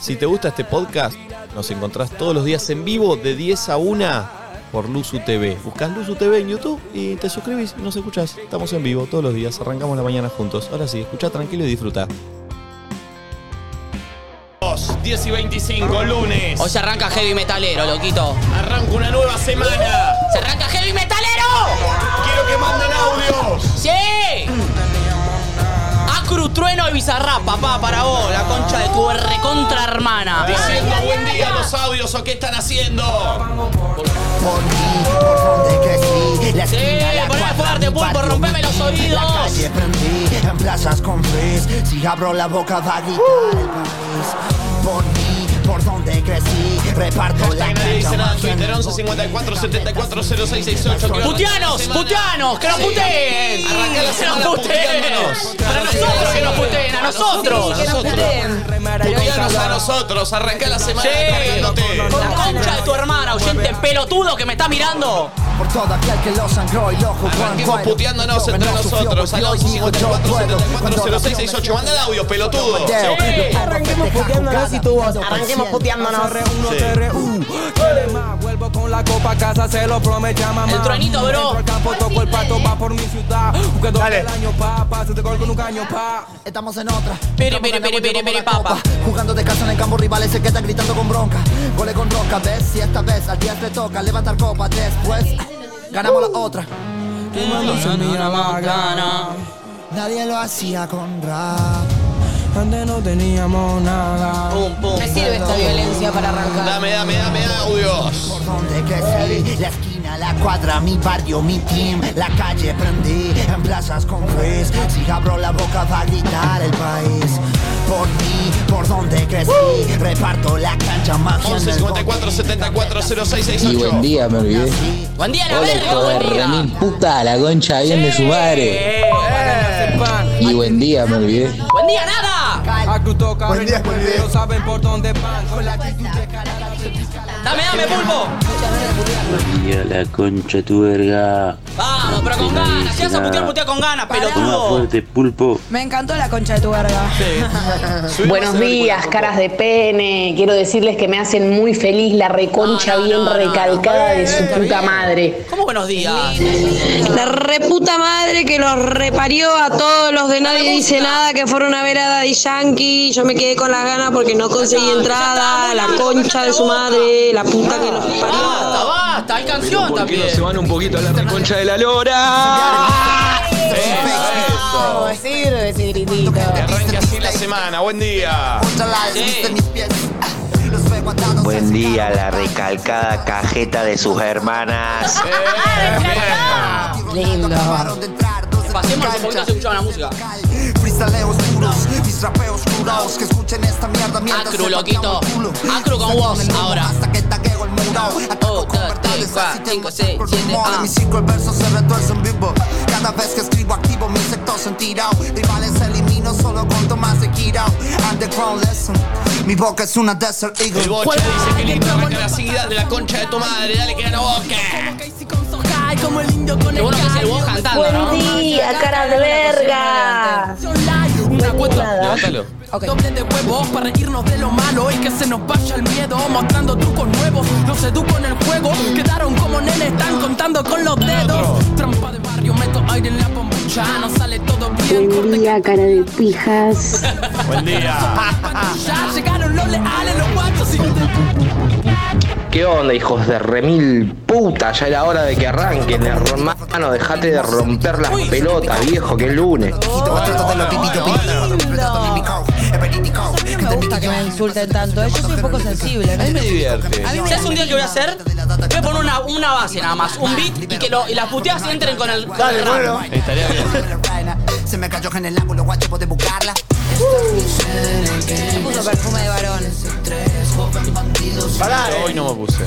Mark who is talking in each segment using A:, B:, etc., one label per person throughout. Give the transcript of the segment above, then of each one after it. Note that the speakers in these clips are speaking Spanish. A: Si te gusta este podcast, nos encontrás todos los días en vivo de 10 a 1 por Luzu TV. Buscás Luzu TV en YouTube y te suscribís y nos escuchás. Estamos en vivo todos los días, arrancamos la mañana juntos. Ahora sí, escucha tranquilo y disfruta.
B: 10 y 25, lunes.
C: Hoy se arranca heavy metalero, loquito.
B: Arranca una nueva semana.
C: ¡Se arranca heavy metalero!
B: Quiero que manden audios.
C: ¡Sí! Acru, trueno y bizarrap, papá, para vos, la concha de tu recontra hermana.
B: Diciendo buen día a los audios o qué están haciendo.
D: Por mí, por donde crecí, la
C: Sí,
D: esquina, la
C: poné
D: cuadra,
C: fuerte,
D: mi
C: pulpo,
D: patio,
C: rompeme
D: mi
C: los
D: fin,
C: oídos.
D: La calle prendí, en plazas con frizz, si abro la boca va a gritar el país. Por mí, por donde crecí, reparto la
B: Hashtag nadie
D: cancha,
B: dice nada en
D: más que
B: Twitter,
D: mi
B: 11 54 74 0668. Quiero
C: ¡Puteanos!
B: arrancar la
C: ¡Puteanos! ¡Que nos
B: Sí.
C: puteen!
B: Arrancá la
C: ¡Que nos
B: semana
C: puteen!
B: puteándonos.
C: ¡Para nosotros que nos puteen! ¡A nosotros!
B: Sí, que nos puteen. Puteanos a nosotros, arranca la semana tratándote.
C: La concha de tu hermana, oyente pelotudo que me está mirando.
D: semana. Por todo aquel que lo sangró y lo jugó en
B: Arranquemos
D: cuero.
B: puteándonos
D: Yo
B: entre
D: no sufrió,
B: nosotros. Al
D: yo
B: 11
D: digo, yo
B: 54
D: puedo.
B: 74
D: Cuando la
B: 0668. Manda el audio, pelotudo.
D: Deo,
C: Sí.
E: Arranquemos puteándonos y tu voz. Arranquemos puteándonos.
B: Sí.
F: Vuelvo con la copa a casa, se lo promete a mamá.
C: El truenito, bro.
F: Entro al campo, toco el pato, va por mi ciudad. Jugador del año, pa, pa, se te colgo en un caño, pa.
D: Estamos en otra.
C: Piri,
D: Estamos ganando
C: piri, piri,
D: y
C: piri,
D: llevamos
C: piri,
D: la copa.
C: papa.
D: Jugando descalzo en el campo, rivales se quedan gritando con bronca. Goles con roca, ves si esta vez al 10 le toca levantar copa. Después ganamos la otra.
F: Quemando semilla
C: Gana.
F: bacana.
D: Nadie lo hacía con rap.
F: Antes no teníamos nada.
C: Pum, pum.
E: Me sirve esta violencia para arrancar.
B: Dame, dame, dame audios.
D: Por donde crecí, la esquina, la cuadra, mi barrio, mi team. La calle prendí, en plazas con Chris. Si abro la boca va a gritar el país. Por mí, por donde crecí, reparto la cancha más.
B: 11 54 74
G: Y buen
B: 0668.
G: día, me olvidé.
C: Buen día, la
G: Hola,
C: verga,
G: hijo de
C: buen día.
G: remil puta, la concha bien de su madre.
C: Eh,
F: Hacer pan.
G: Y buen día, me olvidé.
C: Buen día, nada.
F: A cruz toca,
D: Buen día, buen día.
F: pero saben por dónde van. Con la actitud que
C: Dame, dame, pulpo.
H: Y a la concha tu verga.
C: Vamos, pero con ganas. Si vas a putear, putea con ganas,
H: Toma
C: pelotudo.
H: fuerte, pulpo.
E: Me encantó la concha de tu verga.
I: Buenos días, caras de pene. Quiero decirles que me hacen muy feliz la reconcha
C: No, no, no,
I: bien
C: no,
I: recalcada de su
C: está
I: puta
C: bien.
I: madre.
C: ¿Cómo buenos días?
J: La reputa madre que los reparió a todos los de Nadie Dice Nada, que fueron a ver a Daddy Yankee. Yo me quedé con las ganas porque no conseguí entrada. La concha de su madre, la puta que nos parió.
C: Basta, basta. Hay canción también.
F: van un poquito a la reconcha de la lora.
E: No, me sirve ese gritito.
B: Que arranque así la semana. Buen día.
D: Buen día, la
H: recalcada cajeta de sus hermanas.
E: Lindo.
C: Pasemos un poquito, se escuchaba la música.
D: Freestaleos puros, mis rapeos curados Que escuchen esta mierda mientras
C: Acru,
D: se patean
C: loquito.
D: el culo.
C: Acru con vos ahora.
D: Hasta que tagueo el muro Ataco
C: Oh,
D: con
C: dos,
D: verdades
C: tres, cuatro,
D: así te
C: cinco,
D: muestro
C: seis,
D: por
C: siete,
D: rumores.
C: ah.
D: Mis cinco el verso se retuerce en vivo Cada vez que escribo activo mi sector sentirá Rivales elimino solo con tomas de Kirao Underground lesson Mi boca es una Desert Eagle
B: El boche dice que lindo arranca la seguida de la concha de tu madre. Dale que gana boca.
C: Qué bueno que es el vos cantando,
I: Buen
C: ¿no?
I: día, cara de verga.
F: Una cuenta.
A: Levántalo.
E: Ok.
F: Doble de huevos para reírnos de lo malo y que se nos vaya el miedo mostrando trucos nuevos. Los educo en el juego, quedaron como nenes, están contando con los dedos. Trampa de barrio, meto aire en la bombucha, no sale todo bien.
I: Buen
F: corte
I: día, cara de pijas.
B: Buen día.
F: ya llegaron los leales, los guachos y
K: ¿Qué onda, hijos de remil puta? Ya era hora de que arranquen, hermano. Dejate de romper las pelotas, viejo, que es lunes.
E: Me gusta que me insulten tanto. eh, Yo soy poco sensible.
A: A mí me divierte.
C: ¿Sabes un día que voy a hacer? Voy a poner una, una base nada más, un beat y que lo- y las puteas entren con el. Dale,
B: Estaría bien.
D: Se me cayó en el ángulo, guacho, podés buscarla.
E: Me puso perfume de varón.
A: Yo hoy no me puse.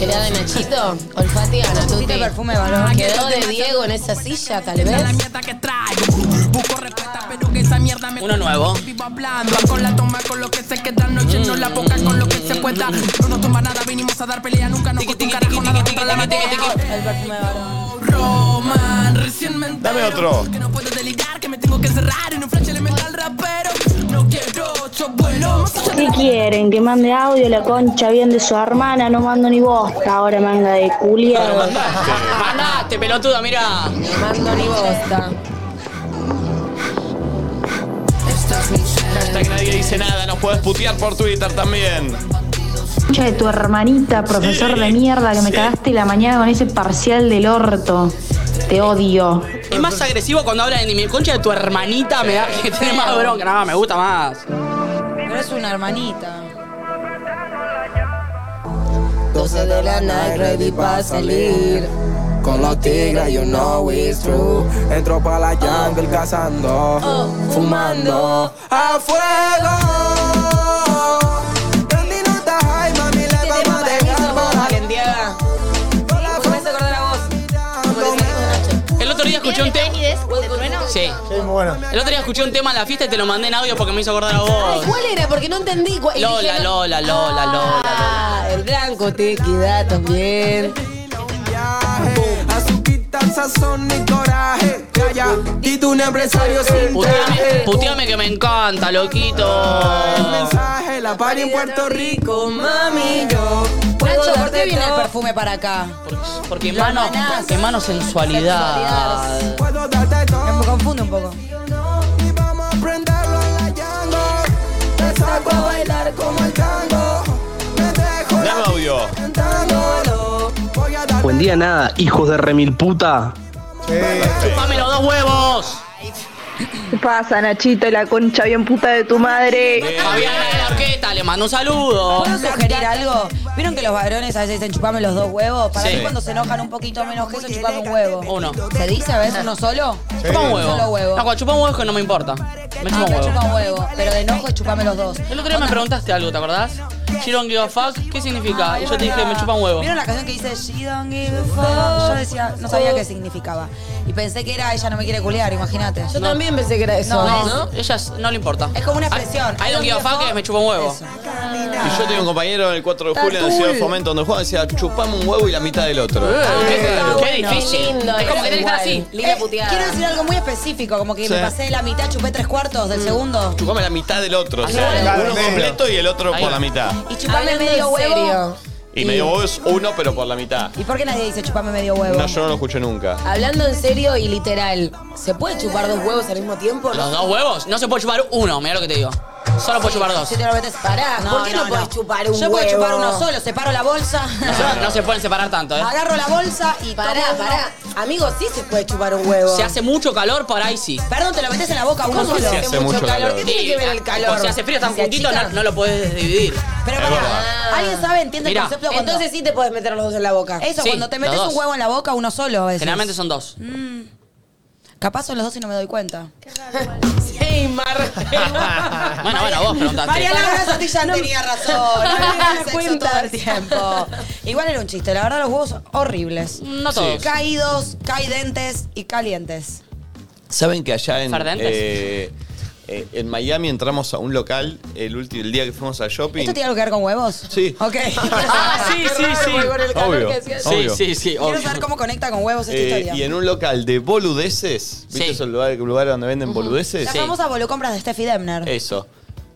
E: ¿Era de Nachito? Olfatea, Nachito. perfume de varón. Quedó de Diego en esa silla, tal vez.
F: mierda que traigo. Busco respuesta, pero que esa mierda me
C: Uno nuevo.
F: vivo hablando. Con la toma, con lo que se queda, no lleno la boca con lo que se pueda. No nos toma nada, vinimos a dar pelea, nunca nos
C: Tiki,
F: cortó un
C: tiki,
F: carajo,
C: tiki,
F: nada
C: tiki,
F: contra la
C: tiki, tiki,
F: bandera.
C: tiki.
E: El perfume de varón.
F: Roman, recién me entero
B: Dame otro.
F: Que no puedo delirar, que me
L: tengo que encerrar en un flash elemental rapero. No quiero ocho vuelos.
I: ¿Qué quieren? Que mande audio la concha bien de su hermana, no mando ni bosta, ahora manga de culiado.
C: Mandate, pelotudo, mira. No mando ni bosta.
M: Hashtag nadie dice nada, nos puedes putear por Twitter también.
I: Concha de tu hermanita, profesor de mierda, que me cagaste la mañana con ese parcial del orto. Te odio.
C: Es más agresivo cuando habla de ni mi concha de tu hermanita, me da que tiene más bronca, nada, me gusta más.
J: Pero es una hermanita.
F: 12 de la night ready para salir. Con los tigres, you know it's true. Entro pa' la jungle
C: Oh.
F: cazando, fumando a fuego. Prendí no está high, mami, le vamos a dejar bajar.
C: El otro día escuché un tema. Sí.
N: muy bueno.
C: El otro día escuché un tema en la fiesta y te lo mandé en audio porque me hizo acordar a vos.
O: ¿Cuál era? Porque no entendí. cua- y
C: Lola,
O: dijeron-
C: Lola, Lola, Lola.
O: Ah, el blanco te queda también.
F: Azuquita, sazón y coraje. Calla, di tu un empresario sin
C: Eh, Puteame,
F: traje.
C: puteame que me encanta, loquito.
F: mensaje, la party en Puerto Rico, mami, yo.
J: Nacho,
F: puedo
J: ¿por qué
F: darte
J: viene el
F: todo.
J: perfume para acá?
C: Porque mano, porque mano sensualidad.
F: Puedo darte todo.
J: Me confunde un poco.
F: Y vamos a prenderlo en la llanga. Te saco a bailar como el tango. Me dejo
M: Dame audio.
F: cantándolo. Voy a dar
K: Buen día, nada, hijos de remil puta.
C: Chupame los dos huevos.
P: ¿Qué pasa, Nachito? La concha bien puta de tu madre.
C: Fabiana de la orquesta, le mando un saludo.
J: ¿Puedo sugerir algo? ¿Vieron que los varones a veces dicen chupame los dos huevos? Para
C: Sí.
J: mí cuando se enojan un poquito menos que eso, chupame un huevo.
C: Uno.
J: ¿Se dice a veces uno solo?
C: Chupa un
J: Solo
C: huevo.
J: huevo.
C: No, cuando chupa un huevo es que no me importa. Me chupa
J: Ah,
C: un
J: me chupa
C: huevo.
J: un huevo. Pero de enojo es chupame los dos.
C: El otro día me preguntaste algo, ¿te acordás? She don't give a fuck, ¿qué significa? Y yo te dije, me chupa un huevo.
J: ¿Vieron la canción que dice She don't give a fuck? Yo decía, no sabía qué significaba. Y pensé que era ella no me quiere culear, imagínate.
O: Yo también pensé que era eso.
C: No,
O: ¿no?
C: no, ella es- no le importa. Es
J: como una expresión.
C: I don't give a fuck, es me chupa un huevo.
B: Y yo tenía un compañero el 4 de julio en la ciudad de Fomento donde jugaba decía, chupame un huevo y la mitad del otro.
J: Ah,
C: Qué difícil.
O: lindo,
C: Es como
O: era
C: que tiene que estar
O: igual.
C: así.
O: Linda
J: Eh,
O: puteada.
J: Quiero decir algo muy específico, como que
B: Sí.
J: me pasé de la mitad, chupé tres cuartos del segundo.
B: Chupame la mitad del otro. O
J: Claro,
B: sea, uno
J: claro.
B: completo y el otro por la mitad.
J: Y chupame
O: Hablando
J: medio
O: en
J: huevo.
O: serio.
B: Y medio huevo es uno, pero por la mitad.
J: ¿Y por qué nadie dice chupame medio huevo?
B: No, yo no lo escuché nunca.
O: Hablando en serio y literal, ¿se puede chupar dos huevos al mismo tiempo?
C: Los dos huevos, no se puede chupar uno, mira lo que te digo. Solo puedes chupar dos.
J: Si te lo metes pará,
O: No,
J: ¿por qué no,
O: no,
J: podés
O: no.
J: chupar
O: Yo
J: un
O: puedo
J: huevo?
O: chupar uno
J: solo, separo la bolsa.
C: No se, no se pueden separar tanto, ¿eh?
J: Agarro la bolsa y
O: Pará,
J: tomo uno.
O: pará. Amigo, sí se puede chupar un huevo.
C: Si hace mucho calor, por ahí sí.
J: Perdón, te lo metes en la boca uno
O: ¿Cómo
J: solo.
O: se hace mucho calor? ¿Qué tiene que ver el calor?
C: O si hace frío tan
O: ¿Se
C: juntito, no,
O: achica?
C: no lo puedes dividir.
J: Pero
C: Es
J: pará,
C: verdad.
J: ¿alguien sabe, entiende
C: Mirá,
J: el concepto cuando...
O: Entonces sí te puedes meter los dos en la boca.
J: Eso,
C: Sí,
J: cuando te
C: los
J: metes
C: dos.
J: un huevo en la boca uno solo a veces.
C: Generalmente son dos.
J: Capaz son los dos y no me doy cuenta.
O: Hey, Mar.
C: Bueno, bueno, vos preguntaste.
J: María Laura Santillán
O: No me-
J: tenía razón. No
O: No me
J: hagas
O: das
J: sexo
O: cuenta.
J: todo el tiempo. Igual era un chiste. La verdad, los huevos son horribles.
C: No todos. Sí.
J: Caídos, caidentes y calientes.
B: ¿Saben que allá en,
C: Fardentes.
B: eh, eh, en Miami entramos a un local el, ulti- el día que fuimos al shopping?
J: ¿Esto tiene algo que ver con huevos?
B: Sí.
J: Ok.
C: Ah, sí, sí, sí.
B: Obvio, obvio.
C: Sí, sí, Oh, sí,
J: Quiero
C: obvio.
J: saber cómo conecta con huevos esta
B: Eh,
J: historia.
B: y en un local de boludeces, ¿viste esos lugares lugar donde venden boludeces?
J: La famosa volucompras de Steffi Demner.
B: Eso.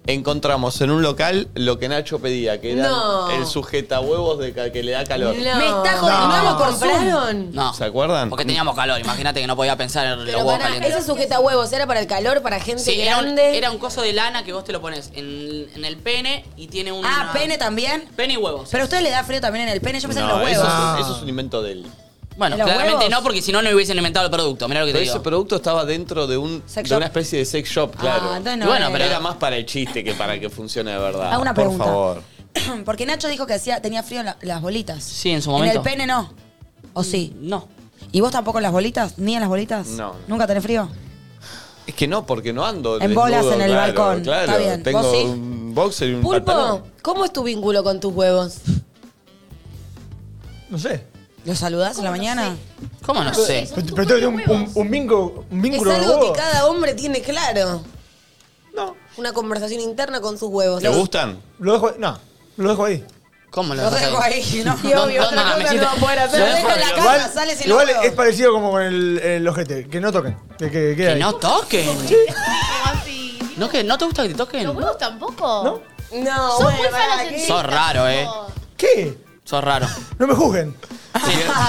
B: Encontramos en un local lo que Nacho pedía, que era
J: No.
B: el sujetahuevos de ca- que le da calor.
O: Me está jodiendo. ¿No lo compraron?
C: No.
B: ¿Se acuerdan?
C: Porque teníamos calor, imagínate que no podía pensar en los
O: Pero
C: huevos
O: pará,
C: calientes.
O: ese sujeta huevos era para el calor, para gente
C: Sí, era un,
O: grande.
C: era un coso de lana que vos te lo pones en, en el pene y tiene un.
J: Ah, pene también.
C: Pene y huevos.
J: Pero a ustedes le da frío también en el pene. Yo pensé en
B: No,
J: los
B: eso,
J: huevos. Ah,
B: es, eso es un invento de él.
C: Bueno,
J: ¿En los
C: claramente
J: huevos?
C: no, porque si no, no hubiesen inventado el producto. Mirá lo que
B: Pero
C: te
B: ese
C: digo.
B: producto estaba dentro de, un,
J: Sex
B: de
J: shop. Ah,
B: una especie de sex shop, claro.
J: entonces no
B: bueno,
J: era.
B: pero era más para el chiste que para que funcione de verdad.
J: Hago una pregunta.
B: Por favor.
J: Porque Nacho dijo que hacía, tenía frío en la- las bolitas.
C: Sí, en su
J: En
C: momento.
J: el pene no. ¿O sí?
C: No.
J: ¿Y vos tampoco en las bolitas? ¿Ni en las bolitas?
B: No.
J: ¿Nunca tenés frío?
B: Es que no, porque no ando.
J: En bolas en el
B: claro,
J: balcón.
B: Claro,
J: Está bien.
B: tengo
J: ¿Vos sí?
B: un boxer y un
O: Pulpo,
B: pantalón.
O: ¿cómo es tu vínculo con tus huevos?
N: No sé.
J: ¿Lo saludás en la mañana?
C: ¿Cómo no sé?
N: Pero, pero tengo un, un, un bingo, un
O: Es
N: vínculo de
O: algo
N: huevos.
O: que cada hombre tiene claro. No. Una conversación interna con sus huevos.
B: ¿Le gustan?
N: Lo dejo ahí. No, lo dejo ahí.
C: ¿Cómo lo
F: Lo
C: dejas
F: dejo ahí, ¿no?
C: ¿Dó- dónde la mesita?
F: Lo dejo en la casa,
K: Igual,
F: sale si
K: igual
F: lo
K: es parecido como con el, el ojete, que no toquen. Que, que,
C: Que no toquen. ¿No, que, ¿No te gusta que te
J: ¿Los
C: toquen?
J: huevos tampoco? No. No,
C: Sos
J: bueno,
C: muy
J: pará,
C: falocentrista.
J: ¿qué?
C: Sos raro, eh.
K: ¿Qué?
C: Sos raro.
K: No me juzguen.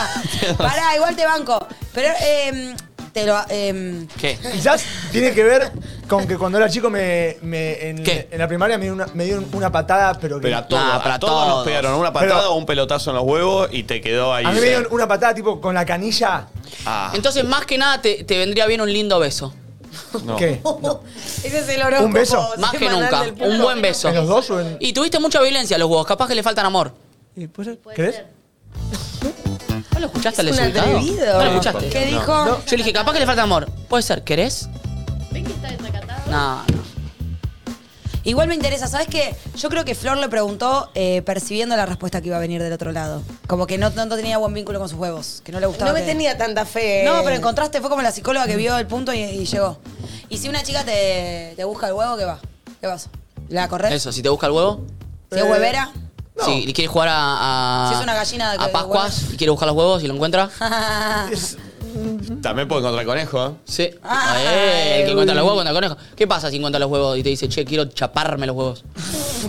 F: Pará, igual te banco. Pero, eh, te lo. Eh,
C: ¿Qué?
K: Quizás tiene que ver con que cuando era chico me, me- en, en la primaria me, dieron una, me dieron una patada, pero que.
B: Pero a todos, a todos nos pegaron una patada o un pelotazo en los huevos y te quedó ahí.
K: A mí me dieron una patada tipo con la canilla.
B: Ah,
C: Entonces, más que nada, te, te vendría bien un lindo beso.
B: no.
K: ¿Qué?
F: Ese es el horóscopo.
K: ¿Un beso?
C: Más que
F: semanal
C: nunca.
F: del pueblo.
C: Un buen beso.
K: ¿En los dos o en.?
C: Y tuviste mucha violencia a los huevos. Capaz que le faltan amor.
K: ¿Crees?
C: ¿No lo escuchaste al
F: Es un
C: desubicado?
F: atrevido.
C: ¿No lo escuchaste?
F: ¿Qué No. dijo?
C: No. Yo le dije, capaz que le falta amor. Puede ser, ¿querés?
J: ¿Ven que está desacatado?
C: No,
F: Igual me interesa, ¿sabes qué? Yo creo que Flor le preguntó eh, percibiendo la respuesta que iba a venir del otro lado. Como que no, no- no tenía buen vínculo con sus huevos, que no le gustaba.
J: No me
F: tenía
J: tanta fe.
F: No, pero en contraste fue como la psicóloga que vio el punto y, y llegó. Y si una chica te, te busca el huevo, ¿qué va? ¿Qué vas? ¿La corres?
C: Eso, si te busca el huevo.
F: Si es
J: Eh.
F: huevera,
C: Si quieres jugar a. a-
F: si es una gallina de Ah.
C: A Pascuas y quiere buscar los huevos y lo encuentra.
B: También puedo encontrar conejo, ¿eh?
C: Sí. Eh, el que encuentra los huevos encuentra conejo. ¿Qué pasa si encuentra los huevos y te dice, che, quiero chaparme los huevos?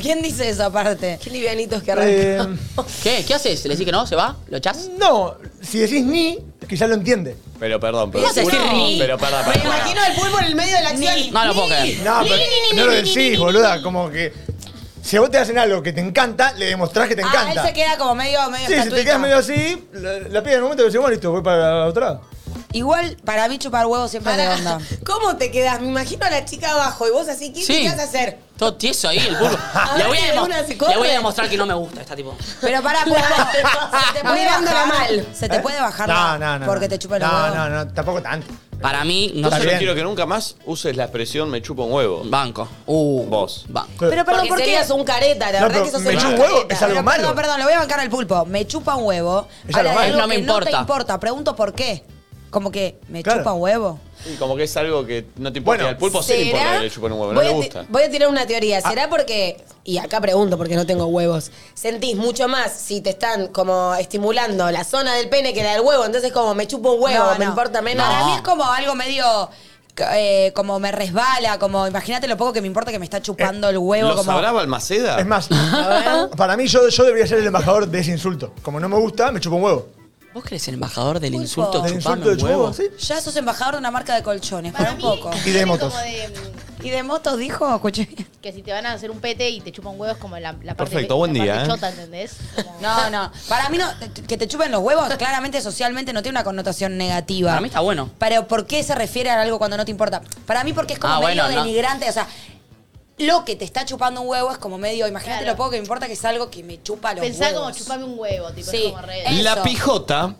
F: ¿Quién dice eso aparte?
J: Qué livianitos que
K: arrancan.
C: ¿Qué? ¿Qué haces? ¿Le decís que no? ¿Se va? ¿Lo echás?
K: No, si decís ni, quizás lo entiende.
B: Pero perdón, pero.
C: ¿Cómo se dice ni?
B: Pero perdón,
J: Me imagino el pulpo en el medio de la acción.
C: No lo puedo creer.
K: No, pero no lo decís, boluda. Como que. Si a vos te hacen algo que te encanta, le demostrás que te
F: Ah, él
K: encanta.
F: se queda como medio, medio
K: sí, si te
F: estatuita.
K: quedas medio así, la, la pide en un momento y decís, bueno, listo, voy para otro lado.
F: Igual, para mí chupar huevos siempre es de onda.
J: ¿Cómo te quedas? Me imagino a la chica abajo y vos así, ¿qué
C: Sí.
J: te vas a hacer?
C: Todo tieso ahí, el burro.
J: A
C: Le
J: ver
C: voy,
J: si
C: a
J: de
C: demo-
J: una se
C: le
J: corre.
C: voy a demostrar que no me gusta esta tipo.
F: Pero pará, pulpo, se te puede
J: Mirándola
F: bajar
J: mal.
F: Se te puede bajar
K: No,
F: la-
K: no, no.
F: porque
K: no.
F: te chupa el
K: no,
F: huevo.
K: No, no, tampoco tanto.
C: Para mí, no
B: No
C: sé.
B: yo no quiero que nunca más uses la expresión me chupa un huevo.
C: Banco. Uh.
B: Vos.
K: Pero,
J: perdón, ¿por qué?
Q: serías un careta, la
B: No,
Q: verdad
B: pero
Q: que sos
B: me
Q: un
B: chupa un
Q: careta.
B: huevo, es algo
F: Pero,
B: malo.
F: Perdón, perdón, le voy a bancar al pulpo. Me chupa un huevo.
B: Es algo
F: Habla de
B: malo.
F: algo
B: No me
F: que No te
B: importa.
F: importa. Pregunto por qué. Como que me chupa un huevo.
B: Y como que es algo que no te importa.
K: Bueno,
B: al pulpo sí le
J: ¿será?
B: importa que le chupen un huevo, no
J: voy,
B: le
J: a ti-
B: gusta.
J: voy a tirar una teoría.
K: Ah.
J: ¿Será porque, y acá pregunto porque no tengo huevos, sentís mucho más si te están como estimulando la zona del pene que la del huevo? Entonces como me chupo un huevo,
F: No,
J: me
F: no.
J: importa menos.
F: Para mí es como algo medio. eh, como me resbala, como imagínate lo poco que me importa que me está chupando el huevo.
B: ¿Lo
F: como...
B: sabrá Balmaceda?
K: Es más, para mí yo, yo debería ser el embajador de ese insulto. Como no me gusta, me chupa un huevo.
C: ¿Vos querés ser embajador del insulto
K: Del
C: chupame
K: insulto de
C: un huevo?
K: chupo, sí.
F: Ya sos embajador de una marca de colchones, para un poco.
K: Y de motos.
J: como de,
F: ¿Y de motos dijo? Escuché.
J: mm, que si te van a hacer un pete y te chupan huevos como la, la parte
B: Perfecto,
J: la
B: buen día,
J: parte
B: ¿eh?
J: chota, ¿entendés? Como-
F: No, no. Para mí no, que te chupen los huevos, claramente socialmente no tiene una connotación negativa.
C: Para mí está bueno.
F: Pero ¿por qué se refiere a algo cuando no te importa? Para mí porque es como
C: Ah,
F: medio
C: bueno, no.
F: denigrante, o sea, lo que te está chupando un huevo es como medio, imagínate lo poco que me importa que es algo que me chupa los
J: Pensá
F: huevos.
J: como chupame un huevo, tipo,
F: Sí.
J: es como re...
F: Eh,
B: La
F: Eso.
B: pijota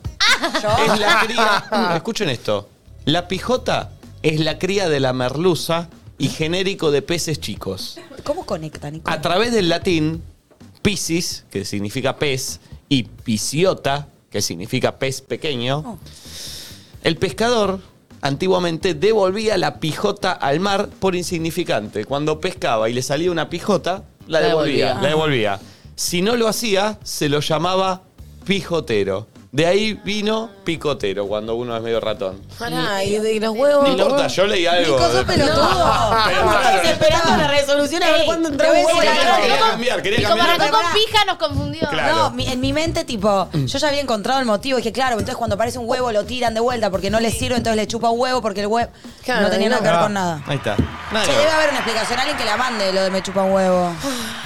B: es la cría. Uh, Escuchen esto. La pijota es la cría de la merluza y genérico de peces chicos.
F: ¿Cómo conectan, Nico?
B: A través del latín, piscis, que significa pez, y pisiota, que significa pez pequeño,
F: Oh.
B: el pescador antiguamente devolvía la pijota al mar por insignificante. Cuando pescaba y le salía una pijota, la
C: La
B: devolvía,
C: devolvía.
B: la devolvía. Si no lo hacía, se lo llamaba pijotero. De ahí vino picotero, cuando uno es medio ratón.
J: Pará, y, y los huevos...
B: No importa, yo leí algo. eh.
J: Nico, sos pelotudo.
B: Pero
J: Estamos
B: claro,
J: esperando la resolución a ver cuándo entra
F: te voy
J: un
F: a
J: huevo.
F: decir
J: en la
F: algo.
J: cara.
B: Quería cambiar, quería
J: Y como
B: cambiar.
J: arrancó con
F: Pará.
J: pija, nos confundió.
B: Claro.
F: No, mi- en mi mente, tipo, yo ya había encontrado el motivo. Dije, claro, entonces cuando aparece un huevo lo tiran de vuelta porque no le sirve, entonces le chupa un huevo porque el huevo
J: Claro,
F: no tenía nada que ver
B: Ah,
F: con nada.
B: Ahí está. Nada
F: Che,
B: que ver.
F: debe haber una explicación, alguien que la mande lo de me chupa un huevo.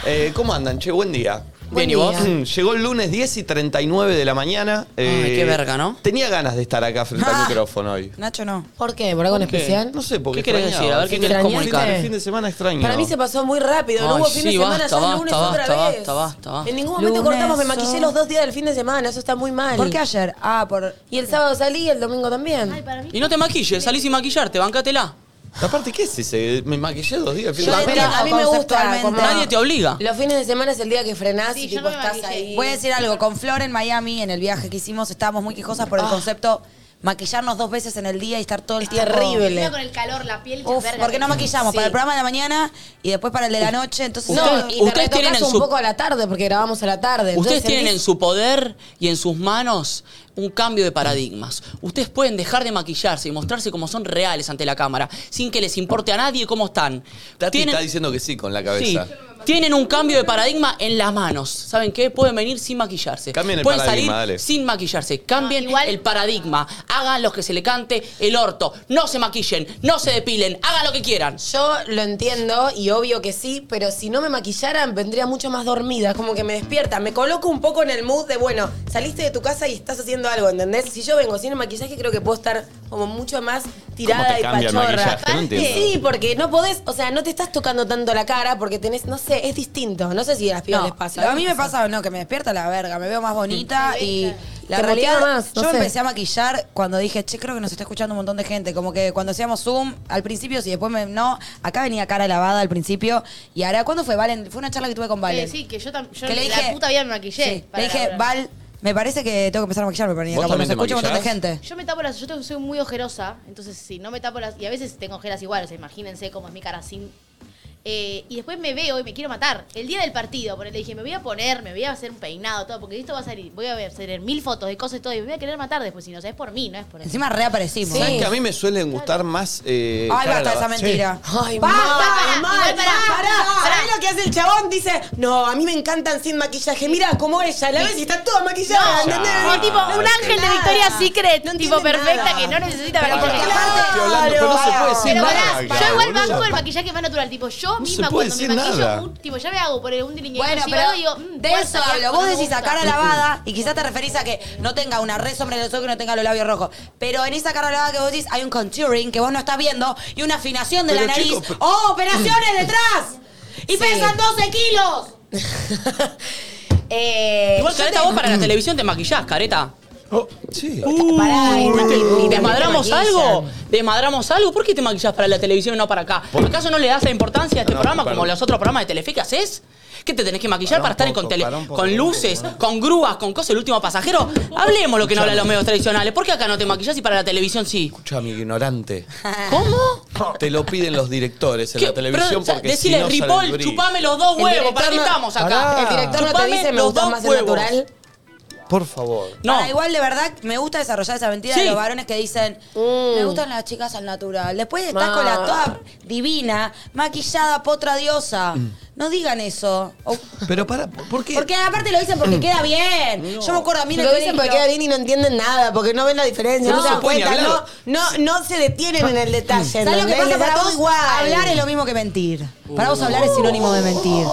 B: Eh, ¿Cómo andan? Che, buen día.
C: Buen Bien, ¿y vos? día. Mm,
B: Llegó el lunes 10 y 39 de la mañana. eh,
C: qué verga, ¿no?
B: Tenía ganas de estar acá frente al
F: Ah.
B: micrófono hoy.
F: Nacho no.
Q: ¿Por qué? ¿Por algo en
B: ¿Por qué?
J: ¿Eh?
Q: especial?
B: No sé, porque
C: ¿Qué querés
B: extrañaba.
C: decir? A ver, ¿qué querés
Q: ¿Extrañaste?
B: El
C: comunicar?
B: fin de semana extraño.
J: Para mí se pasó muy rápido, no
C: Ay,
J: hubo fin de
C: sí,
J: semana,
C: basta,
J: ya es
C: basta,
J: lunes
C: basta,
J: otra
C: basta,
J: vez.
C: basta, basta.
J: En ningún momento
F: Lunes,
J: cortamos, me maquillé
F: son-
J: los dos días del fin de semana, eso está muy mal.
F: ¿Por qué ayer? Ah, por.
J: Y el sábado salí, el domingo también.
C: Y no te maquilles, salís sin maquillarte, bancátela.
B: Aparte, ¿qué es ese? Me maquillé dos días. el fin
J: Yo
B: de
J: de
B: semana.
J: tira- a mí me gusta.
F: conceptualmente.
J: como-
C: Nadie te obliga.
J: Los fines de semana es el día que frenás y tipo
F: me
J: estás
F: maquillé.
J: ahí.
F: Voy a decir algo. Con Flor en Miami, en el viaje que hicimos, estábamos muy quijosas por el concepto maquillarnos dos veces en el día y estar todo el
J: Ah. Es
F: tiempo.
J: terrible.
I: Con el calor, la piel.
F: Uf,
I: verga,
F: ¿por qué no
I: verga.
F: maquillamos?
I: Sí.
F: Para el programa de la mañana y después para el de la noche. Entonces,
J: No, y te
C: ustedes tienen
J: retocas
C: en
J: un
C: su-
J: poco a la tarde porque grabamos a la tarde.
C: Ustedes
J: entonces
C: tienen en
J: sentís-
C: su poder y en sus manos un cambio de paradigmas. Ustedes pueden dejar de maquillarse y mostrarse como son reales ante la cámara, sin que les importe a nadie cómo están.
B: Tati
C: Tienen-
B: está diciendo que sí con la
C: Sí.
B: cabeza.
C: Tienen un cambio de paradigma en las manos. ¿Saben qué? Pueden venir sin maquillarse.
B: Cambien el
C: Pueden
B: paradigma,
C: salir
B: dale.
C: sin maquillarse. Cambien el paradigma. Hagan los que se le cante el orto. No se maquillen, no se depilen, hagan lo que quieran.
J: Yo lo entiendo y obvio que sí, pero si no me maquillaran vendría mucho más dormida, como que me despierta, me coloco un poco en el mood de, bueno, saliste de tu casa y estás haciendo algo, ¿entendés? Si yo vengo sin el maquillaje creo que puedo estar como mucho más
B: ¿Cómo
J: tirada
B: te
J: y
B: cambia el
J: pachorra.
B: maquillaje? No entiendo.
J: sí, porque no podés, o sea, no te estás tocando tanto la cara porque tenés, no sé, es distinto, no sé si a las pibas
F: No,
J: les pasa.
F: A mí me pasa, no, que me despierta la verga, me veo más bonita y la
J: Te motiva
F: realidad,
J: más, no
F: yo
J: sé.
F: empecé a maquillar cuando dije, che, creo que nos está escuchando un montón de gente, como que cuando hacíamos Zoom, al principio sí, después me, no, acá venía cara lavada al principio y ahora, ¿cuándo fue Valen? Fue una charla que tuve con Valen.
I: Eh, sí, que yo también. Yo
F: Que le
I: la
F: dije-
I: puta vida me maquillé.
F: Sí,
I: para
F: le
I: la
F: dije,
I: verdad.
F: Val, me parece que tengo que empezar a maquillarme para venir
I: ¿Vos
F: acá, porque
I: también
F: nos
I: te
F: escucha un montón de gente.
I: Yo me tapo las. Yo tengo- soy muy ojerosa, entonces si no me tapo las. Y a veces tengo ojeras igual, o sea, imagínense cómo es mi cara sin. Eh, y después me veo y me quiero matar. El día del partido, por le dije, me voy a poner, me voy a hacer un peinado, todo, porque esto va a salir. Voy a ver, hacer mil fotos de cosas y todo, y me voy a querer matar después, si no, o sea, es por mí, no es por
F: Encima reaparecimos.
B: ¿Sabes que a mí me suelen gustar más. Eh,
F: Ay,
B: cara
F: basta de esa
B: lavada?
F: mentira.
J: Ay,
F: Basta,
J: mal,
F: pará,
J: mal,
F: igual pará,
J: pará.
F: pará.
J: ¿Sabés lo que hace el chabón? Dice, no, a mí me encantan sin maquillaje. Mira cómo ella, la ves y está toda maquillada,
I: No,
J: ¿entendés?
I: o tipo un ángel de Victoria's Secret, tipo perfecta
J: nada.
I: que no necesita
B: Pero
I: maquillaje.
B: porque aparte estoy hablando, pero no se puede decir
I: Pero
B: nada,
I: pará,
B: claro,
I: Yo igual
B: boludo.
I: banco el maquillaje más natural, tipo yo
B: se
I: misma
B: puede
I: cuando me
B: decir
I: maquillo,
B: nada.
I: un- tipo ya me hago por un delineador
F: Bueno,
I: y
F: pero
I: digo, mm,
F: de
I: puedo
F: eso
I: sacar,
F: hablo. Vos
I: no me
F: decís a
I: gusta.
F: cara lavada y quizás te referís a que no tenga una red sobre los ojos, que no tenga los labios rojos. Pero en esa cara lavada que vos decís hay un contouring que vos no estás viendo y una afinación de
B: Pero,
F: la nariz.
B: chicos, pero-
F: ¡Oh, operaciones detrás! Y
J: Sí.
F: pesan 12 kilos.
J: Eh,
C: Igual,
J: yo
C: Careta,
J: te-
C: vos para la televisión te maquillás, Careta.
B: Oh, Sí.
J: Pará, y- y- y-
C: ¿Desmadramos
J: te maquillan.
C: algo? ¿Desmadramos algo? ¿Por qué te maquillás para la televisión y no para acá? ¿Acaso no le das la importancia a este programa como los otros programas de Telefe que haces? ¿Qué te tenés que maquillar para estar en- con, tele- con luces, con grúas, con cosas? El último pasajero. Hablemos lo que no hablan los medios tradicionales. ¿Por qué acá no te maquillás y para la televisión sí?
B: Escucha, mi ignorante.
C: ¿Cómo?
B: Te lo piden los directores en
C: ¿Qué?
B: la televisión
C: Pero, o sea,
B: porque
C: decile,
B: si no sale
C: Ripoll,
B: el brillo".
C: chupame los dos
J: El
C: huevos.
J: director
C: ¿Para qué
J: no-
C: estamos acá?
J: Pará. El director no te
C: Chupame
J: dice, me
C: los
J: gustás
C: dos
J: más el
C: huevos.
J: natural.
B: Por favor.
C: No.
F: Ahora, igual de verdad me gusta desarrollar esa mentira
C: Sí.
F: de los varones que dicen, me gustan las chicas al natural. Después estás
J: Mm. Ma.
F: con la toda divina, maquillada, potra diosa. No digan eso. O-
B: Pero para, ¿por qué?
F: Porque aparte lo dicen porque queda bien. Yo me acuerdo a mí en el
J: Lo dicen
F: colegio-
J: porque queda bien y no entienden nada, porque no ven la diferencia, no,
F: No,
J: se dan
F: se puede
B: ni
J: cuenta, no,
B: hablar.
J: no, no se detienen en el detalle.
F: ¿Sabes lo que
J: ¿entendés?
F: pasa
J: Les da
F: para
J: todo
F: vos?
J: igual.
F: Hablar es lo mismo que mentir. Para vos hablar es sinónimo de mentir.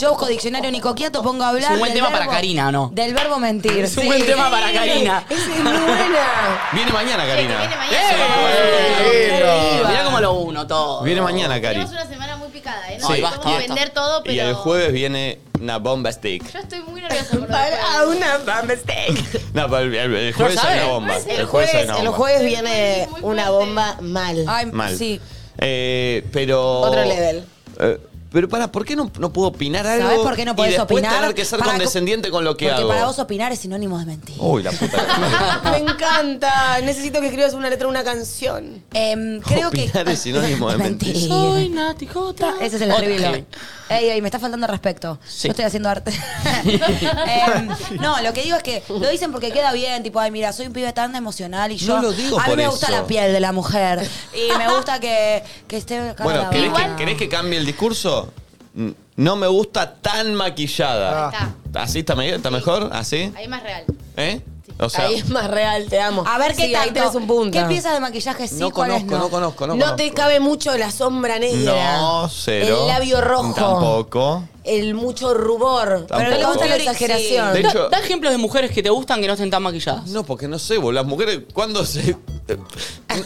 F: Yo busco diccionario Nicoquiato, pongo hablar.
C: Es un buen
F: del
C: tema para
F: verbo-
C: Karina, ¿o no?
F: Del verbo mentir.
C: Es un buen tema para Karina.
J: Esa es muy buena.
B: Viene mañana, Karina.
I: Viene
B: ¡Eh!
C: Mirá cómo lo uno todo.
B: Viene mañana, Cari.
I: Tenemos una semana muy picada, ¿eh? No
B: Sí,
I: podemos
B: y-
I: vender todo, pero
B: Y el jueves viene una bomba stick.
I: yo estoy muy nerviosa por lo del
J: Para
I: jueves.
J: una bomba steak.
B: No, pero el- el, el jueves hay
J: sabe.
B: una bomba.
J: El jueves,
B: hay una
J: el
B: bomba.
J: jueves viene una bomba mal.
F: Ay,
B: Mal.
F: sí.
B: Eh, pero.
J: Otro level.
B: Eh, pero para, ¿por qué no, no puedo opinar algo?
F: ¿Sabés por qué no
B: y
F: podés
B: después
F: opinar?
B: tener que ser
F: Para-
B: condescendiente con lo que
F: Porque
B: hago.
F: para vos opinar es sinónimo de mentir.
B: Uy, la puta.
J: Ah, Me encanta. Necesito que escribas una letra, una canción.
F: Em, creo que.
B: opinar es sinónimo de mentir.
F: Soy
C: Nati
F: Ese es el
C: Otra.
F: arreglo. Ey, ey, me está faltando respeto. Yo estoy haciendo arte. Em, no, lo que digo es que lo dicen porque queda bien. Tipo, ay, mira, soy un pibe tan emocional y yo.
B: No lo digo
F: a mí
B: por
F: me gusta
B: eso.
F: la piel de la mujer. Y me gusta que, que esté. cara
B: Bueno,
F: lavada.
B: ¿querés que, querés que cambie el discurso? Mm, No me gusta tan maquillada.
I: Ahí
B: ¿Así está, me- está mejor? ¿Así?
I: Ahí es más real.
B: ¿eh? O sea,
J: Ahí es más real, te amo.
F: A ver qué
J: Sí,
F: tanto.
J: ahí tenés un punto.
F: ¿Qué piezas de maquillaje sí?
B: no
F: ¿Cuáles
B: conozco, no conozco, no
J: No,
B: conozco.
J: te cabe mucho la sombra negra.
B: No, cero.
J: El labio rojo.
B: Tampoco.
J: El mucho rubor.
B: Tampoco.
J: Pero le gusta la
B: Sí.
J: exageración.
B: De
C: Da,
B: hecho-
C: da ejemplos de mujeres que te gustan que no estén tan maquilladas.
B: No, porque no sé, boludo. Las mujeres, ¿cuándo se.?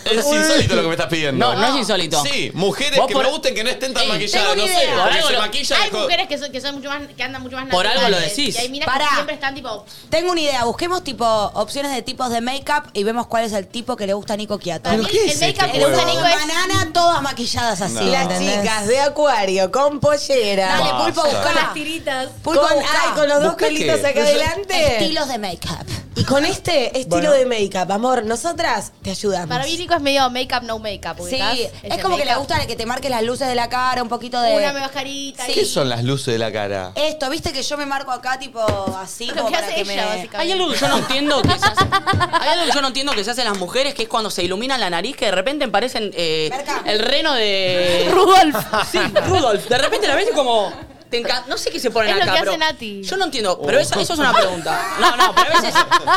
B: Es insólito lo que me estás pidiendo.
C: No, no es insólito.
B: Sí, mujeres
C: Vos
B: que
C: por-
B: me gusten que no estén tan
C: Ey,
B: maquilladas,
I: tengo
B: no
I: una
B: sé.
I: idea.
B: Porque
C: Por algo
B: se
C: lo-
B: maquillan.
I: Hay
B: co-
I: mujeres que son, que son mucho más, que andan mucho más
C: Por algo
I: naturales,
C: lo decís.
I: Y hay minas
F: Pará.
I: que siempre están tipo.
F: Tengo una idea. Busquemos tipo opciones de tipos de make-up y vemos cuál es el tipo que le gusta a Nico Quiato.
I: Para mí el,
B: es
I: el
B: este
I: make-up que
F: El
I: usa
B: juego?
I: Nico es.
F: banana, todas maquilladas así.
B: No.
J: Las
F: ¿entendés?
J: chicas de acuario con pollera.
F: Dale,
B: Basta.
F: Pulpo,
I: Con ah,
F: buscá.
I: las tiritas.
F: Pulpo,
J: con,
F: buscá.
J: ay, con los dos
B: Busca
J: pelitos
B: qué.
J: acá adelante.
F: Estilos de make-up.
R: Y con este estilo
I: Bueno.
R: de make-up, amor, nosotras te ayudamos.
I: Para mí, Nico es medio make-up, no make-up.
F: Sí, es como que le gusta que te marques las luces de la cara, un poquito de-
I: Una mascarita.
B: ¿Qué son las luces de la cara?
F: Esto, viste que yo me marco acá, tipo, así,
C: Lo
F: como
C: que
F: para
C: hace
F: que
C: ella,
F: me...
C: básicamente. Hay algo que yo no entiendo que se hace. Hay algo que yo no entiendo que se hace en las mujeres, que es cuando se iluminan la nariz, que de repente parecen eh, el reno de.
I: Rudolf.
C: Sí, Rudolf. De repente la ves y como. te enca- No sé qué se ponen
I: Es lo
C: acá,
I: que
C: pero
I: hace Nati.
C: Yo no entiendo, pero esa- eso es una pregunta. No, no, pero a veces.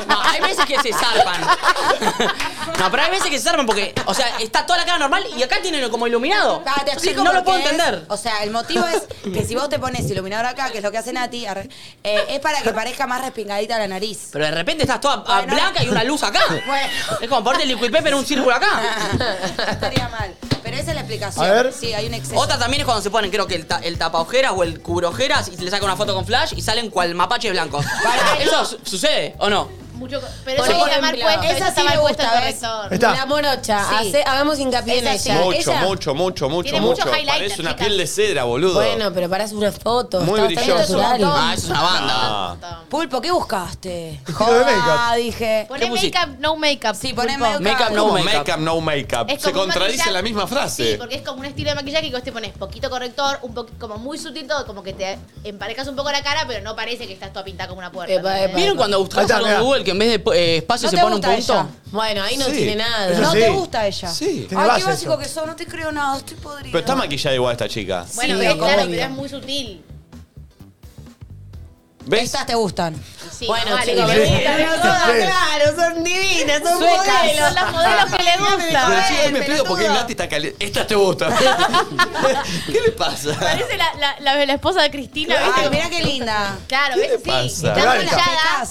C: No, hay veces que se zarpan. No, pero hay veces que se zarpan porque, o sea, está toda la cara normal y acá tienen como iluminado.
F: Ah, te
C: Entonces,
F: explico
C: no lo
F: por
C: puedo
F: qué es.
C: entender.
F: O sea, el motivo es que si vos te pones iluminador acá, que es lo que hace Nati, arre- eh, es para que parezca más respingadita la nariz.
C: Pero de repente estás toda ah,
F: Bueno.
C: blanca y una luz acá. Es como ponerte el liquid pepper en un círculo acá.
F: Estaría mal. Pero esa es la explicación.
C: A ver.
F: Sí, hay un exceso.
C: Otra también es cuando se ponen, creo que el, ta- el tapaojeras o el cubrojeras y se le saca una foto con flash y salen cual mapache blanco. ¿Eso su- sucede o no?
I: Mucho, pero
J: Por
I: eso está mal
J: ejemplo.
I: puesto.
J: Esa
I: Esa
J: sí
I: está mal
J: me
I: puesto el
J: gusta, ¿ves?
I: corrector.
J: Está. La morocha, hace-
I: hagamos hincapié
J: en ella.
I: Mucho,
B: Mucho, mucho, mucho, mucho,
J: Tiene mucho
B: mucho.
J: highlighter,
B: Parece una
J: chicas.
B: piel de cedra, boludo.
J: Bueno, pero parás unas fotos.
B: Muy
J: está bastante
B: brilloso.
J: natural.
B: Ah.
F: Pulpo, ¿qué buscaste?
B: Estilo de
F: Joda,
B: make-up.
F: dije.
I: Poné make-up, no make-up.
F: Sí, poné
I: Pulpo.
F: make-up.
B: Make-up,
F: no
B: no
F: make-up.
B: make-up, no make-up.
I: Es
B: Se
I: como un
B: contradice
I: maquillaje-
B: la misma
I: Sí,
B: frase.
I: porque es como un estilo de maquillaje que vos te pones poquito corrector, un poquito como muy sutil todo, como que te emparejas un poco la cara, pero no parece que estás toda pintada como una puerta. ¿entendés?
C: ¿Vieron cuando buscamos algo en Google que en vez de eh, espacio
I: ¿No
C: se
I: te
C: pone un
I: gusta
C: punto?
J: Bueno, ahí no
B: Sí,
J: tiene nada.
B: eso
F: No
B: sí.
F: te gusta ella.
B: Sí. Tiene
F: Ay,
B: base
F: qué básico que sos, no te creo nada, estoy podrida.
B: Pero está maquillada igual esta chica.
I: Bueno,
F: Sí,
I: pero
F: obvio.
I: claro, pero es muy sutil.
B: ¿Ves?
F: Estas te gustan.
I: Sí,
F: Bueno,
I: vale,
F: chicos,
I: que
F: sí.
I: le gustan
F: Sí.
I: todas,
F: Sí.
I: claro, son divinas, son
F: Suecas.
I: modelos, son las modelos que le
B: Pero
I: gustan.
B: chicos, me explico por qué Nati está caliente. Esta te gusta. ¿Qué le pasa?
I: Parece la, la, la, la esposa de Cristina, ¿viste?
F: Ay, mirá qué linda.
I: Claro,
B: ¿Qué le
I: ¿ves? Sí,
B: pasa?
I: está
B: Blanca.
I: brillada.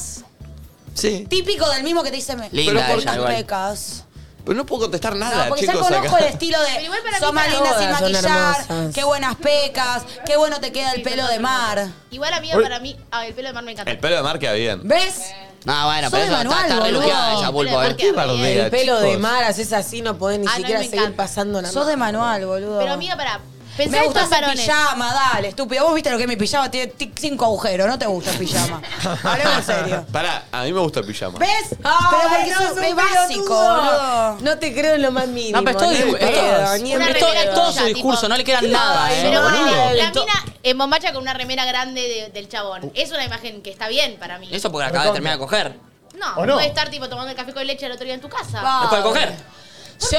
B: Sí.
F: Típico del mismo que te dice me.
B: Linda Pero por- ella,
F: Las
B: igual.
F: pecas.
B: Pero no puedo contestar
F: No,
B: nada,
F: porque ya
B: chicos.
F: conozco
B: acá.
F: el estilo de
I: igual para
F: son
I: mí
F: más
I: para
F: lindas sin
I: todas son
F: maquillar,
I: hermosas.
F: qué buenas pecas, qué bueno te queda el pelo de mar.
I: Igual a mí,
B: Uy.
I: para mí, ah, el pelo de mar me encanta.
B: El pelo de mar queda bien.
F: ¿Ves?
B: Ah, bueno,
F: Soy pero eso está- manual, está re boludo. luqueada esa pulpo,
B: ¿Por
F: eh.
B: qué bardea,
J: El pelo de
B: chicos?
J: mar, haces así, no podés ni
I: Ah, no,
J: siquiera
I: me
J: seguir
I: encanta.
J: pasando nada.
F: Sos de manual, boludo.
I: Pero amiga, pará. Pensá
F: me
I: en
F: gusta
I: estos
F: hacer
I: varones.
F: pijama, dale, estúpido. Vos viste lo que es mi pijama, tiene tic- cinco agujeros, no te gusta el pijama. Hablemos en serio.
B: Pará, a mí me gusta el pijama.
F: ¿Ves?
J: Ay,
F: Pero porque
J: no,
F: sos
J: sos
F: re
J: un
F: básico,
J: pelotudo.
F: boludo.
J: No te creo en lo más mínimo.
C: No, pero es todo,
J: ni en
C: discu- es todo-
J: pedo, ni en
C: es
J: pedo.
C: todo- es todo su discurso, no le queda nada, ¿eh?
I: Pero
C: boludo.
I: bueno, la
C: En to-
I: mina en bombacha con una remera grande de- del chabón. Es una imagen que está bien para mí.
C: Eso porque la acabas de terminar de coger.
I: No,
C: ¿O no?
I: puede estar tipo tomando el café con leche el otro día en tu casa.
C: ¿No puede coger?
J: Yo,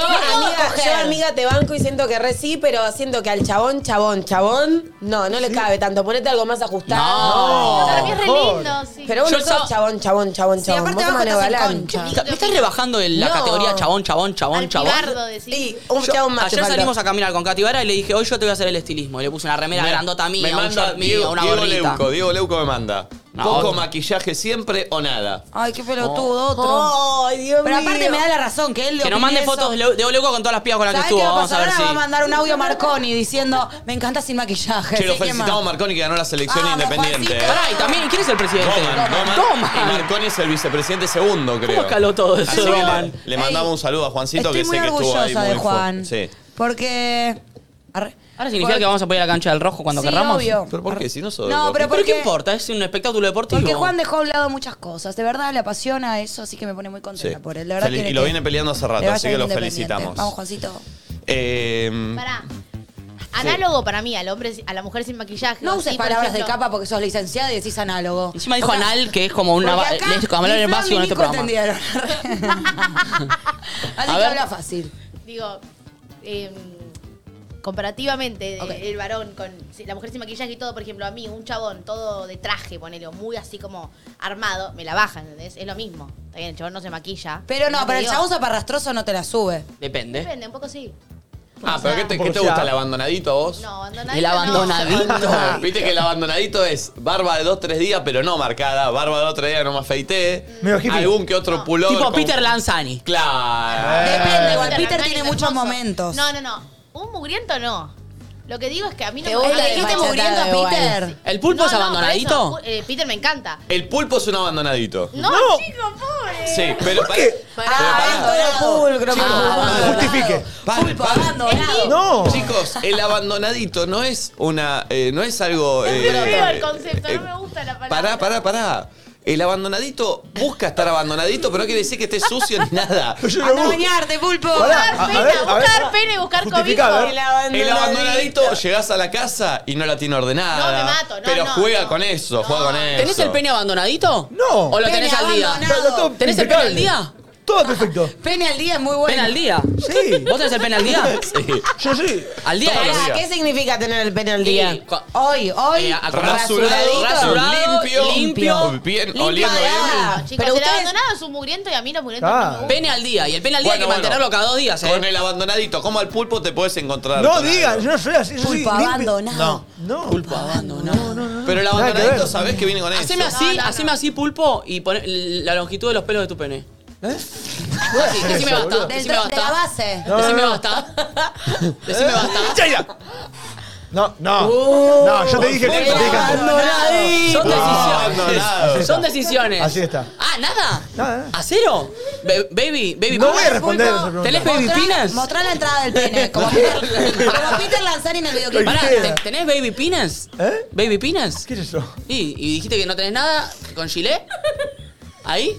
I: ¿Por qué no?
J: amiga,
I: Coger.
J: yo, amiga, te banco y siento que re sí, pero siento que al chabón, chabón, chabón, no, no le cabe tanto. Ponete algo más ajustado.
C: No. Para mí es re
I: lindo, sí.
J: Pero vos
C: Yo el
J: no sos
C: sábado-
J: chabón, chabón, chabón, chabón. Vos tomás avalancha.
C: Está- Me estás rebajando el- la
J: No.
C: categoría chabón, chabón, chabón, chabón.
I: Pibardo, decís.
J: Un
C: Yo-
J: chabón más te
C: ayer
J: falta.
C: salimos a caminar con Katy Vara y le dije, hoy yo te voy a hacer el estilismo. Y le puse una remera
B: Me-
C: grandota
B: me
C: mía, un
B: manda
C: short mío,
B: Diego-
C: una
B: Diego
C: gorrita.
B: Leuco, Diego Leuco me manda.
C: No,
B: Poco
C: otro.
B: maquillaje siempre o nada.
F: Ay, qué pelotudo, otro.
J: Ay, Dios
F: Pero
J: mío.
F: aparte me da la razón que él
C: Que nos mande fotos de Leu- de Diego Leuco con todas las pibas
B: Ah,
C: con las que
F: ¿Sabes qué
C: estuvo.
F: va a
C: Vamos a
F: pasar?
C: ver
F: Ahora
C: si...
F: va a mandar un audio a Marconi diciendo, me encanta sin maquillaje.
B: Che, lo
F: Sí, ¿quién más?
B: felicitamos a Marconi que ganó la selección
C: Ah,
B: independiente. ¿eh?
C: Pará, y también, ¿quién es el presidente?
B: Goman, Goman.
C: Goman.
B: Y Marconi es el vicepresidente segundo, creo.
C: escaló todo eso,
B: Así que
C: Goman?
B: le, le mandamos un saludo a Juancito
F: Estoy
B: que
F: muy
B: sé que estuvo ahí.
F: orgullosa de
B: muy fu-
F: Juan.
B: Sí.
F: Porque... Arre-
C: Ahora significa que vamos a poder ir a la cancha del rojo cuando
F: Sí,
C: querramos.
F: obvio.
B: ¿Pero por qué? Si no sos
F: No,
B: del
F: pero
B: Boca.
F: porque-
C: ¿qué importa? Es un espectáculo deportivo.
F: Porque Juan dejó a un lado muchas cosas. De verdad le apasiona eso, así que me pone muy contenta
B: Sí.
F: por él. De verdad
B: Fel-
F: quiere
B: y lo
F: que
B: viene peleando hace
F: le
B: rato,
F: vaya
B: así que
F: bien
B: lo
F: independiente.
B: felicitamos.
F: Vamos, Juancito.
B: Eh,
I: Pará. Análogo para mí al hombre, a la mujer sin maquillaje.
F: No
I: o
F: uses
I: así, por
F: palabras de
I: ejemplo.
F: capa porque sos licenciada y decís análogo.
C: Encima dijo anal, que es como una...
F: Porque acá
C: Es como hablar
F: ni
C: en
F: Fran
C: básico en
F: ni
C: este
F: Nico
C: programa.
F: entendieron. Así
C: A
F: que
C: ver.
F: habla fácil.
I: Digo, eh, comparativamente, de- el varón con si- la mujer sin maquillaje y todo, por ejemplo, a mí, un chabón todo de traje, ponele, o muy así como armado, me la baja, ¿entendés? Es lo mismo. Está bien, el chabón no se maquilla.
F: Pero no,
I: te
F: pero el
I: digo-
F: chabón zaparrastroso no te la sube.
C: Depende.
I: Depende, un poco sí.
B: Ah, pero ¿qué te, qué te
C: O sea-
B: gusta? ¿El abandonadito a vos?
I: No, abandonadito.
C: El abandonadito.
B: Ah, Viste que el abandonadito es barba de dos, tres días, pero no marcada. Barba de dos, tres días, no me afeité. Algún que otro pulón.
C: Tipo Peter Lanzani.
B: Claro.
F: Depende, igual
I: Peter
F: Peter
I: Lanzani
F: tiene
I: es
F: muchos
I: hermoso.
F: momentos.
I: No, no, no. Un mugriento
E: Ah.
I: no. Lo que digo es que a mí no
F: ¿Te gusta
I: Ay,
F: el
I: ¿qué te
F: bachatado
I: mugriento,
F: igual?
I: Peter?
C: ¿El pulpo
I: No,
C: es
I: no, por
C: abandonadito?
I: eso, eh, Peter me encanta.
B: El pulpo es un abandonadito.
I: No, chico, pobre.
B: Sí, pero para.
F: Ah,
I: Ah,
F: pulcro,
B: Justifique.
F: Pulpo abandonado.
B: No. Chicos, el abandonadito no es una. eh, no es algo.
I: Es muy
B: eh,
I: feo el
B: eh,
I: concepto, no me gusta la palabra.
B: Pará, pará, pará. El abandonadito busca estar abandonadito, pero no quiere decir que esté sucio ni nada.
J: Anda a bañarte, pulpo.
B: Pará,
J: Ah,
B: a- a ver, a ver.
I: Buscar pene, buscar
B: Justifica, a
I: cobijo.
B: ver. El abandonadito, llegás a la casa y no la tiene ordenada.
C: No, me mato, no,
B: Pero
C: no,
B: juega con eso, juega con eso.
C: ¿Tenés el pene abandonadito?
S: No.
C: ¿O lo tenés al día? ¿Tenés el pene al día?
S: Todo perfecto.
F: Pene al día es muy bueno.
C: ¿Pene al día?
S: Sí.
C: ¿Vos tenés el pene al día?
B: Sí.
S: Yo sí.
C: Al día
J: Pará,
C: es.
J: ¿Qué significa tener el pene al día?
C: Y cua-
J: hoy, hoy.
C: Eh,
B: Rasurado,
J: rasuradito.
B: rasurado, limpio, limpio, bien, oliendo
I: Ah,
B: bien.
I: chicos,
C: Pero
I: el
C: ustedes-
I: abandonado es un mugriento y a mí los mugrientos no me
B: Ah.
I: gustan.
C: Pene al día. Y el pene al día hay que
B: Bueno, bueno.
C: mantenerlo cada dos días, ¿eh?
B: Con el abandonadito, como al pulpo te puedes encontrar.
S: No
B: con
S: digan,
B: algo.
S: yo no soy así. Yo soy
F: Pulpa
S: limpio.
F: abandonado.
S: No.
C: Pulpo abandonado.
B: Pero el
S: Nada que
B: abandonadito
S: ver.
B: sabés que viene con eso.
C: Haceme así, haceme así, pulpo, y pon la longitud de los pelos de tu pene.
S: Bueno,
C: Sí, decime
S: eso,
C: basta,
S: boludo.
F: Del
C: decime
F: tro- de la
C: basta.
F: base.
S: No,
C: Decime
S: no, no.
C: basta. Decime basta.
S: Chaira. No, no.
C: Uh,
S: no, yo te dije que
C: pene
S: te dije antes.
C: Son
S: No,
C: decisiones.
S: no, no.
C: Son decisiones.
S: Así está.
C: Ah, ¿nada? ¿A cero? Be- baby, baby.
S: No
C: ¿cómo?
S: voy a responder esa pregunta.
C: ¿Tenés baby
F: Mostrá-
C: pinas?
F: Mostrá la entrada del pene. Como Peter, como Peter Lanzani en el videoclip.
C: Pará,
S: Cualquiera.
C: ¿te- ¿tenés baby pinas?
S: ¿Eh?
C: ¿Baby pinas?
S: ¿Qué es eso?
C: Y, y dijiste que no tenés nada con Chile. ¿Ahí?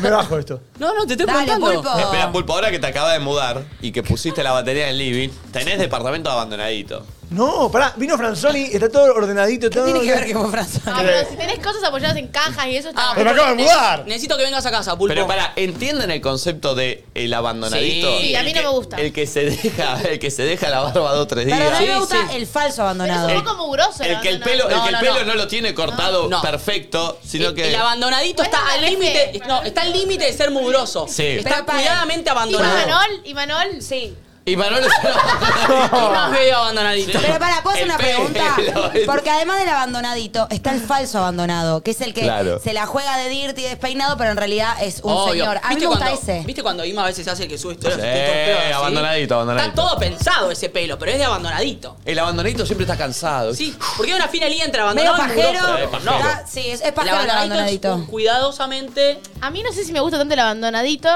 S: Me bajo esto.
C: No, no, te estoy
F: Dale,
C: preguntando. Ah,
F: pulpo.
B: Espera, pulpo, ahora que te acabas de mudar y que pusiste la batería en el living, tenés departamento abandonadito.
S: No, pará, vino Franzoni, está todo ordenadito. todo
F: Tiene que ver que fue Franzoni.
I: No, Ah, pero si tenés cosas apoyadas en cajas y eso está.
C: Ah,
S: Pero me
C: pulpo,
S: acabo de
C: ne-
S: mudar.
C: Necesito que vengas a casa, pulpo.
B: Pero para, ¿entienden el concepto de el abandonadito?
I: Sí, a mí
B: El
I: no
B: que-
I: me gusta.
B: El que se deja, el que se deja la barba dos o tres días.
F: Pero a mí me
C: Sí,
F: gusta
C: sí.
F: el falso
I: Pero es
F: abandonado.
I: un poco mugroso.
B: El que el pelo, el
C: No,
B: que el
C: no,
B: pelo no.
C: no.
B: lo tiene cortado
C: No.
B: perfecto, sino que.
C: El abandonadito
I: Bueno,
C: está al
I: parece-
C: límite. No, está al límite de ser mugroso.
B: Sí.
C: Está
F: Pero para-
C: cuidadamente
I: ¿Y
C: abandonado.
I: Manol? ¿Y Manol? Sí.
B: Y Manolo es el
C: Y
B: abandonadito.
C: más medio abandonadito.
F: Pero para, ¿puedo hacer
B: El
F: una pregunta?
B: pelo, el-
F: Porque además del abandonadito, está el falso abandonado, que es el que
B: Claro.
F: se la juega de dirty y despeinado, pero en realidad es un
C: Obvio.
F: señor. A mí
C: ¿Viste
F: me gusta
C: cuando,
F: ese.
C: ¿Viste cuando Ima a veces hace el que sube historias?
B: Sí,
C: que todo feo así?
B: abandonadito, abandonadito.
C: Está todo pensado ese pelo, pero es de abandonadito.
B: El abandonadito siempre está cansado.
C: Sí, porque hay una fina línea entre
F: Medio
C: abandonado y
F: pajero.
C: mugroso.
B: Eh, pajero.
F: Ah, Sí, es, es
C: El
F: pajero el
C: abandonadito
F: abandonadito.
C: es cuidadosamente...
I: A mí no sé si me gusta tanto el abandonadito,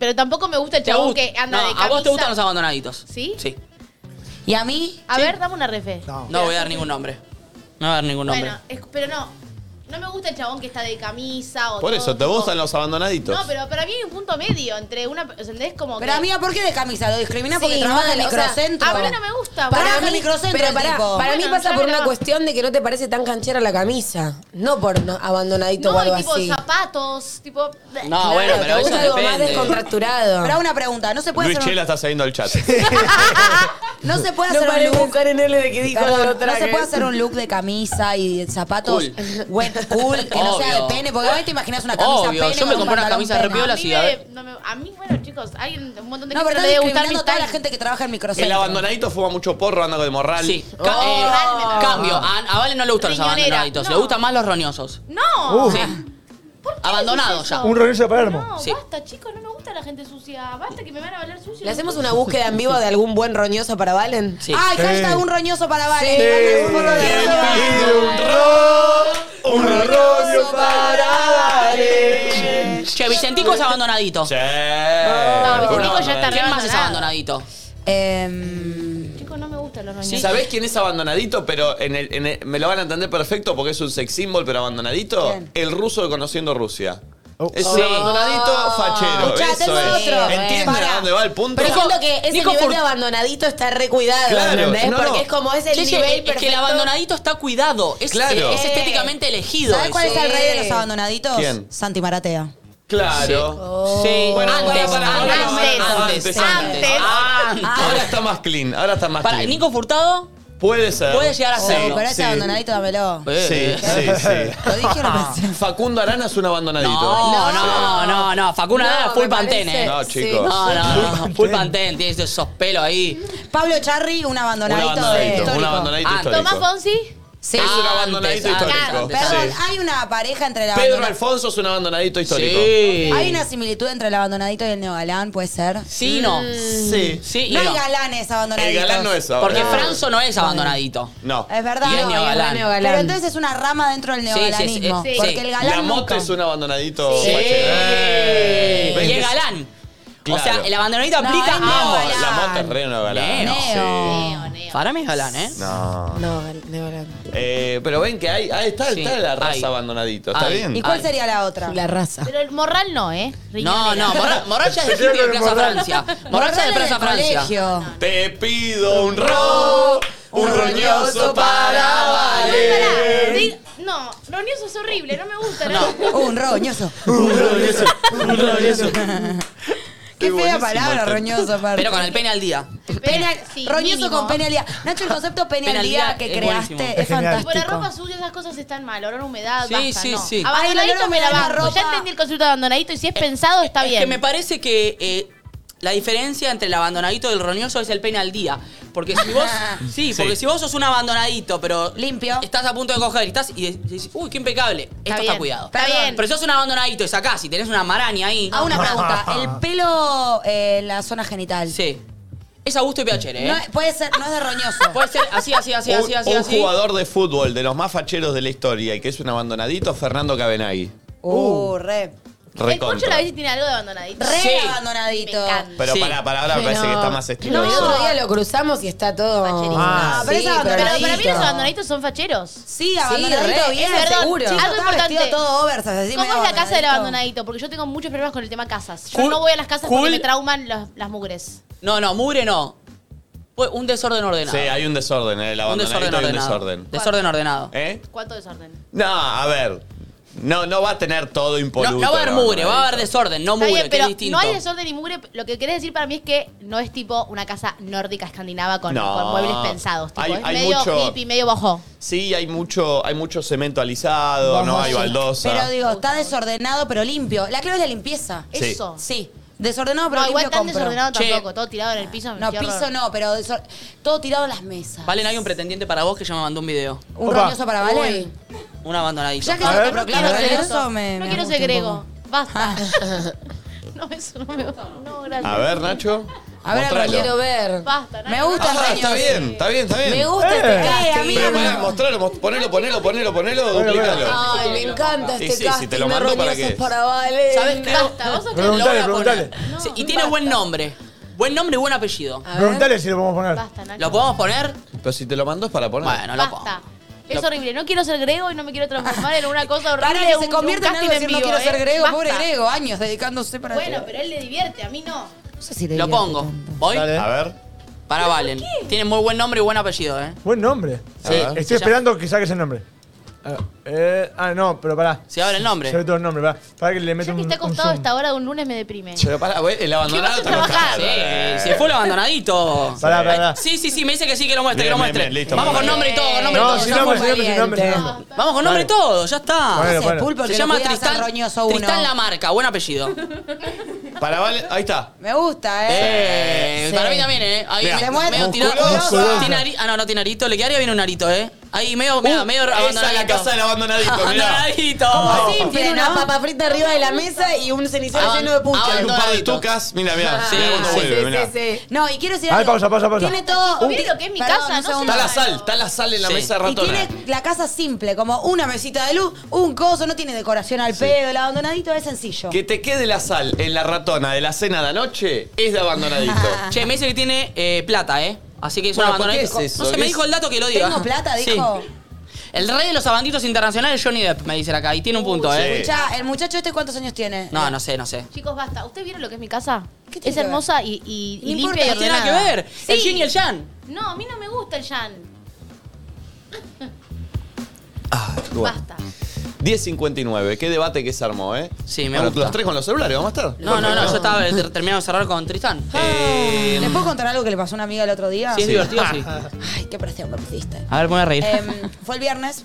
I: pero tampoco me gusta el
C: Te
I: chabón
C: gusta-
I: que anda
C: no,
I: de camisa.
C: a vos te gustan los abandonaditos.
I: ¿Sí?
C: Sí.
F: ¿Y a mí?
I: A ver, dame una refe.
S: No.
C: No voy a dar ningún nombre. No voy a dar ningún nombre.
I: Bueno, es- pero no. No me gusta el chabón que está de camisa o
B: Por
I: todo
B: eso, ¿te
I: tipo-
B: gustan los abandonaditos?
I: No, pero para mí hay un punto medio entre una... ¿Entendés? Como
F: Pero
I: que-
F: amiga, ¿por qué de camisa? ¿Lo discrimina porque
E: Sí,
F: trabaja en
E: mal,
F: el
E: o sea,
F: microcentro?
I: a mí no me gusta.
F: Para
I: Para
F: el
I: mí-
F: microcentro
E: Pero
F: el
E: pará,
F: tipo.
E: para mí
I: Bueno,
E: pasa
I: ya
E: por
I: verá.
E: una cuestión de que no te parece tan canchera la camisa. No por no- abandonadito o
I: No,
E: algo
I: y tipo
E: así.
I: zapatos, tipo...
C: No, Ah, bueno,
E: Claro,
C: pero
E: te
C: eso
E: gusta algo más
C: depende.
E: descontracturado.
F: Pero hago una pregunta, no se puede
B: Luis
F: hacer un-
B: Chela está saliendo del chat.
F: no se puede
E: No
F: hacer
E: paré
F: un
E: de
F: look,
E: buscar en él de que dijo
F: Perdón,
E: lo
F: no se
E: traje.
F: puede hacer un look de camisa y de zapatos
C: Cool.
F: buen- cool, que no sea
C: Obvio.
F: de pene, porque hoy te imaginas una camisa
C: Obvio,
F: pene
C: yo
F: con
C: me
F: un
C: compré una
F: pantalón
C: camisa re
F: pena.
C: piola,
I: A
C: sí,
I: mí,
C: a
I: me-
C: ver.
I: no me- a mí, bueno, chicos, hay un montón de
F: No,
I: gente
F: pero
I: que
F: está
I: no le debe gustar mi
F: discriminando a toda la
I: style.
F: gente que trabaja en microcentro.
B: El abandonadito fuma mucho porro, anda con el morral.
C: Sí.
B: Oh.
C: Ca- eh,
I: Oh.
C: Cambio. A, a Vale no le gustan los
I: Riñonera.
C: abandonaditos.
I: No.
C: Le gustan más los roñosos.
I: No.
S: Uh.
C: Sí.
I: ¿Por qué
C: Abandonado
I: decís
C: ya.
I: eso?
S: Un rollo de Palermo.
I: No,
C: Sí.
I: basta, chicos, no me gusta la gente sucia. Basta que me van a hablar sucio.
E: ¿Le hacemos una búsqueda en vivo de algún buen roñoso para Valen?
C: Sí.
I: Ah,
F: Ay,
S: Sí.
F: hashtag un roñoso para Vale.
S: Te
F: Un roñoso para Vale.
S: pido un ron, un rollo para daré.
C: Che, Vicentico es abandonadito.
B: Sí.
I: No,
B: Bueno,
I: Vicentico ya está re
C: ¿Quién eh. más es
I: abandonado.
C: abandonadito?
F: Em,
I: Chicos, no me gustan los
B: Sí.
I: roñosos.
B: ¿Sabés quién es abandonadito? Pero en el- en el- me lo van a entender perfecto porque es un sex symbol, pero abandonadito.
F: ¿Quién?
B: El ruso de Conociendo Rusia.
S: Oh.
B: Es
C: Sí.
B: un abandonadito fachero.
F: Escuchá,
B: Eso
F: tengo
B: es.
F: otro.
B: ¿Entienden
F: Pará.
B: a dónde va el punto?
E: Pero siento que ese
C: Nico
E: nivel
C: Fur-
E: de abandonadito está recuidado,
B: Claro,
E: ¿entendés?
B: no, no.
E: Porque es como es el
C: Che, che,
E: nivel
C: es que el
E: perfecto.
C: abandonadito está cuidado. Es, eh,
B: Claro.
C: es estéticamente elegido.
F: ¿Sabes cuál es
C: eso.
F: el rey de los abandonaditos?
B: ¿Quién?
F: Santi Maratea.
B: Claro.
C: Sí,
B: Bueno,
C: antes,
B: para, para,
C: antes,
I: para, para,
C: antes,
B: antes,
C: antes,
I: antes.
C: antes.
B: Ahora está más clean. Ahora está más
C: Para
B: clean.
C: Nico Furtado,
B: Puede ser.
C: Puede llegar a
F: Oh,
C: ser. Sí,
F: pero ese abandonadito, dámelo.
B: Sí, sí, sí.
F: Lo dije o no pensé.
B: Facundo Arana es un abandonadito.
C: No, no, no, no. Facundo
E: No,
C: Arana, full
E: me parece-
C: pantene.
B: No, chicos.
C: No, no, no. Full pantene, tienes esos pelos ahí.
F: Pablo Charri, un
B: Un
F: abandonadito, de-
B: abandonadito, un
F: histórico.
B: abandonadito
C: Ah,
B: histórico.
I: Tomás Fonsi.
F: Sí.
B: Es un
C: Ah,
B: abandonadito
C: antes,
B: histórico.
C: antes,
F: Perdón,
B: Sí.
F: hay una pareja entre el
B: Pedro
F: abandonadito.
B: Alfonso es un abandonadito histórico.
C: Sí.
F: Hay una similitud entre el abandonadito y el neogalán, puede ser.
C: Sí, no.
B: Sí.
C: Sí, y
F: No hay
C: no.
F: galanes
B: El
F: abandonaditos.
B: galán no es ahora.
C: Porque Franzo no es abandonadito.
B: No.
F: Es verdad.
C: Y es neogalán.
F: Pero entonces es una rama dentro del
C: sí, sí,
F: neogalanismo.
C: sí.
F: Porque el galán
B: La moto
F: nunca.
B: es un abandonadito.
C: Sí.
B: fachero.
C: Y
B: Ven,
C: es
B: que-
C: galán. O
B: Claro.
C: sea, el abandonadito
F: No,
C: aplica
F: es
C: a ambos.
F: neogalán.
B: La moto es re una galán.
C: Neo.
B: Sí.
F: Neo.
I: Neo, neo.
C: Para mí es galán, ¿eh?
B: No.
E: No, de verdad.
B: Eh, pero ven que hay, ahí está, está la raza abandonadito, está
E: Ay.
B: bien.
E: ¿Y cuál
B: Ay.
E: sería la otra? La raza.
I: Pero el morral no, ¿eh?
C: No, no, Morral, Morral ya es de Hitler de Plaza Francia. Morral ya es de Plaza Francia.
B: Te pido un ro, un roñoso para
I: Pará,
B: valer.
I: di- No, roñoso es horrible, no me gusta. No.
F: Uh, Un roñoso.
B: Un roñoso, un roñoso.
F: Qué fea
C: buenísimo
F: palabra,
C: este.
F: roñoso, aparte.
C: Pero con el pene al día.
F: Pena-
I: sí,
F: roñoso
I: mínimo.
F: con pene al día. Nacho, el concepto pene
C: Pene
F: al
C: al
F: día
C: día
F: que
C: es
F: creaste
C: buenísimo.
F: es,
C: Es genial.
F: fantástico.
I: Tipo, la ropa suya, esas cosas están mal, olor a humedad,
C: Sí,
I: basta,
C: sí,
I: no.
C: sí.
F: Ah,
C: Ay, el
I: Abandonadito
C: olor
I: me
C: a
I: la
C: humedad,
I: banco.
C: ropa.
I: Ya entendí el concepto de abandonadito y si es pensado, está
C: Es
I: bien.
C: que me parece que eh, la diferencia entre el abandonadito y el roñoso es el pene al día. Porque si vos. sí, porque si vos sos un abandonadito, pero. Limpio. Estás a punto de coger y estás. Y de- dices, uy, qué impecable. Esto está
F: bien,
C: cuidado.
F: está bien.
C: Pero si sos un abandonadito y sacás y tenés una maraña ahí.
F: Ah, una pregunta. El pelo eh, en la zona genital.
C: Sí. Es a gusto y PHR, ¿eh? Pues,
F: No, es- puede ser, no es de roñoso.
C: Puede ser así, así, así,
B: Un,
C: así, así.
B: un
C: así.
B: jugador de fútbol de los más facheros de la historia y que es un abandonadito, Fernando Cabenagui.
F: Uh, re.
I: El poncho
B: Recontra.
I: la veces tiene algo de abandonadito.
F: Re
I: Sí.
F: abandonadito.
I: Me encanta.
B: Pero para, para ahora me
E: Pero-
B: parece que está más
E: No, el
B: estiloso.
E: otro día lo cruzamos y está todo.
B: Ah,
E: Sí,
I: Pero para mí
E: abandonadito.
I: los abandonaditos son facheros. Sí,
F: abandonadito bien, seguro. Chicos,
I: Algo
F: está
I: importante.
F: vestido todo oversize, así
I: ¿Cómo
F: medio
I: es la casa del
F: abandonadito?
I: abandonadito? Porque yo tengo muchos problemas con el tema casas. Yo
C: Cool,
I: no voy a las casas porque
C: cool.
I: me trauman las, las mugres.
C: No, no, mugre no. Fue Un desorden ordenado.
B: Sí, hay un desorden, ¿eh? el
C: un
B: abandonadito
C: desorden
B: hay un
C: ordenado.
B: desorden.
C: Desorden ordenado.
B: ¿Eh?
I: ¿Cuánto desorden?
B: No, a ver. No, no va a tener todo
C: No,
B: impoluto.
C: no va a haber
B: el
C: mugre, va a haber
B: abandonadito.
C: desorden, no
I: Está
C: mugre,
I: bien,
C: que es
I: pero
C: distinto.
I: no hay desorden ni mugre. Lo que querés decir para mí es que no es tipo una casa nórdica escandinava con,
B: No.
I: con muebles pensados. Tipo,
B: Hay-
I: es
B: hay
I: medio
B: mucho-
I: hippie, medio bajo.
B: Sí, hay mucho, hay mucho cemento alisado,
F: Vamos,
B: no hay
F: sí.
B: baldosa.
F: Pero digo, está desordenado pero limpio. La clave es la limpieza.
B: Sí. Eso.
F: Sí. Desordenado pero
I: No, igual
F: limpio
I: tan
F: compro.
I: desordenado tampoco. Todo tirado en el piso.
F: No,
I: qué
F: piso
I: horror.
F: no, pero desor- todo tirado en las mesas.
C: Valen, hay un pretendiente para vos que ya me mandó un video.
F: Un roñoso para Valen.
C: Un abandonadito.
F: Ya que se te proclama roñoso, me.
I: No
F: me
I: quiero
F: angustia
I: ser
F: un Ah.
I: grego. Basta. No, eso no me gusta. No, gracias.
B: A ver, Nacho.
E: A ver,
B: mostralo.
E: quiero ver.
I: Basta,
E: Me gusta
B: Ah,
F: este
E: el
B: está
E: señor.
B: bien, está bien, está bien.
E: Me gusta este
I: Eh.
E: casting.
B: Pero pará, mostralo, mos- ponelo, ponelo, ponelo, ponelo, duplícalo.
E: Ay, me encanta
B: Sí,
E: este
B: sí, si
E: casting.
B: te lo mando,
E: de
B: ¿para
E: roñosos
B: qué?
E: para Valen.
C: ¿Sabes qué?
E: Basta, vos sos-
C: Lo voy a
S: Preguntale,
C: poner.
S: preguntale.
C: Sí, y tiene buen nombre. Buen nombre y buen apellido.
S: Preguntale si lo podemos poner.
C: ¿Lo podemos poner?
B: Pero si te lo mando es para poner.
C: Bueno, lo pongo.
I: Basta. Es horrible. No quiero ser grego y no me quiero transformar en una cosa horrible.
F: Para que se
I: un-
F: convierta en
I: un
F: algo
I: casting
F: decir, no
I: vivo,
F: quiero ser
I: ¿eh?
F: grego,
I: Basta.
F: pobre grego, años dedicándose para
I: Bueno, pero él le divierte, a mí no.
C: Lo pongo. ¿Voy?
B: A ver.
C: Para Valen. Tiene muy buen nombre y buen apellido, ¿eh?
S: Buen nombre.
C: Sí.
S: Estoy
C: Se llama-
S: esperando que saques el nombre. Ah, eh, ah, no, pero pará.
C: Se abre el nombre.
S: Se ve todo el nombre, pará. Pará que le meto
I: Ya que
S: un,
I: está
S: un
I: acostado a
S: zoom.
I: esta hora de un lunes me deprime.
B: Pero pará, güey, el abandonado
I: ¿Qué
B: está
I: vas a trabajar?
B: acostado.
C: Eh, se fue el abandonadito.
S: Pará, pará.
C: Sí, sí, sí, me dice que sí, que lo muestre, que
B: Bien,
C: lo
B: bien,
C: muestre.
B: bien, listo,
C: Vamos con
B: bien.
C: nombre y todo, con nombre y
S: No,
C: todo.
S: sin
C: Ya
S: nombre,
C: fue.
S: sin nombre, sin nombre, sin nombre.
C: Vamos con nombre y todo, ya está.
S: Bueno, bueno.
F: Pulpo, que
C: Se
F: lo
C: llama
F: cuidas al
C: Tristán.
F: roñoso uno.
C: Tristán La Marca, buen apellido.
B: Para Valen, ahí está.
F: Me gusta, eh.
C: Eh,
F: Sí.
C: Para mí también, ¿eh? Ahí
B: Mirá,
C: me-
F: Se mueve
C: medio tirado.
B: musculoso.
C: Tiene ari- ah, no, no tiene arito. Le quedaría bien un arito, ¿eh? Ahí medio, medio, medio
B: Uh, esa es la
C: abandonadito.
B: casa del abandonadito, mirá.
C: abandonadito.
E: Sí, tiene una papa frita arriba de la mesa y un cenicero
C: Aban-
E: lleno de pucha.
B: Hay un par de
C: abandonadito.
B: tucas. Mira, mira.
C: Sí,
B: mirá cuando
C: sí,
B: vuelve, mirá.
F: No, y quiero decir
S: Ay,
F: algo.
S: pausa, pausa, pausa.
F: Tiene todo.
I: Miren lo que es mi
F: Perdón,
I: casa,
F: un
I: no
F: segundo.
B: Está la sal, está la sal en la
C: Sí.
B: mesa de
F: Y
B: ratona.
F: tiene la casa simple, como una mesita de luz, un coso, no tiene decoración al pedo, el abandonadito es sencillo.
B: Que te quede la sal en la ratona de la cena de anoche es de abandonadito.
C: Che, me dice que tiene eh, plata, ¿eh? Así que es un
B: Bueno, ¿por qué
C: abandonadito.
B: es eso?
C: No sé,
B: ¿Qué
C: me dijo
B: es?
C: el dato que lo diga.
F: Tengo plata,
C: Sí.
F: dijo.
C: El rey de los abanditos internacionales, Johnny Depp, me dicen acá. Y tiene un punto, ¿eh?
F: Escuchá, el muchacho este cuántos años tiene.
C: No, no sé, no sé.
I: Chicos, basta. ¿Ustedes vieron lo que es mi casa?
F: tiene
I: Es
F: que ver?
I: hermosa y, y- y
F: No importa,
I: limpia y
F: no tiene
I: ordenada.
C: nada que ver. El yin y el yang.
I: No, a mí no me gusta el yan.
B: Ah, bueno.
I: Basta.
B: 10.59, qué debate que se armó, ¿eh?
C: Sí, me
B: Ahora,
C: gusta.
B: Los tres con los celulares, ¿vamos a estar?
C: No, no, no, yo estaba Ah, ter- terminando de cerrar con Tristán.
B: Eh,
F: ¿Les puedo contar algo que le pasó a una amiga el otro día?
C: Sí, es divertido, Ah, sí.
F: Ay, qué presión me pusiste.
C: A ver, me voy a reír.
F: Em, fue el viernes,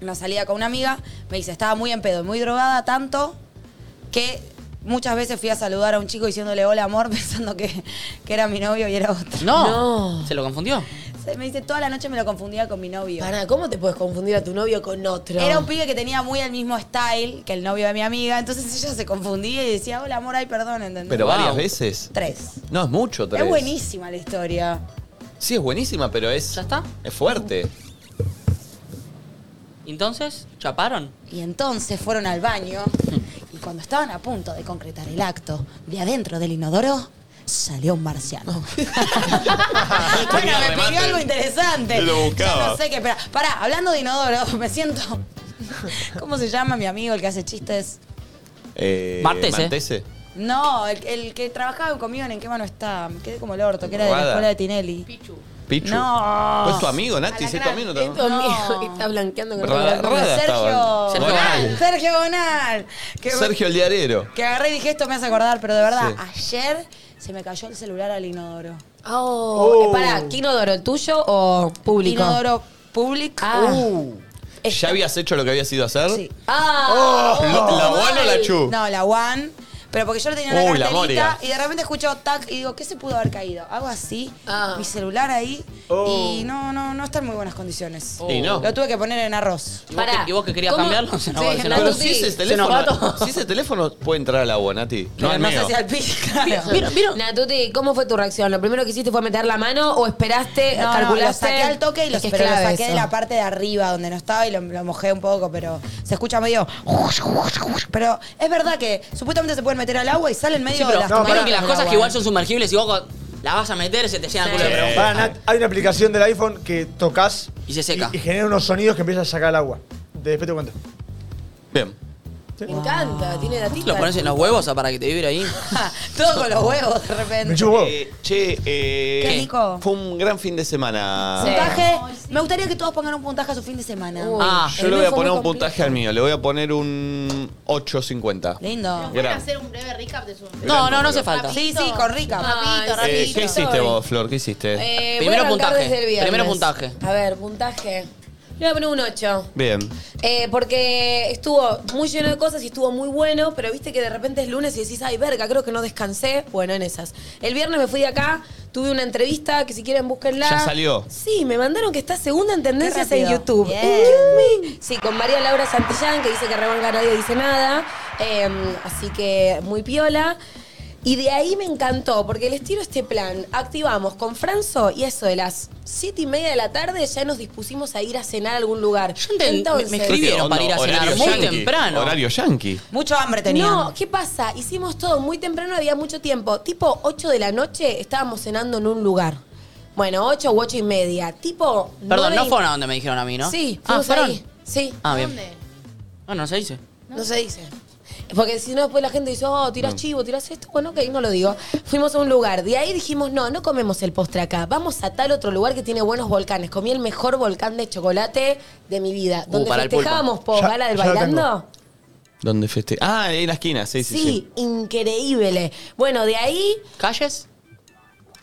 F: una salida con una amiga, me dice, estaba muy en pedo, muy drogada, tanto que muchas veces fui a saludar a un chico diciéndole hola amor, pensando que, que era mi novio y era otro.
C: No. ¿Se lo confundió?
F: Se- Me dice, toda la noche me lo confundía con mi novio.
E: Pará, ¿cómo te puedes confundir a tu novio con otro?
F: Era un pibe que tenía muy el mismo style que el novio de mi amiga, entonces ella se confundía y decía, hola amor, ay, perdón, ¿entendés?
B: Pero
C: Wow.
B: varias veces.
F: Tres.
B: No, es mucho, tres.
F: Es buenísima la historia.
B: Sí, es buenísima, pero es,
C: ¿Ya está?
B: es fuerte.
C: Entonces, ¿chaparon?
F: Y entonces fueron al baño y cuando estaban a punto de concretar el acto de adentro del inodoro, salió un marciano.
B: Oh. Tenía
F: Ahora me
B: remate.
F: pidió algo interesante.
B: Yo lo buscaba.
F: Yo no sé qué, pero pará, hablando de inodoro, me siento. ¿Cómo se llama mi amigo el que hace chistes?
B: Eh,
C: Martese.
B: Martese.
F: No, el, el que trabajaba conmigo en En qué mano está. Me quedé como el orto, que era de la
B: Robada.
F: escuela de Tinelli.
B: Pichu.
F: No.
B: ¿Es tu amigo, Nati? ¿Es tu
J: Alacrán,
B: amigo?
J: es tu amigo que está blanqueando con
B: Rada-
J: el
B: Rada estaba.
F: Sergio.
B: Sergio Bonal.
F: Sergio Bonal. Que,
B: Sergio el diarero.
F: que agarré y dije, esto me hace acordar, pero de verdad, ayer se me cayó el celular al inodoro.
E: Oh, eh, pará, ¿qué inodoro? ¿El tuyo o público?
F: Inodoro público.
B: ¿Ya habías hecho lo que habías ido a hacer? Sí.
F: Ah,
B: Oh, ¿la- la One o la Chu?
F: No, la One. Pero porque yo le tenía una
B: Uy, la
F: carterita
B: Moria.
F: y de repente escucho tac y digo, ¿qué se pudo haber caído? Hago así, mi celular ahí
B: Oh.
F: y no, no, no está en muy buenas condiciones.
C: Y no.
F: Lo tuve que poner en arroz.
C: ¿Y vos que- y vos que querías cambiarlo? Se nos va- se nos
B: Pero
C: va.
B: si ese
C: Se nos va todo.
B: teléfono, si ese teléfono puede entrar a la buena, Nati. No al
F: no
B: mío.
F: sé si al pi- claro.
E: ¿Vieron, vieron? Natuti, ¿cómo fue tu reacción? ¿Lo primero que hiciste fue meter la mano o esperaste,
F: No, no, lo
E: calculaste?
F: saqué al toque y lo,
E: Es que es
F: pero lo
E: clave
F: saqué de
E: eso.
F: la parte de arriba donde no estaba y lo, lo mojé un poco, pero se escucha medio. Pero es verdad que supuestamente se pueden meter al agua y salen medio
C: Sí,
F: de
C: pero
F: las
C: vieron
F: tomadas
C: que las
F: del
C: cosas
F: agua.
C: que igual son sumergibles y vos co- la vas a meter, se te llena el culo de preguntas.
S: Pará, Nat, hay una aplicación del iPhone que tocas
C: Y se seca.
S: y genera unos sonidos que empiezan a sacar el agua. De- Después te cuento.
B: Bien.
J: Me encanta, tiene datita.
C: ¿Lo pones en los huevos ah, para que te vibre ahí?
F: Todo con los huevos de repente.
B: Eh, che, eh,
F: Qué rico.
B: fue un gran fin de semana.
F: Puntaje. Me gustaría que todos pongan un puntaje a su fin de semana.
B: Ah,
F: El
B: yo le voy a
F: mío fue
B: poner
F: muy
B: un puntaje al mío. Le voy a poner un 8.50.
F: Lindo.
I: ¿Pueden
B: Gran.
I: hacer un breve recap de su...
B: No, no, no hace falta.
F: Sí, sí, con rica.
I: Rapidito,
B: Eh,
I: rapidito.
B: ¿Qué hiciste vos, Flor? ¿Qué hiciste?
J: Eh, voy a
C: Primero
J: arrancar
C: puntaje,
J: desde el viernes.
C: primero puntaje.
J: A ver, puntaje. Le voy a poner un 8.
B: Bien.
J: Eh, porque estuvo muy lleno de cosas y estuvo muy bueno, pero viste que de repente es lunes y decís, ay, verga, creo que no descansé. Bueno, en esas. El viernes me fui de acá, tuve una entrevista que si quieren búsquenla.
B: ¿Ya salió?
J: Sí, me mandaron que está segunda en tendencias
F: Qué
J: en
F: rápido.
J: YouTube.
F: Bien.
J: Excuse me. Sí, con María Laura Santillán, que dice que rebanca nadie dice nada. Eh, así que muy piola. Y de ahí me encantó, porque les tiro este plan. Activamos con Franzo y eso de las siete y media de la tarde ya nos dispusimos a ir a cenar a algún lugar. Yo
C: enten- me- me escribieron para ir a cenar muy temprano.
B: Horario yankee.
F: Mucho hambre
J: No, ¿qué pasa? Hicimos todo muy temprano, había mucho tiempo. Tipo 8 de la noche estábamos cenando en un lugar. Bueno, 8 u 8 y media. Tipo.
C: Perdón,
J: nueve
C: no
J: y-
C: fueron a donde me dijeron a mí, ¿no?
J: Sí,
C: ah,
J: fuimos
C: fueron.
J: ahí. Sí.
C: Ah, bien. Ah, no se dice.
J: No, se dice. Porque si no, después la gente dice, oh, tirás
C: No.
J: chivo, tirás esto. Bueno, ok, no lo digo. Fuimos a un lugar. De ahí dijimos, no, no comemos el postre acá. Vamos a tal otro lugar que tiene buenos volcanes. Comí el mejor volcán de chocolate de mi vida.
B: Uh,
J: donde
B: para el pulpo.
J: festejábamos por
B: Ya-
J: gala del
B: ya lo
J: bailando.
B: ¿Dónde feste? Ah, ahí en la esquina, sí, sí,
J: Sí,
B: sí.
J: increíble. Bueno, de ahí.
C: ¿Calles?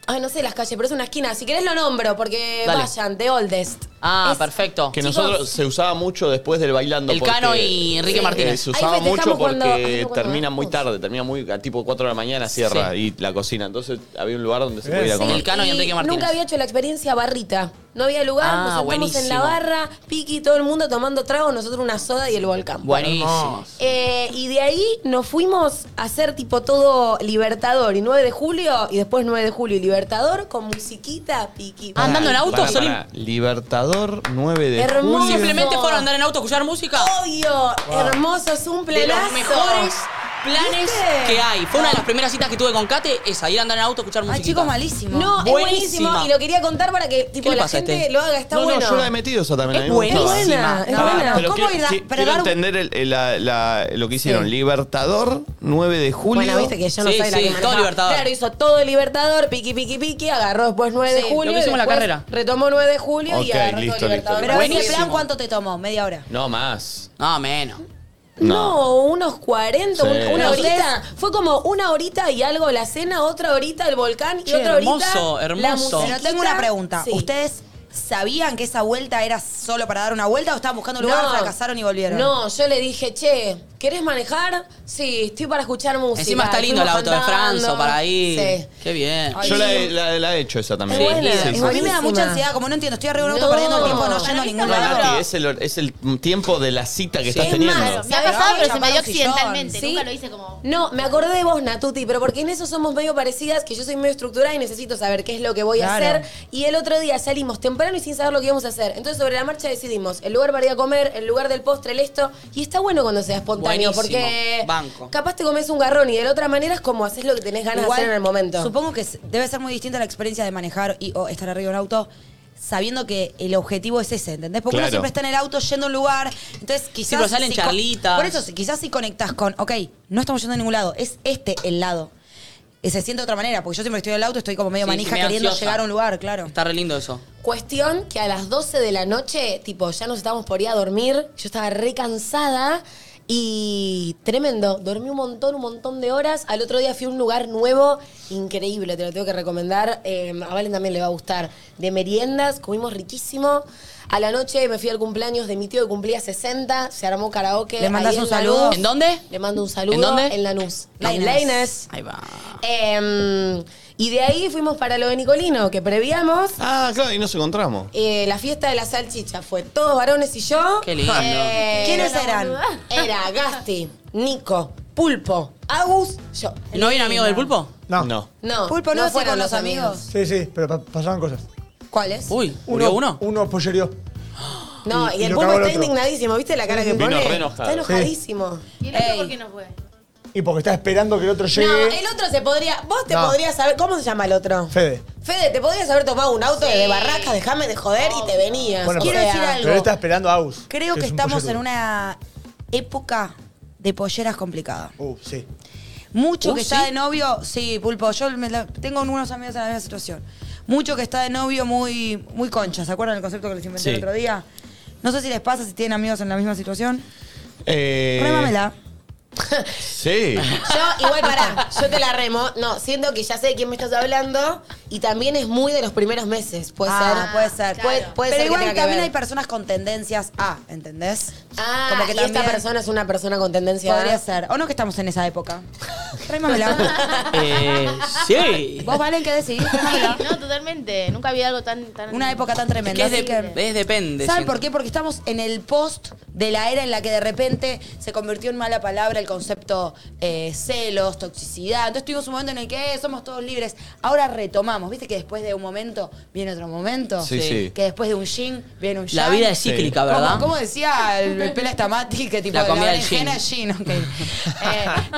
J: Ay, no sé las calles, pero es una esquina. Si querés lo nombro, porque
B: Dale.
J: vayan, The Oldest.
C: Ah, perfecto.
B: Que nosotros se usaba mucho después del bailando.
C: El Cano
B: porque-
C: y Enrique
B: Sí.
C: Martínez.
B: Eh, Se
C: Ahí
B: usaba
C: festejamos
B: mucho
C: cuando-
B: porque
C: cuando
B: termina muy tarde, termina muy a tipo 4 de la mañana, cierra y la cocina. Entonces había un lugar donde se podía
J: Sí,
B: comer.
J: Nunca había hecho la experiencia barrita. No había lugar,
B: Ah,
J: nos sentamos en la
B: buenísimo.
J: barra, Piqui, todo el mundo tomando trago, nosotros una soda y el volcán.
C: Buenísimo.
J: Eh, y de ahí nos fuimos a hacer tipo todo Libertador y 9 de julio y después 9 de julio y Libertador con musiquita, Piqui.
C: Ah, ¿Andando en auto?
B: Pará,
C: Solín?
B: pará. Libertador 9 de
J: Hermoso.
B: julio.
C: Simplemente fueron a andar en auto, escuchar música. Oh,
J: Obvio,
C: Wow.
J: hermoso, es un
C: De
J: plenazo.
C: los mejores planes
J: ¿Viste?
C: que hay. Fue una de las primeras citas que tuve con Kate, esa, ir a andar en auto, escuchar música. Ay, chicos,
F: malísimo.
J: No, es buenísimo y lo quería contar para que tipo
C: le
J: la
C: pasa a
J: gente
C: este?
J: lo haga, está
B: no,
J: bueno.
B: no, yo la he metido esa también. a mí me
J: buena,
B: gustaba.
J: es buena, es
B: Ah,
J: buena.
B: pero
J: ¿Cómo
B: quiero,
J: ir a-
B: qui-
J: pero
B: quiero
J: dar-
B: entender el- el- la- la- lo que hicieron. Libertador 9 de julio.
J: Bueno, viste que yo no
C: Sí,
J: soy la
C: sí,
J: que
C: todo
J: manejaba.
C: Libertador.
J: Claro, hizo todo Libertador, piqui, piqui, piqui, agarró después 9 de
F: Sí,
J: julio.
F: lo que hicimos
J: y
F: la
J: después
F: carrera.
J: Retomó 9 de julio y
B: Ok,
J: agarró todo
B: listo,
J: Libertador.
B: listo.
F: Pero ese
C: Buenísimo.
F: plan, ¿cuánto te tomó? Media hora.
B: No más.
C: No, menos.
J: No, unos 40,
C: Sí.
J: un-
C: Pero
J: una, horita. Fue como una horita y algo la cena, otra horita el volcán y otra horita. la musiquita.
F: Pero tengo una pregunta.
J: Sí.
F: ¿Ustedes sabían que esa vuelta era solo para dar una vuelta o estaban buscando un lugar,
J: No.
F: fracasaron y volvieron?
J: No, yo le dije, che, ¿querés manejar? Sí, estoy para escuchar música.
C: Encima está lindo el
J: Fuimos
C: auto de
J: cantando.
C: Franzo para ir.
J: Sí.
C: Qué bien.
B: Yo la he, la- la he hecho esa también. Sí, sí,
F: a mí
B: sí.
F: me da mucha ansiedad, como no entiendo, estoy arriba de un auto perdiendo el tiempo, no yendo a
B: No,
F: ningún lado.
B: Nati, es el, es el tiempo de la cita que
J: Sí.
B: estás
J: Es
B: teniendo.
J: más,
I: Me ha
J: ¿Sabes?
I: pasado, pero se
J: Ay,
I: me dio
J: llamar a un sillón.
I: accidentalmente.
J: Sí.
I: Nunca lo hice como...
J: No, me acordé de vos, Natuti, pero porque en eso somos medio parecidas, que yo soy medio estructurada y necesito saber qué es lo que voy a
F: Claro.
J: hacer. Y el otro día salimos temprano. temprano y sin saber lo que íbamos a hacer. Entonces, sobre la marcha decidimos el lugar para ir a comer, el lugar del postre, el esto. Y está bueno cuando sea espontáneo,
F: Buenísimo.
J: porque
F: Banco.
J: capaz te comes un garrón y de la otra manera es como haces lo que tenés ganas
F: Igual,
J: de hacer en el momento.
F: Supongo que s- debe ser muy distinta la experiencia de manejar y o estar arriba de un auto sabiendo que el objetivo es ese, ¿entendés? Porque uno
C: Claro.
F: siempre está en el auto yendo a un lugar, entonces quizás...
C: pero salen
F: co-
C: charlitas.
F: Por eso, si- quizás si conectás con, ok, no estamos yendo a ningún lado, es este el lado. Y se siente de otra manera, porque yo siempre estoy en el auto, estoy como medio
C: Sí,
F: manija
C: medio
F: queriendo
C: ansiosa.
F: llegar a un lugar, claro.
C: Está re lindo eso.
J: Cuestión que a las 12 de la noche, tipo, ya nos estábamos por ir a dormir. Yo estaba re cansada y tremendo. Dormí un montón, un montón de horas. Al otro día fui a un lugar nuevo, increíble, te lo tengo que recomendar. Eh, a Valen también le va a gustar. De meriendas, comimos riquísimo. A la noche me fui al cumpleaños de mi tío que cumplía 60, se armó karaoke.
F: ¿Le mandás
J: ahí en
F: un saludo?
J: Lanús.
F: ¿En dónde?
J: Le mando un saludo.
F: ¿En dónde?
J: En Lanús.
F: Lainez.
J: En Lainez.
C: Ahí va.
J: Em, y de ahí fuimos para lo de Nicolino, que previamos.
A: Ah, claro, y nos encontramos.
J: Eh, la fiesta de la salchicha fue todos varones y yo. Eh,
A: Qué lindo.
F: Eh, ¿Quiénes eran?
J: Era Gasti, Nico, Pulpo, Agus, yo.
C: Eh, ¿No había un amigo del pulpo?
S: No.
A: No.
J: No.
F: Pulpo no,
J: no
F: hace
J: fueron
F: con
J: los
F: los amigos.
S: Sí, sí, pero pa- pasaron cosas.
J: ¿Cuáles?
C: Uy,
S: ¿murió uno? Uno pollerió.
J: No, y,
S: Y
J: el
S: lo
J: Pulpo
S: cagó el
J: está
S: otro.
J: indignadísimo, ¿viste la cara que
S: Vino
J: pone?
S: re enojado.
J: Está enojadísimo.
I: ¿Y el otro por qué no fue?
S: Y porque está esperando que el otro llegue.
J: No, el otro se podría. Vos te
S: No.
J: podrías saber. ¿Cómo se llama el otro?
S: Fede.
J: Fede, te podrías haber tomado un auto de barracas, déjame de joder y te venías.
S: Bueno,
J: O
S: pero,
J: sea,
S: pero él está esperando a Aus.
F: Creo que,
S: es un
F: estamos en
S: pollerudo.
F: una época de polleras complicada.
S: Uh, sí.
F: Mucho
S: Uh,
F: que
S: ¿sí?
F: está de novio, sí, pulpo, yo me la- tengo unos amigos en la misma situación. Mucho que está de novio muy, muy concha, ¿se acuerdan del concepto que les inventé el
A: Sí.
F: otro día? No sé si les pasa si tienen amigos en la misma situación.
A: Eh,
F: Remámela.
A: Sí.
J: Yo, igual, pará, yo te la remo. No, siento que ya sé de quién me estás hablando y también es muy de los primeros meses. Puede
F: Ah,
J: ser.
F: puede ser.
J: Puede, puede
F: Pero
J: ser que
F: igual
J: tenga que
F: también
J: ver.
F: hay personas con tendencias A, ¿entendés?
J: Ah,
F: Como que
J: y
F: también-
J: esta persona es una persona con tendencia.
F: Podría ser. O no que estamos en esa época.
C: Eh, sí.
F: ¿Vos, Valen, qué decís? Remámela.
I: No, totalmente. Nunca había algo tan. tan
F: Una época tan tremenda.
C: Que es,
F: así
C: de- es depende.
F: ¿Saben
C: siento.
F: por qué? Porque estamos en el post de la era en la que de repente se convirtió en mala palabra el concepto eh, celos, toxicidad. Entonces tuvimos un momento en el que eh, somos todos libres. Ahora retomamos. ¿Viste que después de un momento viene otro momento?
C: Sí, sí.
F: Que después de un yin viene un yang.
C: La vida es cíclica, ¿verdad?
F: Como, como decía el, el Pela Stamati, que tipo
C: La
F: la,
C: comida del
F: berenjena es yin. ok. Eh,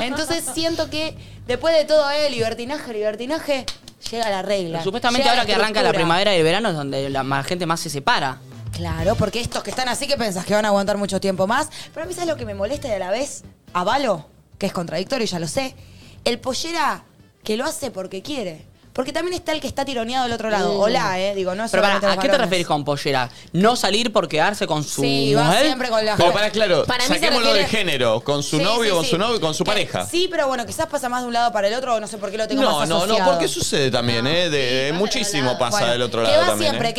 F: entonces siento que después de todo eh, el libertinaje, libertinaje, llega la regla.
C: Supuestamente
F: llega
C: ahora que arranca la
F: estructura.
C: primavera y el verano es donde la más gente más se separa.
F: Claro, porque estos que están así que pensás que van a aguantar mucho tiempo más. Pero a mí, ¿sabes lo que me molesta y a la vez? Avalo, que es contradictorio, ya lo sé. El pollera que lo hace porque quiere. Porque también está el que está tironeado del otro lado.
C: Mm.
F: Hola, ¿eh? Digo, no es
C: Pero pará,
F: solamente
C: ¿a
F: los
C: qué te
F: varones.
C: referís con pollera? ¿No salir por quedarse con su
F: Sí, va
C: mujer?
F: siempre con la-
A: Pero para claro,
F: Para mí se
A: saquémoslo
F: refiere-
A: del género, con su
F: Sí,
A: novio,
F: sí,
A: con
F: sí. Eh,
A: su novio, y con su pareja.
F: Sí, pero bueno, quizás pasa más de un lado para el otro, o no sé por qué lo tengo
A: no,
F: más
A: no, no,
F: asociado.
A: porque sucede también, ¿eh? De, muchísimo pasa
F: Bueno,
A: del otro
F: que
A: lado
F: va
A: también.
F: siempre,
A: ¿eh?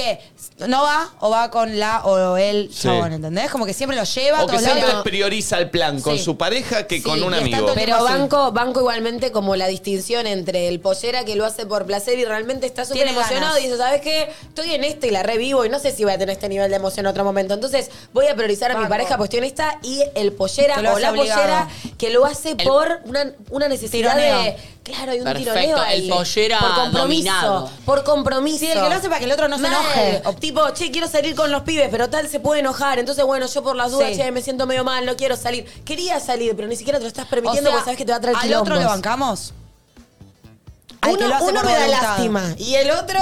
F: ¿qué? No va o va con la o el
A: Sí.
F: chabón, ¿entendés? Como que siempre lo lleva a
A: O que
F: todos
A: siempre
F: lados.
A: prioriza el plan con
F: Sí.
A: su pareja que con un
F: y está
A: amigo.
F: todo el
J: Pero
F: tiempo así.
J: banco, banco igualmente como la distinción entre el pollera que lo hace por placer y realmente está súper
F: Tiene
J: emocionado
F: ganas.
J: y dice, ¿sabes qué? Estoy en este y la revivo y no sé si voy a tener este nivel de emoción en otro momento. Entonces voy a priorizar a mi
F: Banco.
J: pareja, pues estoy en esta, y el pollera
F: Que lo
J: o
F: hace
J: la
F: obligado.
J: pollera que lo hace por una, una necesidad
F: Tironeo.
J: de... Claro, hay un
C: Perfecto,
J: tironeo
C: el
J: ahí.
C: pollera
J: Por compromiso.
C: dominado.
J: Por compromiso.
F: Sí, el que lo hace para que el otro no se enoje.
J: O tipo, che, quiero salir con los pibes, pero tal se puede enojar. Entonces, bueno, yo por las dudas,
F: Sí.
J: che, me siento medio mal, no quiero salir. Quería salir, pero ni siquiera te lo estás permitiendo
F: O sea,
J: porque sabes que te va a traer
F: ¿Al otro
J: quilombos.
F: le bancamos? Al que
J: Uno,
F: lo hace
J: uno
F: por
J: me da
F: voluntad.
J: lástima y el otro,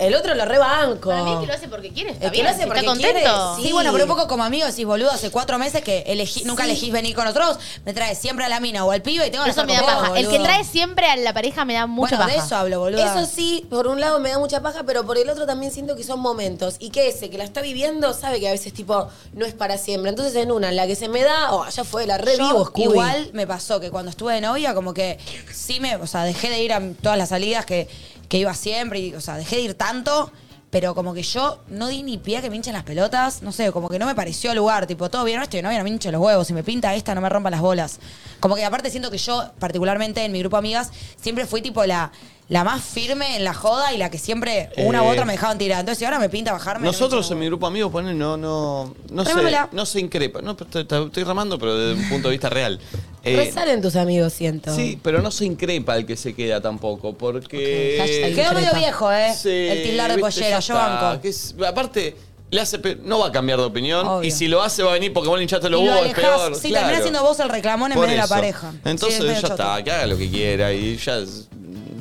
J: el otro lo rebanco.
I: Para mí es que lo hace porque quiere. Está
J: El que
I: bien,
J: lo hace
I: si está
J: porque
I: contento.
J: quiere,
F: Sí, bueno, pero un poco como amigo decís, boludo, hace cuatro meses que elegí, nunca
I: Sí.
F: elegís venir con nosotros, me traes siempre a la mina o al pibe y tengo que
I: Eso
F: estar
I: me da
F: con vos,
I: paja. El que
F: boludo.
I: trae siempre a la pareja me da mucha
F: Bueno, de
I: paja.
F: eso hablo, boludo.
J: Eso sí, por un lado me da mucha paja, pero por el otro también siento que son momentos. Y que ese que la está viviendo sabe que a veces, tipo, no es para siempre. Entonces, en una, en la que se me da, oh, allá fue, la revivo, Scooby.
F: Igual me pasó que cuando estuve de novia, como que sí me, o sea, dejé de ir a todas las salidas que, que iba siempre, y, o sea, dejé de ir tanto, pero como que yo no di ni pie a que me hinchen las pelotas, no sé, como que no me pareció el lugar, tipo, todo bien, no estoy de novia, no me hincho los huevos, si me pinta esta, no me rompa las bolas. Como que aparte siento que yo, particularmente en mi grupo de amigas, siempre fui tipo la... La más firme en la joda y la que siempre una u
A: Eh.
F: otra me dejaban tirar. Entonces, si ahora me pinta bajarme. no me
A: Nosotros en mi grupo de amigos ponen no no no se,
F: Remámela.
A: no se increpa. No, pero te- te- estoy remando, pero desde un punto de vista real.
B: Eh,
J: Resalen tus amigos, siento.
B: Sí, pero no se increpa el que se queda tampoco, porque.
F: Quedó medio viejo, ¿eh?
B: Sí,
F: el tildar de
B: viste, ya
F: pollera, yo
B: está.
F: banco.
B: Que es- aparte, le hace pe- no va a cambiar de opinión. Y si lo hace, va a venir porque vos le hinchaste los
F: Y lo
B: huevos, es
F: alejás.
B: peor.
F: Sí,
B: claro.
F: terminás siendo vos el reclamón en
B: Por
F: vez de la
B: eso.
F: pareja.
B: Entonces
F: Sí, es medio
B: ya
F: choto.
B: está, que haga lo que quiera y ya,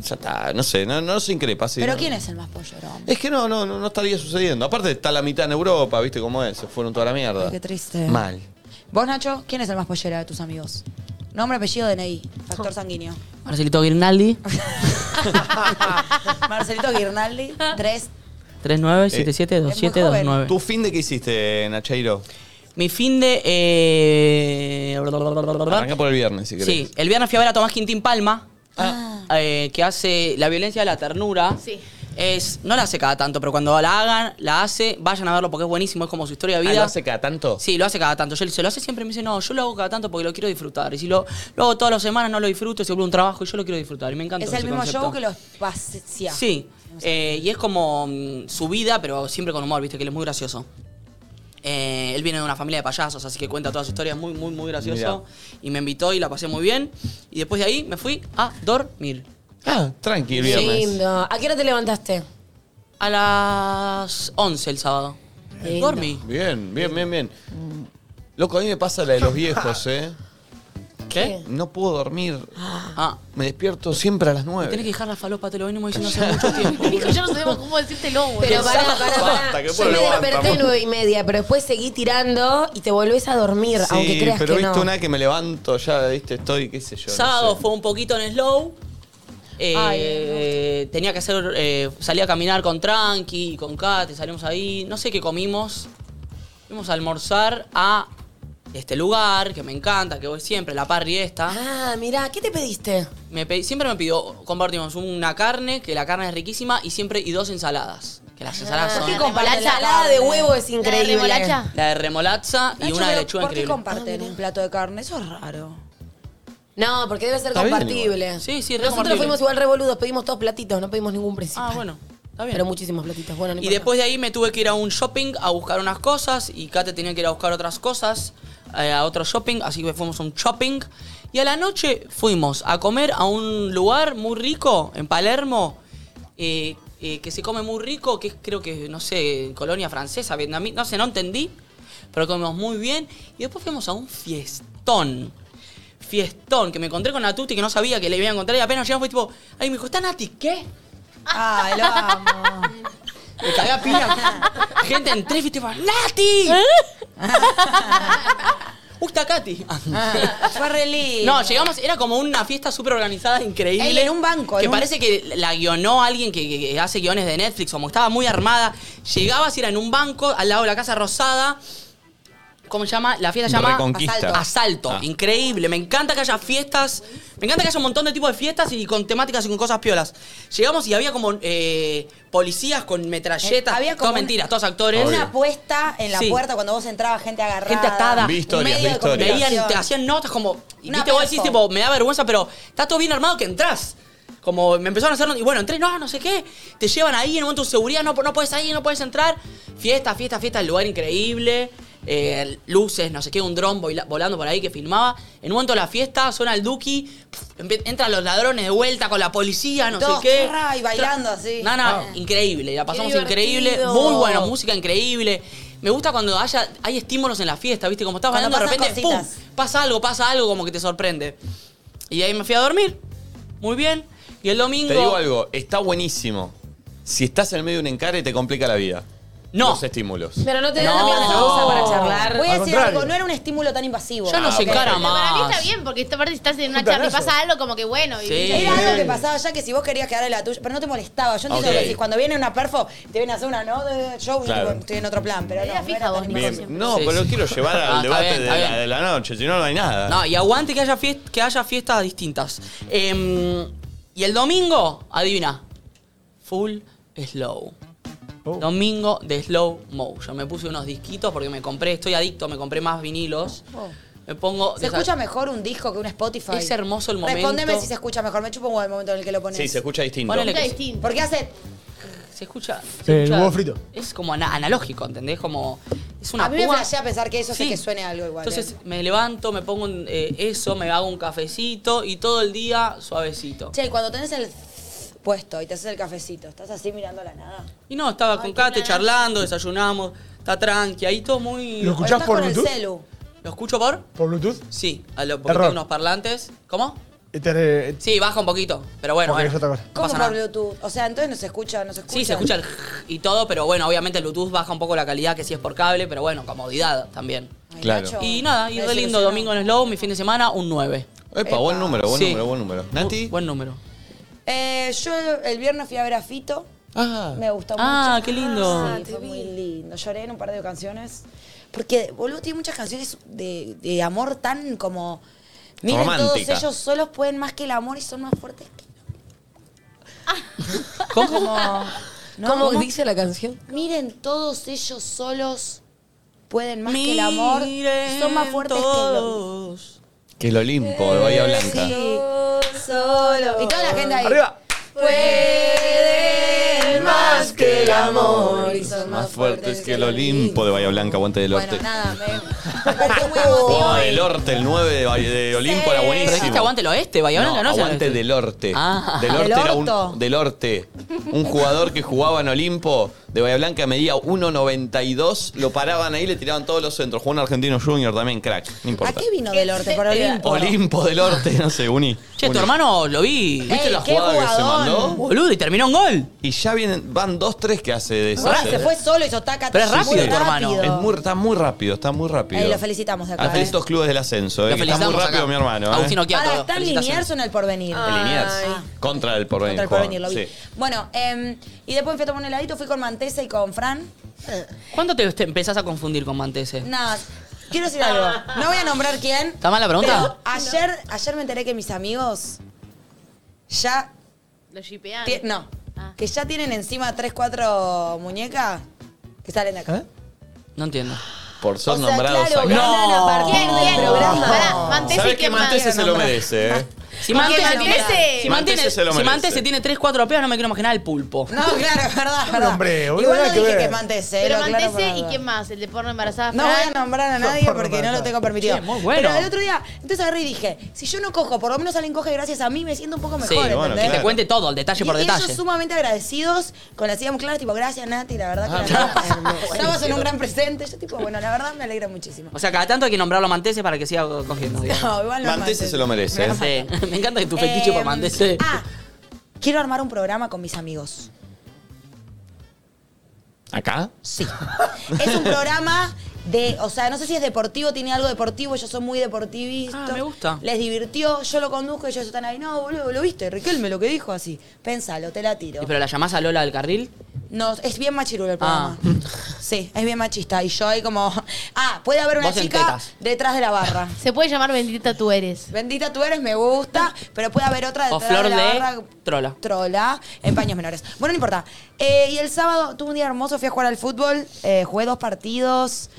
B: ya está, no sé, no, no se increpa. sí,
F: Pero
B: no.
F: ¿quién es el más pollerón?
B: Es que no, no, no, no estaría sucediendo. Aparte está la mitad en Europa, ¿viste cómo es? Se fueron toda la mierda.
F: Ay, qué triste.
B: Mal.
F: Vos, Nacho, ¿quién es el más pollera de tus amigos? Nombre, apellido, DNI, factor sanguíneo.
C: Marcelito Grignaldi,
F: Marcelito Guirnaldi, 3.
C: 39772729.
B: ¿Tu fin de qué hiciste, Nacheiro?
C: Mi fin de. eh,
B: Arranca por el viernes, si querés.
C: Sí, el viernes fui a ver a Tomás Quintín Palma,
F: Ah.
C: eh, que hace La violencia de la ternura. Es, no la hace cada tanto, pero cuando la hagan, la hace, vayan a verlo porque es buenísimo, es como su historia de vida.
B: Ah, ¿lo hace cada tanto?
C: Sí, lo hace cada tanto. Yo se lo hace siempre y me dice, no, yo lo hago cada tanto porque lo quiero disfrutar. Y si lo, lo hago todas las semanas, no lo disfruto, se vuelve un trabajo y yo lo quiero disfrutar. Y me encanta.
F: Es el
C: ese
F: mismo
C: concepto.
F: show que los pasea.
C: Sí, eh, y es como mm, su vida, pero siempre con humor, viste, que él es muy gracioso. Eh, él viene de una familia de payasos, así que cuenta todas sus historias muy, muy, muy gracioso. Y me invitó y la pasé muy bien. Y después de ahí me fui a dormir.
B: Ah, tranqui, el viernes.
J: Lindo. ¿A qué hora te levantaste?
C: A las 11 el sábado. Dormí.
B: Bien, bien, bien, bien. Loco, a mí me pasa la de los viejos, ¿eh?
C: ¿Qué?
B: No puedo dormir.
C: Ah.
B: Me despierto siempre a las
C: Tenés
B: 9.
C: que dejar la falopa, te lo venimos diciendo hace mucho tiempo.
I: Ya no sabemos cómo decírtelo, boludo.
J: Pero pará, pará,
B: Basta,
J: pará.
B: que
J: Yo
B: por
J: me
B: lo levanta,
J: desperté
B: amor.
J: nueve y media, pero después seguí tirando y te volvés a dormir, aunque
B: Sí,
J: creas
B: pero
J: que
B: viste
J: no.
B: una vez que me levanto, ya, viste, estoy, qué sé yo. no
C: Sábado
B: sé.
C: fue un poquito en slow. Eh,
J: Ay,
C: tenía que hacer. eh, salí a caminar con Tranqui, con Kate, salimos ahí. No sé qué comimos. Fuimos a almorzar a este lugar que me encanta, que voy siempre, la parry esta.
J: Ah, mirá, ¿qué te pediste?
C: Me pedí- siempre me pidió, compartimos una carne, que la carne es riquísima, y siempre, y dos ensaladas. Que las ensaladas
J: Ah. ¿Por
C: son.
J: qué comparás la ensalada de huevo? Es increíble.
C: La de remolacha y
F: Nacho,
C: una de
F: pero
C: lechuga
F: ¿Por qué
C: increíble. Ah,
F: comparten un plato de carne? Eso es raro.
J: No, porque debe ser
C: Está bien,
J: compartible.
C: igual. Sí, sí, re
J: Nosotros
C: compartible.
J: fuimos igual revoludos, pedimos todos platitos, no pedimos ningún principal. Ah,
C: bueno, está bien.
J: Pero muchísimos platitos, bueno, no
C: Y
J: importa.
C: después de ahí me tuve que ir a un shopping a buscar unas cosas y Kate tenía que ir a buscar otras cosas eh, a otro shopping, así que fuimos a un shopping. Y a la noche fuimos a comer a un lugar muy rico en Palermo, eh, eh, que se come muy rico, que es creo que, no sé, colonia francesa, vietnamita, no sé, no entendí, pero comimos muy bien. Y después fuimos a un fiestón. Fiestón, que me encontré con la Tuti que no sabía que le iba a encontrar y apenas llegamos fue tipo, ay, me dijo, ¿está Nati? ¿Qué?
F: Ay, lo amo.
C: Me cagué a pila. Gente en tres, viste, para, ¡Nati! Uy, está Katy.
F: Fue re lindo.
C: No, llegamos, era como una fiesta súper organizada, increíble.
F: Ey, en un banco,
C: Que
F: en un-
C: parece que la guionó alguien que, que- que hace guiones de Netflix, como estaba muy armada. Llegabas, era en un banco, al lado de la Casa Rosada. ¿Cómo se llama? La fiesta se llama
B: Reconquista.
C: Asalto. Asalto.
B: Ah.
C: Increíble. Me encanta que haya fiestas. Me encanta que haya un montón de tipos de fiestas y con temáticas y con cosas piolas. Llegamos y había como eh, policías con metralletas.
F: Eh, había como
C: todas
F: una-
C: mentiras, todos actores.
F: Una apuesta en la
C: Sí.
F: puerta cuando vos entrabas, gente agarrada.
C: Gente atada.
B: Vi historias,
F: medio
B: vi
F: de
B: historias.
C: Veían, te
F: comunicación.
C: hacían notas como. Y
F: Una
C: viste, vos
F: pedazo.
C: decís, tipo, me da vergüenza, pero está todo bien armado que entras. Como me empezaron a hacer. Y bueno, entré, no, no sé qué. Te llevan ahí en un momento de seguridad, no, no puedes ahí, no puedes entrar. Fiesta, fiesta, fiesta, el lugar increíble. eh, luces, no sé qué, un dron vola- volando por ahí que filmaba. En un momento de la fiesta suena el Duki, pf, empie- entran los ladrones de vuelta con la policía, no
F: Dos,
C: sé qué.
F: tra, y bailando
C: Tra-
F: así.
C: No, no,
F: Ah.
C: increíble. La pasamos
F: Qué
C: increíble.
F: divertido.
C: Muy bueno, música increíble. Me gusta cuando haya, hay estímulos en la fiesta, ¿viste? Como estás
F: Cuando
C: bailando de
F: pasan
C: repente, ¡pum!
F: cositas.
C: Pasa algo, pasa algo como que te sorprende. Y de ahí me fui a dormir. Muy bien. Y el domingo.
B: Te digo algo, está buenísimo. Si estás en medio de un encare, te complica la vida.
C: No.
B: Los estímulos.
J: Pero no te
B: No.
J: dan la plataforma para charlar.
F: Voy a
B: Al
F: decir
B: contrario.
F: algo, no era un estímulo tan invasivo.
B: Ya no Ah, se ok. encara
I: Pero para mí
B: más.
I: está bien, porque esta parte si estás en una
F: Un
I: charla y
F: planazo.
I: pasa algo como que bueno. y-
B: Sí.
C: eh.
F: Era algo que pasaba ya que si vos querías quedar en la tuya, pero no te molestaba. Yo entiendo lo
B: Ok.
F: que decís. Cuando viene una perfo, te vienen a hacer una, ¿no? De- Yo
B: Claro.
F: tipo, estoy en otro plan, pero no. no era tan invasivo.
B: Bien. No, pero lo quiero llevar
C: Ah,
B: al
C: está
B: debate
C: bien,
B: de,
C: está
B: la,
C: bien.
B: de la noche, si no, no hay nada.
C: No, y aguante que haya, fiest- que haya fiestas distintas. Em, y el domingo, adivina. Full slow.
S: Oh.
C: Domingo de slow motion. Me puse unos disquitos porque me compré, estoy adicto, me compré más vinilos. Me pongo.
F: Oh. ¿Se escucha mejor un disco que un Spotify?
C: Es hermoso el momento.
F: Respóndeme si se escucha mejor. Me chupo un huevo el momento en el que lo pones.
B: Sí, se escucha distinto.
C: Ponele que-
F: Porque hace.
C: Se escucha.
S: El huevo frito.
C: Es como ana- analógico, ¿entendés? Como Es una
F: a mí me
C: púa.
F: flashea pensar que eso hace que suene algo igual.
C: Entonces
F: ¿eh?
C: me levanto, me pongo un, eh, eso, me hago un cafecito y todo el día suavecito.
F: Che, y cuando tenés el puesto y te haces el cafecito, estás así mirando la nada.
C: Y no, estaba con Kate charlando, desayunamos, está tranqui, ahí todo muy.
F: ¿Lo escuchás Ahora estás por con el Bluetooth? celu.
C: ¿Lo escucho por?
S: ¿Por Bluetooth?
C: Sí, a lo, porque
S: Error.
C: tengo unos parlantes. ¿Cómo?
S: Este, eh,
C: Sí, baja un poquito, pero bueno,
S: Ok,
C: bueno,
S: es otra cosa.
C: no
F: ¿Cómo
C: pasa
F: por
C: nada.
F: Bluetooth? O sea, entonces no se escucha, no se escucha.
C: Sí, se escucha el y todo, pero bueno, obviamente el Bluetooth baja un poco la calidad que sí es por cable, pero bueno, comodidad también.
A: Claro.
C: Y nada, y re lindo, domingo en Slow, mi fin de semana, un 9.
A: Epa, buen número, buen
C: Sí.
A: número, buen número. Nati.
C: Buen número.
F: Eh, yo el viernes fui a ver a Fito. Me gustó mucho.
C: Ah, qué lindo.
F: Sí, fue muy lindo. Lloré en un par de canciones. Porque, boludo, tiene muchas canciones de, de amor tan como. Miren,
C: Romántica.
F: todos ellos solos pueden más que el amor y son más fuertes que.
C: ¿Cómo?
F: Como,
E: ¿Cómo dice la canción?
F: Miren, todos ellos solos pueden más que el amor y son más fuertes
A: Que el Olimpo, de Bahía
F: que el
A: Blanca.
F: amor. Sí. Solo. Y toda la gente ahí. Arriba.
E: Pueden
F: más que el amor y
E: son
A: Más fuertes que el Olimpo de Bahía Blanca, Guante del Orte.
F: Nada, me.
A: Oh, del Orte, el 9 de, Bahía- de Olimpo era
C: Pero
A: buenísimo.
C: dijiste aguante el oeste, Bahía Blanca,
A: no,
C: ¿no? es el
A: aguante
C: oeste.
A: del Orte.
C: Ah.
A: Del Orte
C: ¿Del
A: era un,
C: orto?
A: del Orte. Un jugador que jugaba en Olimpo de Bahía Blanca medía 1.92, lo paraban ahí, le tiraban todos los centros. Jugó un argentino junior también, crack. No
F: ¿A
A: importa.
F: qué vino del norte? Por Olimpo.
A: Olimpo del Orte, no sé, uní.
C: Che, tu
A: uní.
C: hermano lo vi.
F: ¿Viste Ey, la qué jugada que se jugadón. mandó?
C: Boludo, y terminó un gol.
A: Y ya vienen, van dos, tres que hace de
F: Pará,
A: esas.
F: se fue solo, hizo taca.
A: Pero es
F: muy
A: rápido tu
F: rápido.
A: hermano. Es muy, está muy rápido, está muy rápido.
F: Ey, lo felicitamos de acá.
A: Hasta
F: eh.
A: estos clubes del ascenso, eh,
C: Lo
A: que está muy
C: felicitamos
A: rápido
C: acá.
A: mi hermano.
C: Agustino
A: eh.
C: Quiato.
F: Ahora, ¿está en Liniers o en el porvenir?
A: El Liniers.
F: Ah,
A: Contra el porvenir.
F: Contra el
A: juega.
F: porvenir, lo vi.
A: Sí.
F: Bueno, em, y después fui a tomar un heladito, fui con Mantesa y con Fran. Eh.
C: ¿Cuándo te, te empezás a confundir con Mantese?
F: Nada, quiero decir algo. No voy a nombrar quién.
C: ¿Está mal la pregunta?
F: pero ayer, ayer me enteré que mis amigos ya.
I: Lo shipean.
F: ti- No.
I: Ah.
F: Que ya tienen encima 3, 4 muñecas que salen de acá.
S: ¿Eh?
C: No entiendo.
A: Por ser
F: O sea,
A: nombrados
F: claro,
A: acá.
F: ganan a partir
I: ¿Quién,
F: del
I: quién?
F: programa.
I: Pará, Mantese,
A: ¿Sabes que
I: ¿quién más?
A: Mantese se lo merece, eh?
C: Si
I: Porque
C: Mantese,
I: Mantese-
C: tiene,
A: Mantese
C: si Mantese-
A: se lo
C: si
A: merece.
C: Mantese tiene 3, 4 pegas, no me quiero imaginar el pulpo.
F: No, claro, es verdad. es verdad.
S: hombre, boludo,
F: Igual no
S: nada que
F: dije
S: ver.
F: que Mantese. eh,
I: Pero
F: lo aclaro
I: Mantese
F: para-
I: y quién más, el de porno embarazada.
F: No voy
I: Fran.
F: a nombrar a nadie porque no lo tengo permitido.
I: Che, muy bueno.
F: Pero el otro día, entonces agarré y dije, si yo no cojo, por lo menos alguien coge gracias a mí, me siento un poco
C: Sí,
F: mejor,
C: bueno,
F: ¿entendés?
C: que te cuente todo, el detalle
F: Y-
C: por
F: y
C: detalle.
F: ellos sumamente agradecidos, con las ideas muy claras, tipo, gracias Nati, la verdad que
C: Ah,
F: la estamos en un gran presente. Yo tipo, bueno, la verdad me alegra muchísimo.
C: O sea, cada tanto hay que nombrarlo a Mantese para que siga cogiendo.
F: No, igual no
A: Mantese se lo merece, eh.
C: Sí. Me encanta que tu fetiche
F: Eh,
C: por Mantese.
F: Quiero armar un programa con mis amigos.
A: ¿Acá?
F: Sí. Es un programa de, o sea, no sé si es deportivo, tiene algo deportivo, ellos son muy deportivistas.
C: Ah, me gusta.
F: Les divirtió, yo lo conduzco, ellos están ahí, no, boludo, lo viste, Riquelme lo que dijo así. Pensalo, te la tiro.
C: ¿Y ¿Pero la llamás a Lola del carril?
F: No, es bien machirulo el
C: Ah.
F: programa. Sí, es bien machista. Y yo ahí como. Ah, puede haber una
C: Vos en
F: chica
C: tetas.
F: detrás de la barra.
I: Se puede llamar Bendita tú eres.
F: Bendita tú eres, me gusta, pero puede haber otra
C: O
F: detrás
C: Flor
F: de la
C: de
F: barra.
C: Trola.
F: Trola, en paños menores. Bueno, no importa. Eh, y el sábado tuve un día hermoso, fui a jugar al fútbol, eh, jugué dos partidos,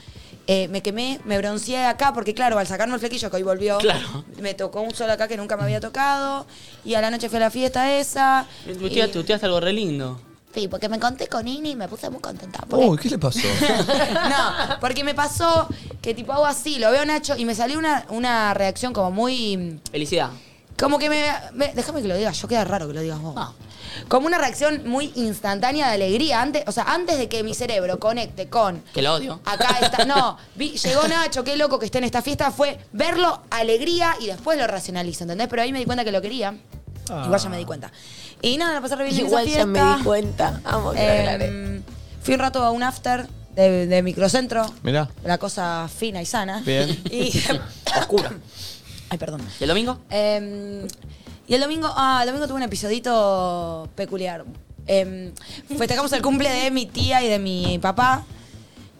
F: eh, me quemé, me bronceé acá, porque claro, al sacarme el flequillo que hoy volvió,
C: Claro.
F: me tocó un sol acá que nunca me había tocado, y a la noche fui a la fiesta esa.
C: Tu tía, tu tía hace algo re lindo.
F: Sí, porque me conté con Ini y me puse muy contenta. porque-
A: Uy, ¿qué le pasó?
F: no, porque me pasó que tipo hago así, lo veo a Nacho y me salió una, una reacción como muy.
C: Felicidad.
F: Como que me, me- Déjame que lo diga, yo queda raro que lo digas vos. Como una reacción muy instantánea de alegría. Antes, o sea, antes de que mi cerebro conecte con.
C: Que lo odio.
F: Acá está. No, vi- llegó Nacho, qué loco que esté en esta fiesta. Fue verlo, alegría y después lo racionalizo, ¿entendés? Pero ahí me di cuenta que lo quería. Igual ya me di cuenta. Y nada, la pasé re bien en
E: Igual
F: esa
E: ya me
F: fiesta.
E: di cuenta. Amo que
F: Eh,
I: Em,
E: aclaré.
F: Fui un rato a un after de, de microcentro.
A: Mirá.
F: La cosa fina y sana.
A: Bien.
F: Y,
C: Oscura.
F: Ay, perdón.
C: ¿Y el domingo?
F: Em, y el domingo, ah, el domingo tuve un episodito peculiar. Em, festejamos el cumple de mi tía y de mi papá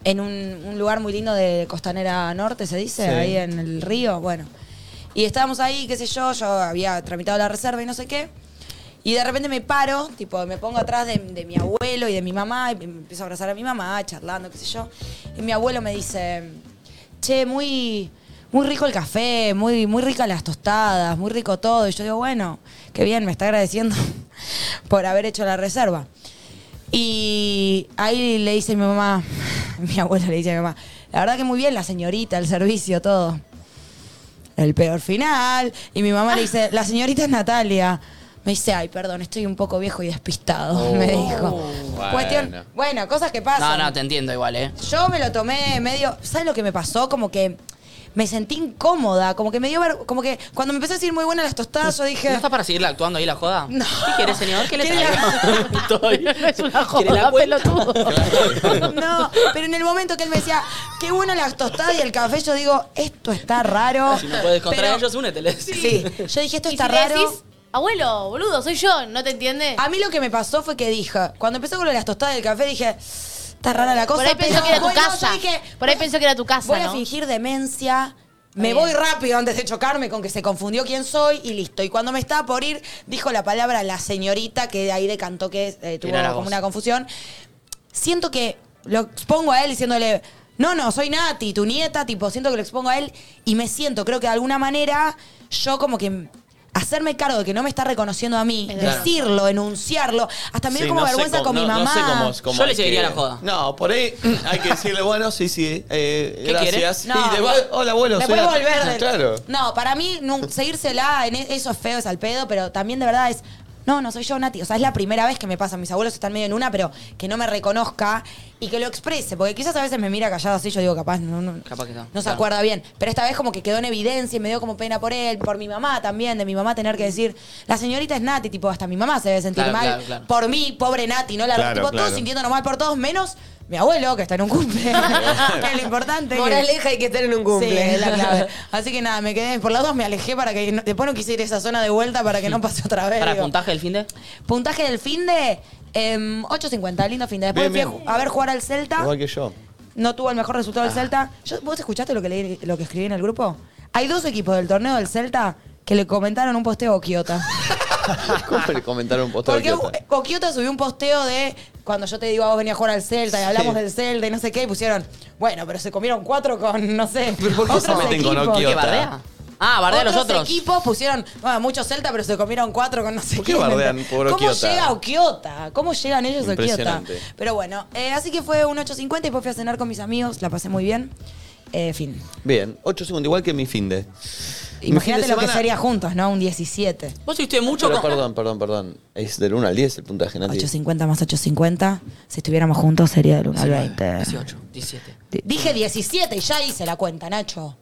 F: en un, un lugar muy lindo de Costanera Norte, se dice,
E: Sí.
F: ahí en el río. Bueno. Y estábamos ahí, qué sé yo, yo había tramitado la reserva y no sé qué. Y de repente me paro, tipo, me pongo atrás de, de mi abuelo y de mi mamá, y me empiezo a abrazar a mi mamá, charlando, qué sé yo. Y mi abuelo me dice, che, muy, muy rico el café, muy, muy ricas las tostadas, muy rico todo. Y yo digo, bueno, qué bien, me está agradeciendo por haber hecho la reserva. Y ahí le dice mi mamá, mi abuela le dice a mi mamá, la verdad que muy bien, la señorita, el servicio, todo. El peor final. Y mi mamá le dice, la señorita es Natalia. Me dice, ay, perdón, estoy un poco viejo y despistado, me dijo. Cuestión, bueno, cosas que
C: No,
F: pasan.
C: Oh, no, te entiendo igual, ¿eh?
F: Yo me lo tomé medio. ¿Sabes lo que me pasó? Como que me sentí incómoda, como que me dio ver, como que cuando me empezó a decir muy buena las tostadas, yo dije.
C: ¿No está para seguirla actuando ahí la joda? No. ¿Qué quiere, señor? ¿Qué le
F: ¿Quiere
C: traigo? Estoy. Es una
F: joda,
C: pelotudo.
F: No, pero en el momento que él me decía, qué buena las tostadas y el café, yo digo, esto está raro.
C: Si no puedes contra
F: Pero-
C: ellos, únete. les-
F: Sí, yo dije, esto
I: Y
F: está
I: si le
F: raro.
I: decís, abuelo, boludo, soy yo, ¿no te entiende?
F: A mí lo que me pasó fue que dije, cuando empezó con lo de las tostadas y el café, dije, está rara la cosa.
I: Por ahí pensó
F: pero
I: que era tu
F: bueno, yo
I: casa.
F: dije,
I: Por ahí pensó que era tu casa,
F: Voy a
I: ¿no?
F: fingir demencia. Me
I: bien.
F: voy rápido antes de chocarme con que se confundió quién soy y listo. Y cuando me estaba por ir, dijo la palabra la señorita, que de ahí decantó que eh, tuvo
C: Era la
F: como
C: voz.
F: una confusión. Siento que lo expongo a él diciéndole, no, no, soy Nati, tu nieta, tipo, siento que lo expongo a él y me siento, creo que de alguna manera, yo como que hacerme cargo de que no me está reconociendo a mí,
B: verdad.
F: decirlo, enunciarlo, hasta me dio
B: Sí,
F: como
B: no sé
F: vergüenza
B: cómo-
F: con mi
B: no- no
F: mamá.
B: sé cómo- cómo
C: Yo le
B: hay
C: seguiría
B: que-
C: la joda.
B: No, por ahí hay que decirle, bueno, sí, sí, eh,
C: ¿Qué
B: gracias.
F: quiere? No.
B: Y te va, hola, abuelo.
F: Después
B: soy la- Ah,
F: volver de-
B: Claro.
F: No, para mí nu- seguírsela, en e- eso es feo, es al pedo, pero también de verdad es... No, no soy yo, Nati. O sea, es la primera vez que me pasa. Mis abuelos están medio en una, pero que no me reconozca y que lo exprese. Porque quizás a veces me mira callado así, yo digo, capaz, no, no,
C: Capaz que no.
F: no se
C: Claro.
F: acuerda bien. Pero esta vez como que quedó en evidencia y me dio como pena por él, por mi mamá también, de mi mamá tener que decir, la señorita es Nati, tipo, hasta mi mamá se debe sentir
C: Claro,
F: mal
C: claro, claro.
F: por mí, pobre Nati, ¿no? La
C: Claro,
F: tipo,
C: claro.
F: todos sintiéndonos mal por todos, menos mi abuelo, que está en un cumple. que es lo importante.
J: Moraleja, hay que estar en un cumple.
F: Sí, es la clave. Así que nada, me quedé, por las dos me alejé para que, no- después no quise ir a esa zona de vuelta para que no pase otra vez.
C: ¿Para
F: digo.
C: puntaje del fin de?
F: Puntaje del fin de... 8.50, lindo fin de. Después
C: Bien,
F: fui a
C: bien.
F: ju- a ver jugar al Celta.
B: Igual que yo.
F: No tuvo el mejor resultado el Celta. Yo- ¿Vos escuchaste lo que, leí, lo que escribí en el grupo? Hay dos equipos del torneo del Celta que le comentaron un posteo a Oquiota.
B: ¿Cómo le comentaron un posteo de
F: Porque eh,
B: Kioto?
F: Oquiota subió un posteo de cuando yo te digo, a vos venía a jugar al Celta y hablamos
B: Sí.
F: del Celta y no sé qué, y pusieron, bueno, pero se comieron cuatro con, no sé,
B: por qué se
F: otros
B: meten con
F: equipos".
B: Oquiota? ¿Qué, bardea?
C: Ah, bardea a los otros.
F: equipos pusieron, bueno, muchos Celta, pero se comieron cuatro con no sé
B: ¿Por qué
F: quién".
B: bardean por
F: ¿Cómo
B: Oquiota?
F: llega Oquiota? ¿Cómo llegan ellos a Oquiota?
B: Impresionante.
F: Pero bueno, eh, así que fue un 8.50 y después fui a cenar con mis amigos, la pasé muy bien. Eh, fin.
B: Bien, 8 segundos, igual que mi fin de.
F: Imagínate lo que sería juntos, ¿no? Un 17.
C: Vos estuviste mucho
B: Pero
C: con...
B: perdón, perdón, perdón. Es del 1 al 10 el puntaje, Nati.
F: 8.50 más 8.50. Si estuviéramos juntos sería del 1 al 20.
C: 18, 17.
F: Dije 17 y ya hice la cuenta, Nacho.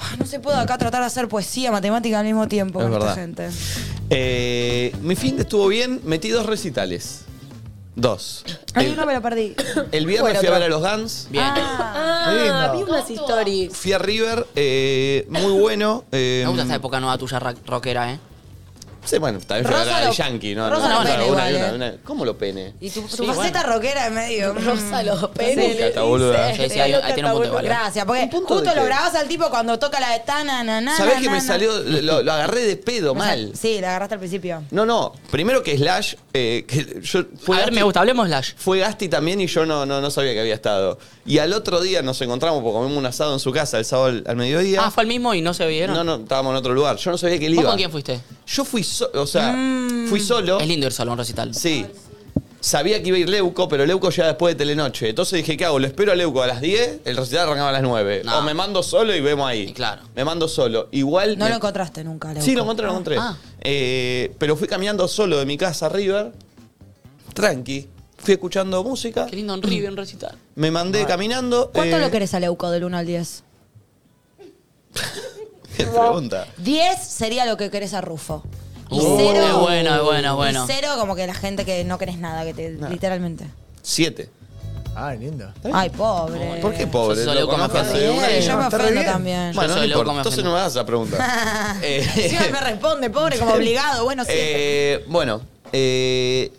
F: Ay, no se puede acá tratar de hacer poesía, matemática al mismo tiempo
B: Es
F: con
B: verdad.
F: esta gente.
B: Eh, mi fin de estuvo bien, metí dos recitales. Dos.
F: Ay,
B: El,
F: no me lo perdí.
B: el viernes
F: Bueno,
B: fui a ver
F: otro.
B: a los Guns.
J: Ah, vi
F: Lindo.
J: unas stories.
B: Fui a River, eh, muy bueno. eh,
C: Me gusta esta época nueva tuya ra- rockera, ¿eh?
B: Sí, bueno, tal vez
C: Rosa
B: era de
C: lo-
B: Yankee, ¿no?
C: Rosa
B: no,
C: lo
B: no,
C: pene
B: una,
C: igual, eh.
B: una, una- ¿Cómo lo pene?
F: Y tu, tu
C: Sí,
F: faceta rockera es medio. mm.
J: Rosa
B: Pene, Cata, boluda.
C: Sí, sí, ahí- ahí tiene un punto igual.
F: Gracias, porque
B: de
F: justo lo
B: qué?
F: grabás al tipo cuando toca la de Tana, na, na,
B: ¿Sabés
F: na,
B: que
F: na,
B: me
F: na.
B: salió? Lo, lo agarré de pedo mal.
F: Sí, la agarraste al principio.
B: No, no. Primero que Slash. eh, que yo, a ver, me gusta,
C: hablemos Slash.
B: Fue Gasti también y yo no, no, no sabía que había estado. Y al otro día nos encontramos porque comimos un asado en su casa el sábado al, al mediodía.
C: Ah, fue el mismo y no se vieron.
B: No, no, estábamos en otro lugar. Yo no sabía que él
C: ¿Vos
B: iba.
C: con quién fuiste? Mm.
B: Yo fui solo, o sea, fui solo. Es
C: lindo ir solo a un recital.
B: Sí. Sabía que iba a ir Leuco, pero Leuco llega después de Telenoche. Entonces dije, ¿qué hago? Lo espero a Leuco a las 10, el recital arrancaba a las 9. O me mando solo y vemos ahí. claro. Me mando solo. Igual.
F: No
B: me-
F: lo encontraste nunca, Leuco.
B: Sí, lo encontré, lo encontré.
F: Ah.
B: Eh, pero fui caminando solo de mi casa a River, tranqui. Fui escuchando música.
C: Qué lindo un River, un recital.
B: Me mandé caminando.
F: ¿Cuánto
B: eh,
F: lo querés a Leuco del 1 al 10?
B: qué pregunta.
F: 10 sería lo que querés a Rufo. Y
B: Uh,
F: cero.
B: es bueno, es bueno, es
F: y
B: bueno.
F: cero, como que la gente que no querés nada, que te. literalmente.
B: Siete. Ah,
S: Ay, lindo.
F: Ay, pobre.
B: ¿Eh? ¿Por qué pobre?
S: Yo soy
B: Lo
S: Leuco, me
B: conozco
S: ofendo.
B: hace un
S: Bien,
B: año.
F: yo me
B: Está re
F: ofendo
B: bien.
F: también.
B: Bueno,
F: Yo
B: no
F: soy Leuco,
B: importa,
F: me
B: entonces no
F: ofendo.
B: me hagas esa pregunta. Eh,
F: Sí, me responde, pobre, como obligado. Bueno, sí.
B: Eh, bueno, eh,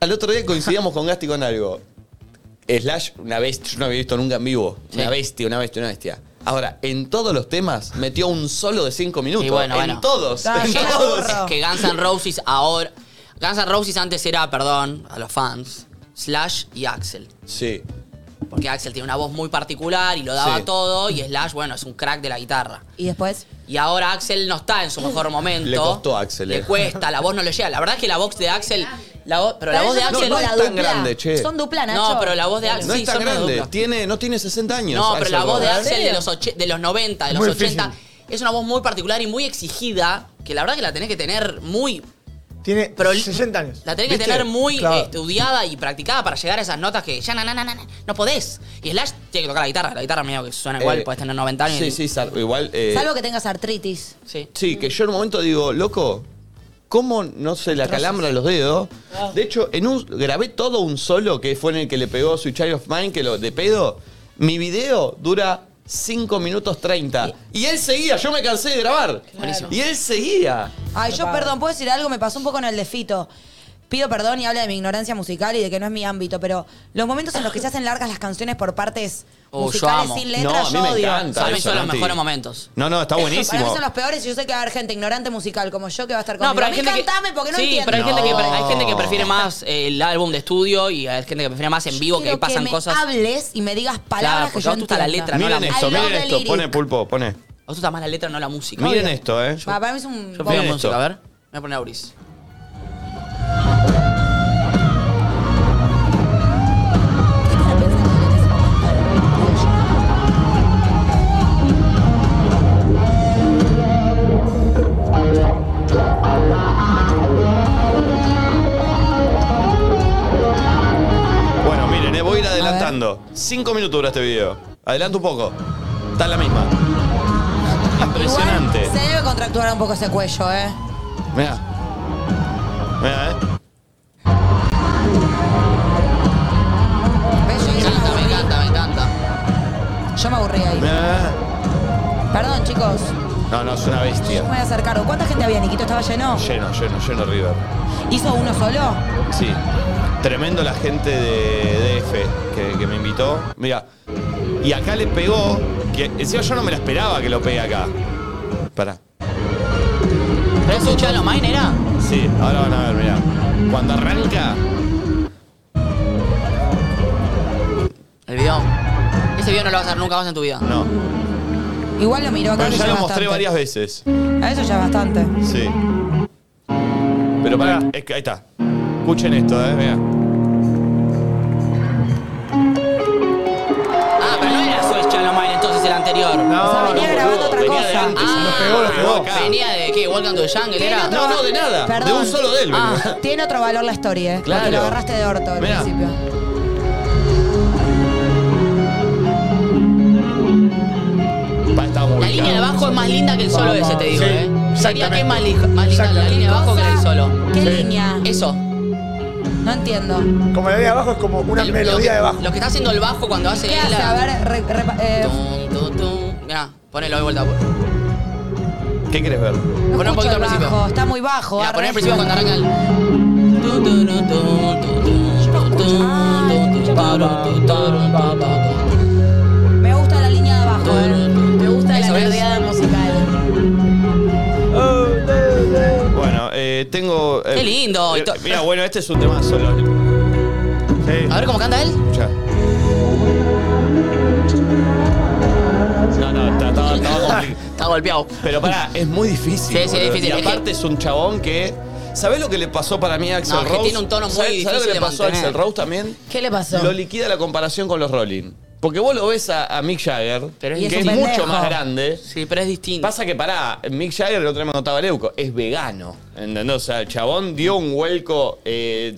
B: al otro día coincidíamos con Gasti con algo. Slash, una bestia, yo no había visto nunca en vivo. Una bestia, una bestia, una bestia. Ahora, en todos los temas metió un solo de cinco minutos.
C: Y bueno,
B: en
C: bueno.
B: todos. en
C: Es que-
B: todos.
C: es que Guns N' Roses ahora. Guns N' Roses antes era, perdón, a los fans, Slash y Axel.
B: Sí.
C: Porque Axel tiene una voz muy particular y lo daba
B: Sí.
C: todo. Y Slash, bueno, es un crack de la guitarra.
F: ¿Y después?
C: Y ahora Axel no está en su mejor momento.
B: Le costó a Axel. eh.
C: Le cuesta, la voz no le llega. La verdad es que la voz de Axel, La voz, pero, la
B: Pero
C: voz de
B: ellos no
C: Axel.
B: son No es tan dupla. grande, che. Son
F: dupla,
C: No,
F: Nacho.
C: pero la voz de Axel.
B: No
C: sí,
B: es tan
C: son medio
B: grande.
C: dupla.
B: Tiene, no tiene 60 años.
C: No, pero la voz de
B: Rodas.
C: Axel de los, och- de los 90, de los
B: Muy
C: 80, es una voz muy particular y muy exigida, que la verdad que la tenés que tener muy...
S: Tiene 60 años.
C: La tenés que
S: ¿Viste?
C: tener muy
S: Claro.
C: eh, estudiada y practicada para llegar a esas notas que ya na, na, na, na, na, no podés. Y Slash tiene que tocar la guitarra, la guitarra medio que suena igual,
B: Eh,
C: podés tener 90 años.
B: Sí, sí, sal- igual. eh,
F: Salvo que tengas artritis.
C: Sí.
B: Sí, que yo en un momento digo, loco, ¿cómo no se le acalambra los dedos?
C: Ah.
B: De hecho, en un, grabé todo un solo que fue en el que le pegó su Child of Mine, que lo de pedo. Mi video dura 5 minutos 30. Y él seguía, yo me cansé de grabar. Y él seguía.
F: Ay, yo perdón, puedo decir algo, me pasó un poco en el de Fito. Pido perdón y habla de mi ignorancia musical y de que no es mi ámbito, pero los momentos en los que se hacen largas las canciones por partes
C: Oh, yo
F: musicales
C: amo.
F: sin letras, yo odio.
C: Para mí
B: eso,
C: son los
B: Nati.
C: mejores momentos.
B: No, no, está
F: Para mí
B: buenísimo.
F: son los peores y yo sé que va a haber gente ignorante musical como yo que va a estar
C: No,
F: conmigo.
C: pero
F: No,
C: hay gente que,
F: porque no
C: sí,
F: entiendo.
C: pero hay, gente que, pre- hay
B: No.
C: gente que prefiere más eh, el álbum de estudio y hay gente que prefiere más en vivo, que
F: Quiero
C: ahí pasan
F: me
C: cosas.
F: hables y me digas palabras
C: Claro,
F: que
C: porque
F: yo
C: a vos te gusta la
F: entienda.
C: letra, no la
B: Miren esto,
F: I love
B: miren
F: the
B: esto.
F: lyric.
B: Pone pulpo, pone.
C: A vos te gusta más la letra, no la música.
B: Miren esto, eh.
F: Pa- Para mí es un...
C: Yo pongo
B: Miren
C: música,
B: esto.
C: a ver. Voy a poner Auris.
B: Bueno, miren, eh, voy a ir adelantando. Cinco minutos dura este video. Adelanto un poco. Está en la misma. Impresionante.
F: Se debe contractuar un poco ese cuello, ¿eh?
B: Mira. Mira, eh.
C: Me encanta, me encanta.
F: Yo me aburrí ahí.
B: Mirá.
F: Perdón, chicos.
B: No, no, es una
F: Yo me voy
B: bestia.
F: a hacer cargo. ¿Cuánta gente había, Niquito? ¿Estaba lleno?
B: Lleno, lleno, lleno River.
F: ¿Hizo uno solo?
B: Sí. Tremendo la gente de DF que, que me invitó. Mira. Y acá le pegó. Que encima yo no me la esperaba que lo pegue acá. Pará.
C: ¿Pero es un Chalo Mine era?
B: Sí, ahora van a ver, mirá. Cuando arranca.
C: El video. Ese video no lo vas a ver nunca más en tu vida.
B: No.
F: Igual lo miró acá.
B: Pero
F: que
B: ya
F: ya
B: lo
F: es
B: mostré
F: bastante.
B: varias veces.
F: A eso ya es bastante.
B: Sí. Pero pará, es que ahí está. Escuchen esto, eh, mirá.
C: Ah, pero no era Soy Chalo Mine entonces el anterior.
B: No,
F: venía no, grabando boludo, otra venía de cosa. antes,
C: ah,
B: lo pegó, lo pegó acá.
C: Venía de qué? Welcome to the Jungle
F: Tiene
C: era.
F: otro va- Perdón. Ah, tiene otro valor la historia, ¿eh?
C: Claro.
F: Porque lo agarraste de orto al
C: Mirá.
F: principio.
B: Pa, está
C: La
B: ubicado.
C: línea de abajo es más linda que el solo ese, te digo,
B: Sí,
C: eh. Sería que es más, li- más linda la
S: Exactamente.
C: línea de abajo que el solo.
F: ¿Qué línea?
C: Eso.
F: No entiendo.
S: Como la de abajo es como una
C: Lo
S: melodía
C: que,
S: de abajo.
C: lo que está haciendo el bajo cuando hace
F: ¿Qué
C: él
F: hace?
C: la-
F: A ver, re- repa- eh,
C: Tum, tum. Mirá, ponelo de vuelta. Poné
B: ¿Qué querés ver?
C: un poquito
F: escucho
C: al
F: el
C: principio.
F: bajo, está muy bajo.
C: Mirá, poné
F: arre.
C: al principio cuando arranca el. Tu, tu, ru, tu, tu, tu, tu, tu, tu, tu, pa, ru, tu, ta, ru, pa, pa, tu.
F: Me gusta la línea de abajo, ¿eh?
J: Me gusta la
C: Eso es.
J: melodiada musical.
B: Bueno, eh, tengo. eh,
C: Qué lindo. Y to-
B: Mira, bueno, este es un tema solo. Sí.
C: A ver cómo canta él.
B: Escuchá. No, no, está, está, está compli-
C: Está golpeado.
B: Pero pará, es muy difícil.
C: Sí, sí,
B: boludo.
C: es difícil.
B: Y
C: Es que-
B: aparte es un chabón que. ¿Sabés lo que le pasó para mí a Axel
C: No, que
B: Rose?
C: tiene un tono muy
B: ¿Sabés- ¿Sabés
C: difícil
B: lo que le
C: de
B: pasó a
C: mantener.
B: Axel Rose también?
J: ¿Qué le pasó?
B: Lo liquida la comparación con los Rolling. Porque vos lo ves a, a Mick Jagger,
C: es
B: que es
C: distinto.
B: mucho más grande.
C: Sí, pero es distinto.
B: Pasa que pará, Mick Jagger, el otro día me contaba Leuco, es vegano. ¿Entendés? O sea, el chabón dio un vuelco eh,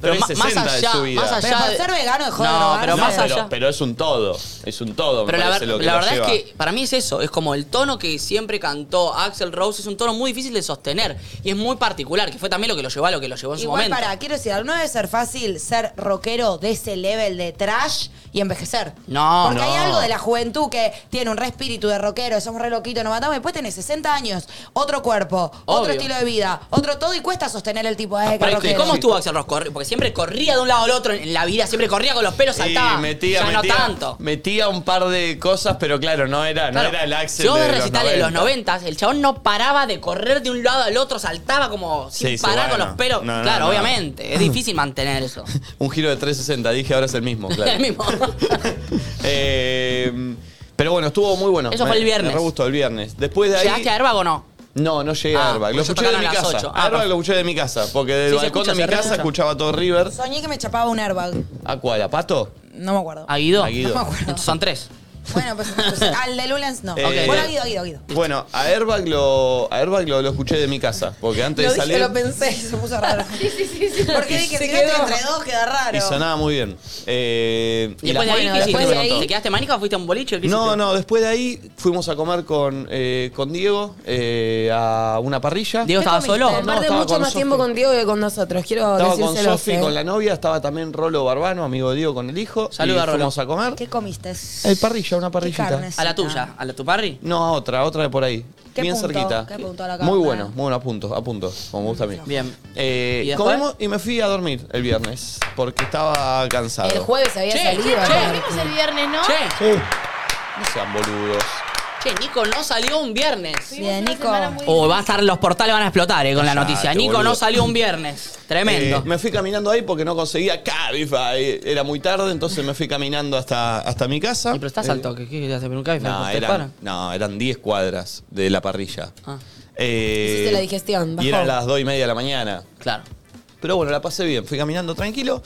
C: Pero ma-
B: 360
C: más
B: de
C: allá,
B: su vida.
C: más allá
F: Pero por
C: de-
F: ser vegano dejó de
C: No,
F: drogarse.
C: pero más
B: Pero,
C: allá.
B: pero es un todo, es un todo. me
C: Pero la,
B: parece
C: ver-
B: lo que
C: la
B: lo
C: verdad
B: lleva.
C: es que para mí es eso, es como el tono que siempre cantó Axel Rose, es un tono muy difícil de sostener y es muy particular, que fue también lo que lo llevó a lo que lo llevó en su
F: Igual
C: momento.
F: para, quiero decir, algo, no debe ser fácil ser rockero de ese level de trash y envejecer.
C: No,
F: Porque hay
C: no.
F: algo de la juventud que tiene un re espíritu de rockero, somos re loquitos, nos matamos, y después tenés 60 años, otro cuerpo, otro
C: Obvio.
F: estilo de vida, otro todo, y cuesta sostener el tipo de
C: Pero, ¿y
F: rockero.
C: ¿Cómo estuvo Axel Rose? Corri- Porque siempre corría de un lado al otro en la vida, siempre corría con los pelos, saltaba.
B: Y metía,
C: ya
B: metía-
C: no tanto.
B: metía un par de cosas, pero claro, no era,
C: Claro,
B: no era el Axel
C: si vos
B: de
C: ves
B: los
C: recitales
B: 90.
C: de los 90, el chabón no paraba de correr de un lado al otro, saltaba como sin
B: Sí, sí,
C: parar
B: bueno.
C: con los pelos.
B: No, no,
C: claro,
B: no.
C: obviamente, es difícil mantener eso.
B: Un giro de 360, dije, ahora es el mismo, claro.
C: El mismo.
B: Eh, pero bueno, estuvo muy bueno.
C: Eso
B: Me-
C: fue el viernes.
B: Me re gustó el viernes. Después de ahí.
C: ¿Llegaste a Airbag o no?
B: No, no llegué a
C: Ah,
B: Airbag. Lo
C: ellos
B: escuché de mi
C: tocaron a las
B: casa.
C: ocho. Ah,
B: Airbag
C: perfecto.
B: lo escuché de mi casa. Porque del
C: Sí, se
B: balcón
C: escucha,
B: de mi
C: se
B: casa
C: reescucha.
B: escuchaba todo River.
F: Soñé que me chapaba un airbag.
B: ¿A cuál? ¿A Pato?
F: No me acuerdo.
C: ¿A Guido?
B: A Guido.
F: No me acuerdo.
C: Son tres.
F: Bueno, pues, pues, al de Lulens no.
B: Eh,
F: Bueno, a Guido, Guido, Guido.
B: Bueno, a Airbag lo, a Airbag lo, lo escuché de mi casa. Porque antes de salir.
F: pensé y se puso raro. sí, sí, sí, sí. Porque dije,
J: Se
F: si gato
J: quedó.
F: entre dos queda raro.
B: Y sonaba muy bien. Eh, y
C: Después de
B: las
C: ahí,
B: máquinas
C: ¿qué
B: las
C: hiciste?
B: tuvieron
C: ¿Te
B: todas.
C: quedaste manica o fuiste a un boliche? ¿Qué
B: No,
C: hiciste?
B: no, después de ahí fuimos a comer con, eh, con Diego eh, a una parrilla.
C: ¿Diego estaba solo?
B: No,
J: Aparte,
B: estaba
J: mucho
B: con
J: más
B: Sofi.
J: tiempo con Diego que con nosotros. Quiero
B: Estaba con
J: decírselo.
B: Sofi, con la novia, estaba también Rolo Barbano, amigo de Diego con el hijo.
C: Saluda,
B: y
C: Rolo.
B: fuimos a comer.
F: ¿Qué comiste?
B: El parrilla, una parrillita.
F: carnes? Ah.
C: A la tuya, a la tu parry.
B: No, otra, otra de por ahí.
F: ¿Qué
B: bien
F: punto?
B: cerquita.
F: ¿Qué punto a la
B: muy
F: carne?
B: bueno, muy bueno, a punto, a punto, como me gusta a mí.
C: Bien.
B: Eh,
C: ¿Y después?
B: comimos y me fui a dormir el viernes, porque estaba cansado.
J: El jueves había salido.
I: che,
J: aparte.
I: ¿vimos el viernes, no?
C: Che,
B: No sean boludos.
C: che, Nico no salió un viernes.
I: Tuvimos
F: Bien,
I: una
F: Nico.
I: semana muy-
C: O va a estar, los portales van a explotar eh, con la
B: Cállate,
C: noticia. Nico
B: boludo.
C: no salió un viernes. Tremendo.
B: Eh, me fui caminando ahí porque no conseguía Cabify. Era muy tarde, entonces me fui caminando hasta, hasta mi casa.
C: pero estás
B: Eh,
C: al toque. ¿Qué te hace? ¿Pero un café?
B: No,
C: ¿Te
B: eran,
C: paran?
B: no, eran 10 cuadras de la parrilla.
C: Ah.
B: Eh,
J: Hiciste la digestión, bajó.
B: Y eran las 2 y media de la mañana.
C: Claro.
B: Pero bueno, la pasé bien. Fui caminando tranquilo.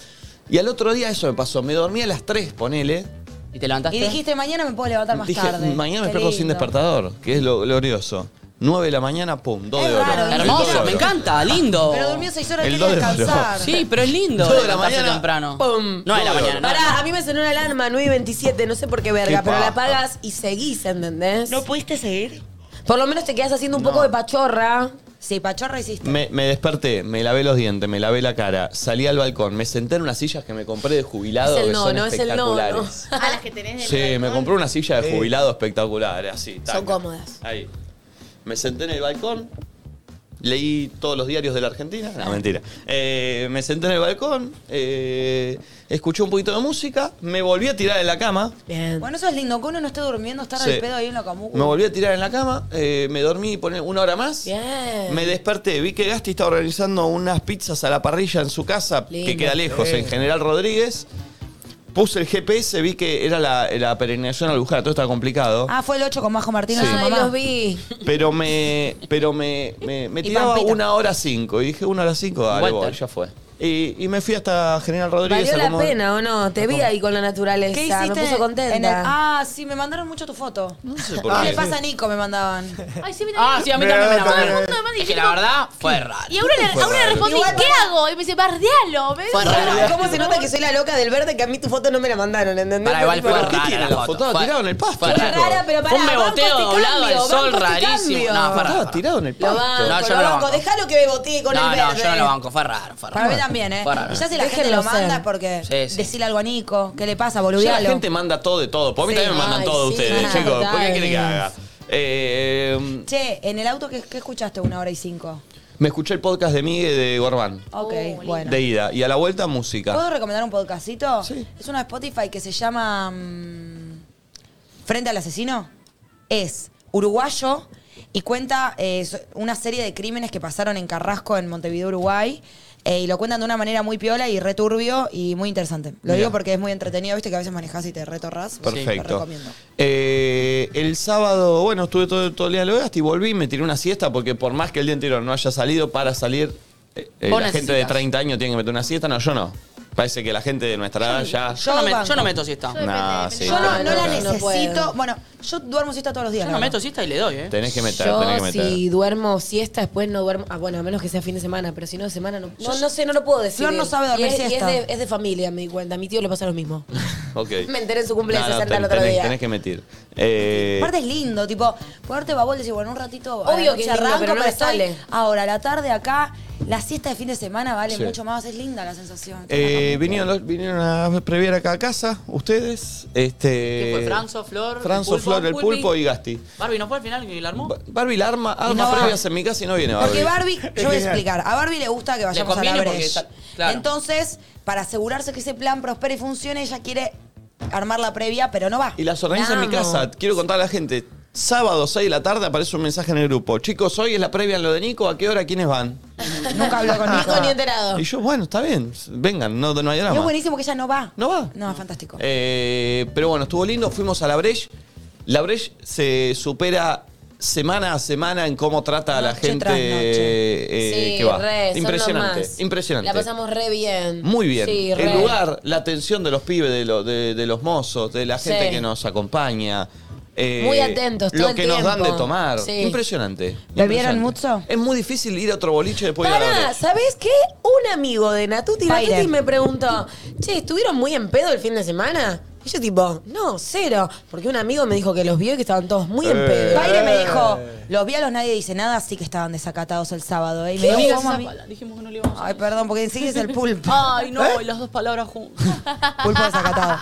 B: Y al otro día eso me pasó. Me dormí a las 3, ponele.
C: ¿Y te levantaste?
F: Y dijiste, mañana me puedo levantar más
B: Dije,
F: tarde.
B: mañana me
F: Qué
B: despierto sin
F: lindo.
B: despertador, que es lo glorioso. 9 de la mañana, pum, 2 de oro.
F: raro,
B: El dos de
C: Hermoso,
B: oro.
C: me encanta, lindo.
F: Pero durmió seis horas,
B: El
F: quería
B: dos de oro.
F: descansar.
C: Sí, pero es lindo
B: Todo de la
C: levantarse
B: mañana,
C: temprano.
J: ¡pum!
C: No es la
B: Todo de
C: mañana, no.
J: Pará, a mí me sonó la alarma 9 y 27, no sé por qué verga,
B: Qué
J: pero la
B: paja.
J: apagas y seguís, ¿entendés?
T: ¿No pudiste seguir?
J: Por lo menos te quedas haciendo un poco de pachorra.
F: Sí, pachorra hiciste.
B: Me, me desperté, me lavé los dientes, me lavé la cara, salí al balcón, me senté en unas sillas que me compré de jubilado
J: Es el
B: que
J: no,
B: son
J: no, es el no, no.
B: espectaculares.
I: A las que tenés del
B: Sí, me
I: balcón.
B: compré una silla de jubilado espectacular, así. taca.
J: Son cómodas.
B: Ahí. Me senté en el balcón, leí todos los diarios de la Argentina. No, mentira. Eh, me senté en el balcón, eh, escuché un poquito de música, me volví a tirar en la cama.
J: Bien.
F: Bueno, eso es lindo, que uno no esté durmiendo, estar
B: Sí.
F: al pedo ahí en la camuca.
B: Me volví a tirar en la cama, eh, me dormí poné, una hora más.
J: Bien.
B: Me desperté, vi que Gasti está organizando unas pizzas a la parrilla en su casa,
J: Lindo.
B: que queda lejos,
S: Sí.
B: en General Rodríguez. Puse el GPS, vi que era la, la peregrinación a Luján, todo estaba complicado.
F: Ah, fue el 8 con Majo Martínez y su
J: Ay,
F: mamá.
J: los vi.
B: Pero me, pero me, me, me
F: Y
B: tiraba
F: Pampita.
B: una hora cinco. Y dije, una hora cinco, dale,
C: Walter.
B: voy, ya fue. Y, y me fui hasta General Rodríguez.
J: ¿Valió
B: a
J: la
B: como-
J: pena o no? Te vi ahí con la naturaleza.
F: ¿Qué hiciste?
J: Me puso contenta.
F: en el- ah, sí, me mandaron mucho tu foto.
B: No sé por
F: ¿Qué
B: qué.
F: le pasa a Nico? Me mandaban.
I: Ay, sí, mira,
C: Ah, sí, a mí también me la
I: Todo el
C: mandaron.
I: mundo además
C: Es
I: diciendo-
C: que la verdad fue raro.
I: Y ahora le, ahora le respondí,
J: Igual-
I: ¿qué hago? Y me dice, bardealo. ¿ves?
C: Fue raro.
J: ¿Cómo se nota que soy la loca del verde que a mí tu foto no me la mandaron, ¿entendés?
C: Para igual fue
B: ¿Pero qué
C: rara
B: tiene
C: la
B: la
C: foto.
B: foto?
C: Fue-
B: Tirado en el pasto,
C: Fue
B: chico.
J: Rara, pero pará,
C: un beboteo
J: bancos te
C: doblado al
J: cambio,
C: sol
J: bancos te
C: rarísimo.
J: cambio.
C: No, fue raro.
B: Estaba tirado en el
J: Lo
B: pasto.
J: banco,
C: No, yo
J: lo
C: no lo
J: banco.
C: banco.
J: Déjalo que bebotee con
C: No,
J: el
C: no,
J: verde.
C: yo no lo banco, fue raro, fue
F: Para
C: raro.
F: mí también, ¿eh?
C: Fue raro.
F: Y ya si la gente
J: Déjenlo
F: lo manda
J: ser.
F: es porque
C: Sí, sí.
F: decirle algo a Nico, ¿qué le pasa?
B: Ya la
F: Boludealo.
B: gente manda todo de todo. Por mí
J: Sí,
B: también me
J: ay,
B: mandan todo de
J: sí, Ah,
B: ustedes,
J: total.
B: chicos. ¿Por qué quieren que haga? Eh,
F: Che, en el auto, ¿qué, qué escuchaste una hora y cinco?
B: me escuché el podcast de Migue de Gorbán.
C: Oh,
F: Ok,
I: lindo.
F: bueno. Oh,
B: De ida. Y a la vuelta, música.
F: ¿Puedo recomendar un podcastito?
B: Sí.
F: Es una de Spotify que se llama mm, Frente al asesino. Es uruguayo y cuenta eh, so- una serie de crímenes que pasaron en Carrasco, en Montevideo, Uruguay. eh, y lo cuentan de una manera muy piola y returbio y muy interesante. Lo
B: Mirá.
F: digo porque es muy entretenido, viste que a veces manejás y te retorrás. Te
B: Perfecto.
F: recomiendo.
B: Eh, el sábado, bueno, estuve todo, todo el día en Las Vegas y volví, me tiré una siesta porque por más que el día entero no haya salido, para salir, eh, eh,
C: Vos
B: la gente de
C: necesitas.
B: 30 años tiene que meter una siesta. No, yo no. Parece que la gente de nuestra edad ya...
C: Yo no, me, yo no
F: banco.
C: meto siesta.
I: Yo-
B: Nah, sí,
F: Yo no,
B: tenés
F: no la
B: que-
J: no
F: necesito.
J: puedo.
F: bueno, yo duermo siesta todos los días.
C: Yo no
F: la
C: meto
F: verdad.
C: siesta y le doy, ¿eh?
B: Tenés que meter,
J: Yo,
B: tenés que meter.
J: si duermo siesta, después no duermo. Ah, bueno, a menos que sea fin de semana, pero si no, de semana no. No, no sé, no lo puedo decir.
F: Flor no sabe dormir
J: y es, y es
F: siesta.
J: de, es de familia, me di cuenta. A mi tío le pasa lo mismo.
B: Ok.
J: Me enteré en su cumple de
B: No, no,
J: 60 el
B: ten-
J: otro
B: tenés,
J: día.
B: tenés que meter. Eh,
F: Aparte es lindo, tipo, ponerte babol y decir, bueno, un ratito a la
J: Obvio
F: noche
J: que es lindo,
F: arranco,
J: pero no me
F: estoy
J: sale.
F: Ahora, la tarde acá, la siesta de fin de semana vale
B: Sí.
F: mucho más, es linda la sensación.
B: Eh, vinieron, los- vinieron a previar acá a casa, ustedes. Este,
C: ¿Qué fue? Franzo, Flor, el
B: Franzo,
C: Pulpo,
B: Flor, el
C: Pulpi.
B: pulpo y Gasti.
C: Barbie, ¿no fue al final que la armó?
B: Ba- Barbie la arma, arma
F: no va.
B: previas en mi casa y no viene Barbie.
F: Porque Barbie, yo voy a
S: genial.
F: explicar, a Barbie le gusta que vayamos a la
C: conviene porque
F: brecha.
C: está- claro.
F: Entonces, para asegurarse que ese plan prospere y funcione, ella quiere armar la previa, pero no va.
B: Y las organiza en mi
J: Vamos.
B: casa. Quiero contar a la gente. Sábado, 6 de la tarde, aparece un mensaje en el grupo. Chicos, hoy es la previa en lo de Nico. ¿A qué hora? ¿Quiénes van?
F: Nunca habló
B: Ah,
F: con Nico.
J: Nico ni enterado.
B: Y yo, bueno, está bien. Vengan, no, no hay
F: Y es
B: drama.
F: buenísimo que ella no va.
B: ¿No va?
F: No, es fantástico.
B: Eh, pero bueno, estuvo lindo. Fuimos a la Breche. La Breche se supera semana a semana en cómo trata a la gente eh,
E: Sí,
B: que va.
E: re, son lo
B: impresionante,
E: más.
B: impresionante.
E: La pasamos re bien.
B: Muy bien.
E: Sí, re.
B: el lugar, la atención de los pibes, de, lo- de- de los mozos, de la gente
E: Sí.
B: que nos acompaña. eh,
E: Muy atentos todo
B: Lo
E: el
B: que nos dan de
E: tiempo.
B: tomar.
E: Sí.
B: Impresionante.
J: ¿Bebieron
B: mucho? Es muy difícil ir a otro boliche después de ir a
J: Pará,
B: otro.
J: ¿sabés qué? Un amigo de Natuti,
B: Baile.
J: Natuti me preguntó, che, ¿estuvieron muy en pedo el fin de semana? Y yo tipo, no, cero. Porque un amigo me dijo que los vio y que estaban todos muy en
F: Eh.
J: pedo.
F: Baile me dijo, los vi a los nadie dice nada, así que estaban desacatados el sábado. ¿eh? Y
C: ¿Qué
F: me dio
C: digas
F: como a
C: esa
F: mí.
C: pala- Dijimos que no le íbamos a
F: Ay, perdón, porque enseguida es el pulpo.
C: Ay, no,
F: ¿Eh?
C: y las dos palabras juntas.
F: Pulpo desacatado.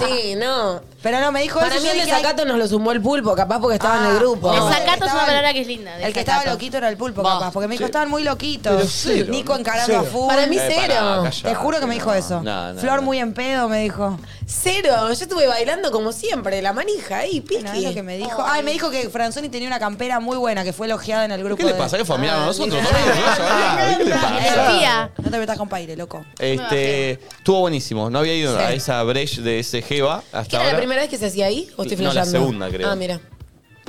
J: Sí, no.
F: Pero no, me dijo
J: Para
F: eso,
J: mí
F: yo
J: el
F: dije, ay,
J: desacato nos lo sumó el pulpo, capaz porque estaba
F: Ah,
J: en el grupo.
I: Desacato es una
F: Estaba-
I: palabra que es linda.
F: El que estaba
I: desacato.
F: loquito era el pulpo, capaz, porque me dijo, estaban muy loquitos.
B: Pero cero,
F: Nico
B: ¿no?
F: encarando a
B: Cero.
F: full.
B: Para mí Eh, cero. pará, callate,
F: Te juro que me dijo
B: no.
F: eso.
B: No, no,
F: Flor
B: no.
F: muy en pedo, me dijo.
J: Cero, yo estuve bailando como siempre, la manija ahí, piqui.
F: Bueno, es lo que me dijo. Ay, me dijo que Franzoni tenía una campera muy buena que fue elogiada en el grupo. Ah,
B: ¿Qué le
F: de-
B: pasa? ¿Qué familiar a nosotros? Ah,
F: Me
B: ¿Qué le
F: encanta.
B: pasa?
F: No te metas con Paire, loco.
B: Este, estuvo buenísimo. No había ido
F: Sí.
B: a esa breach de ese Jeva hasta
J: ¿Qué era
B: ahora.
J: la primera vez que se hacía ahí? ¿O estoy
B: No, la
J: flasheando?
B: segunda, creo.
J: Ah, mira.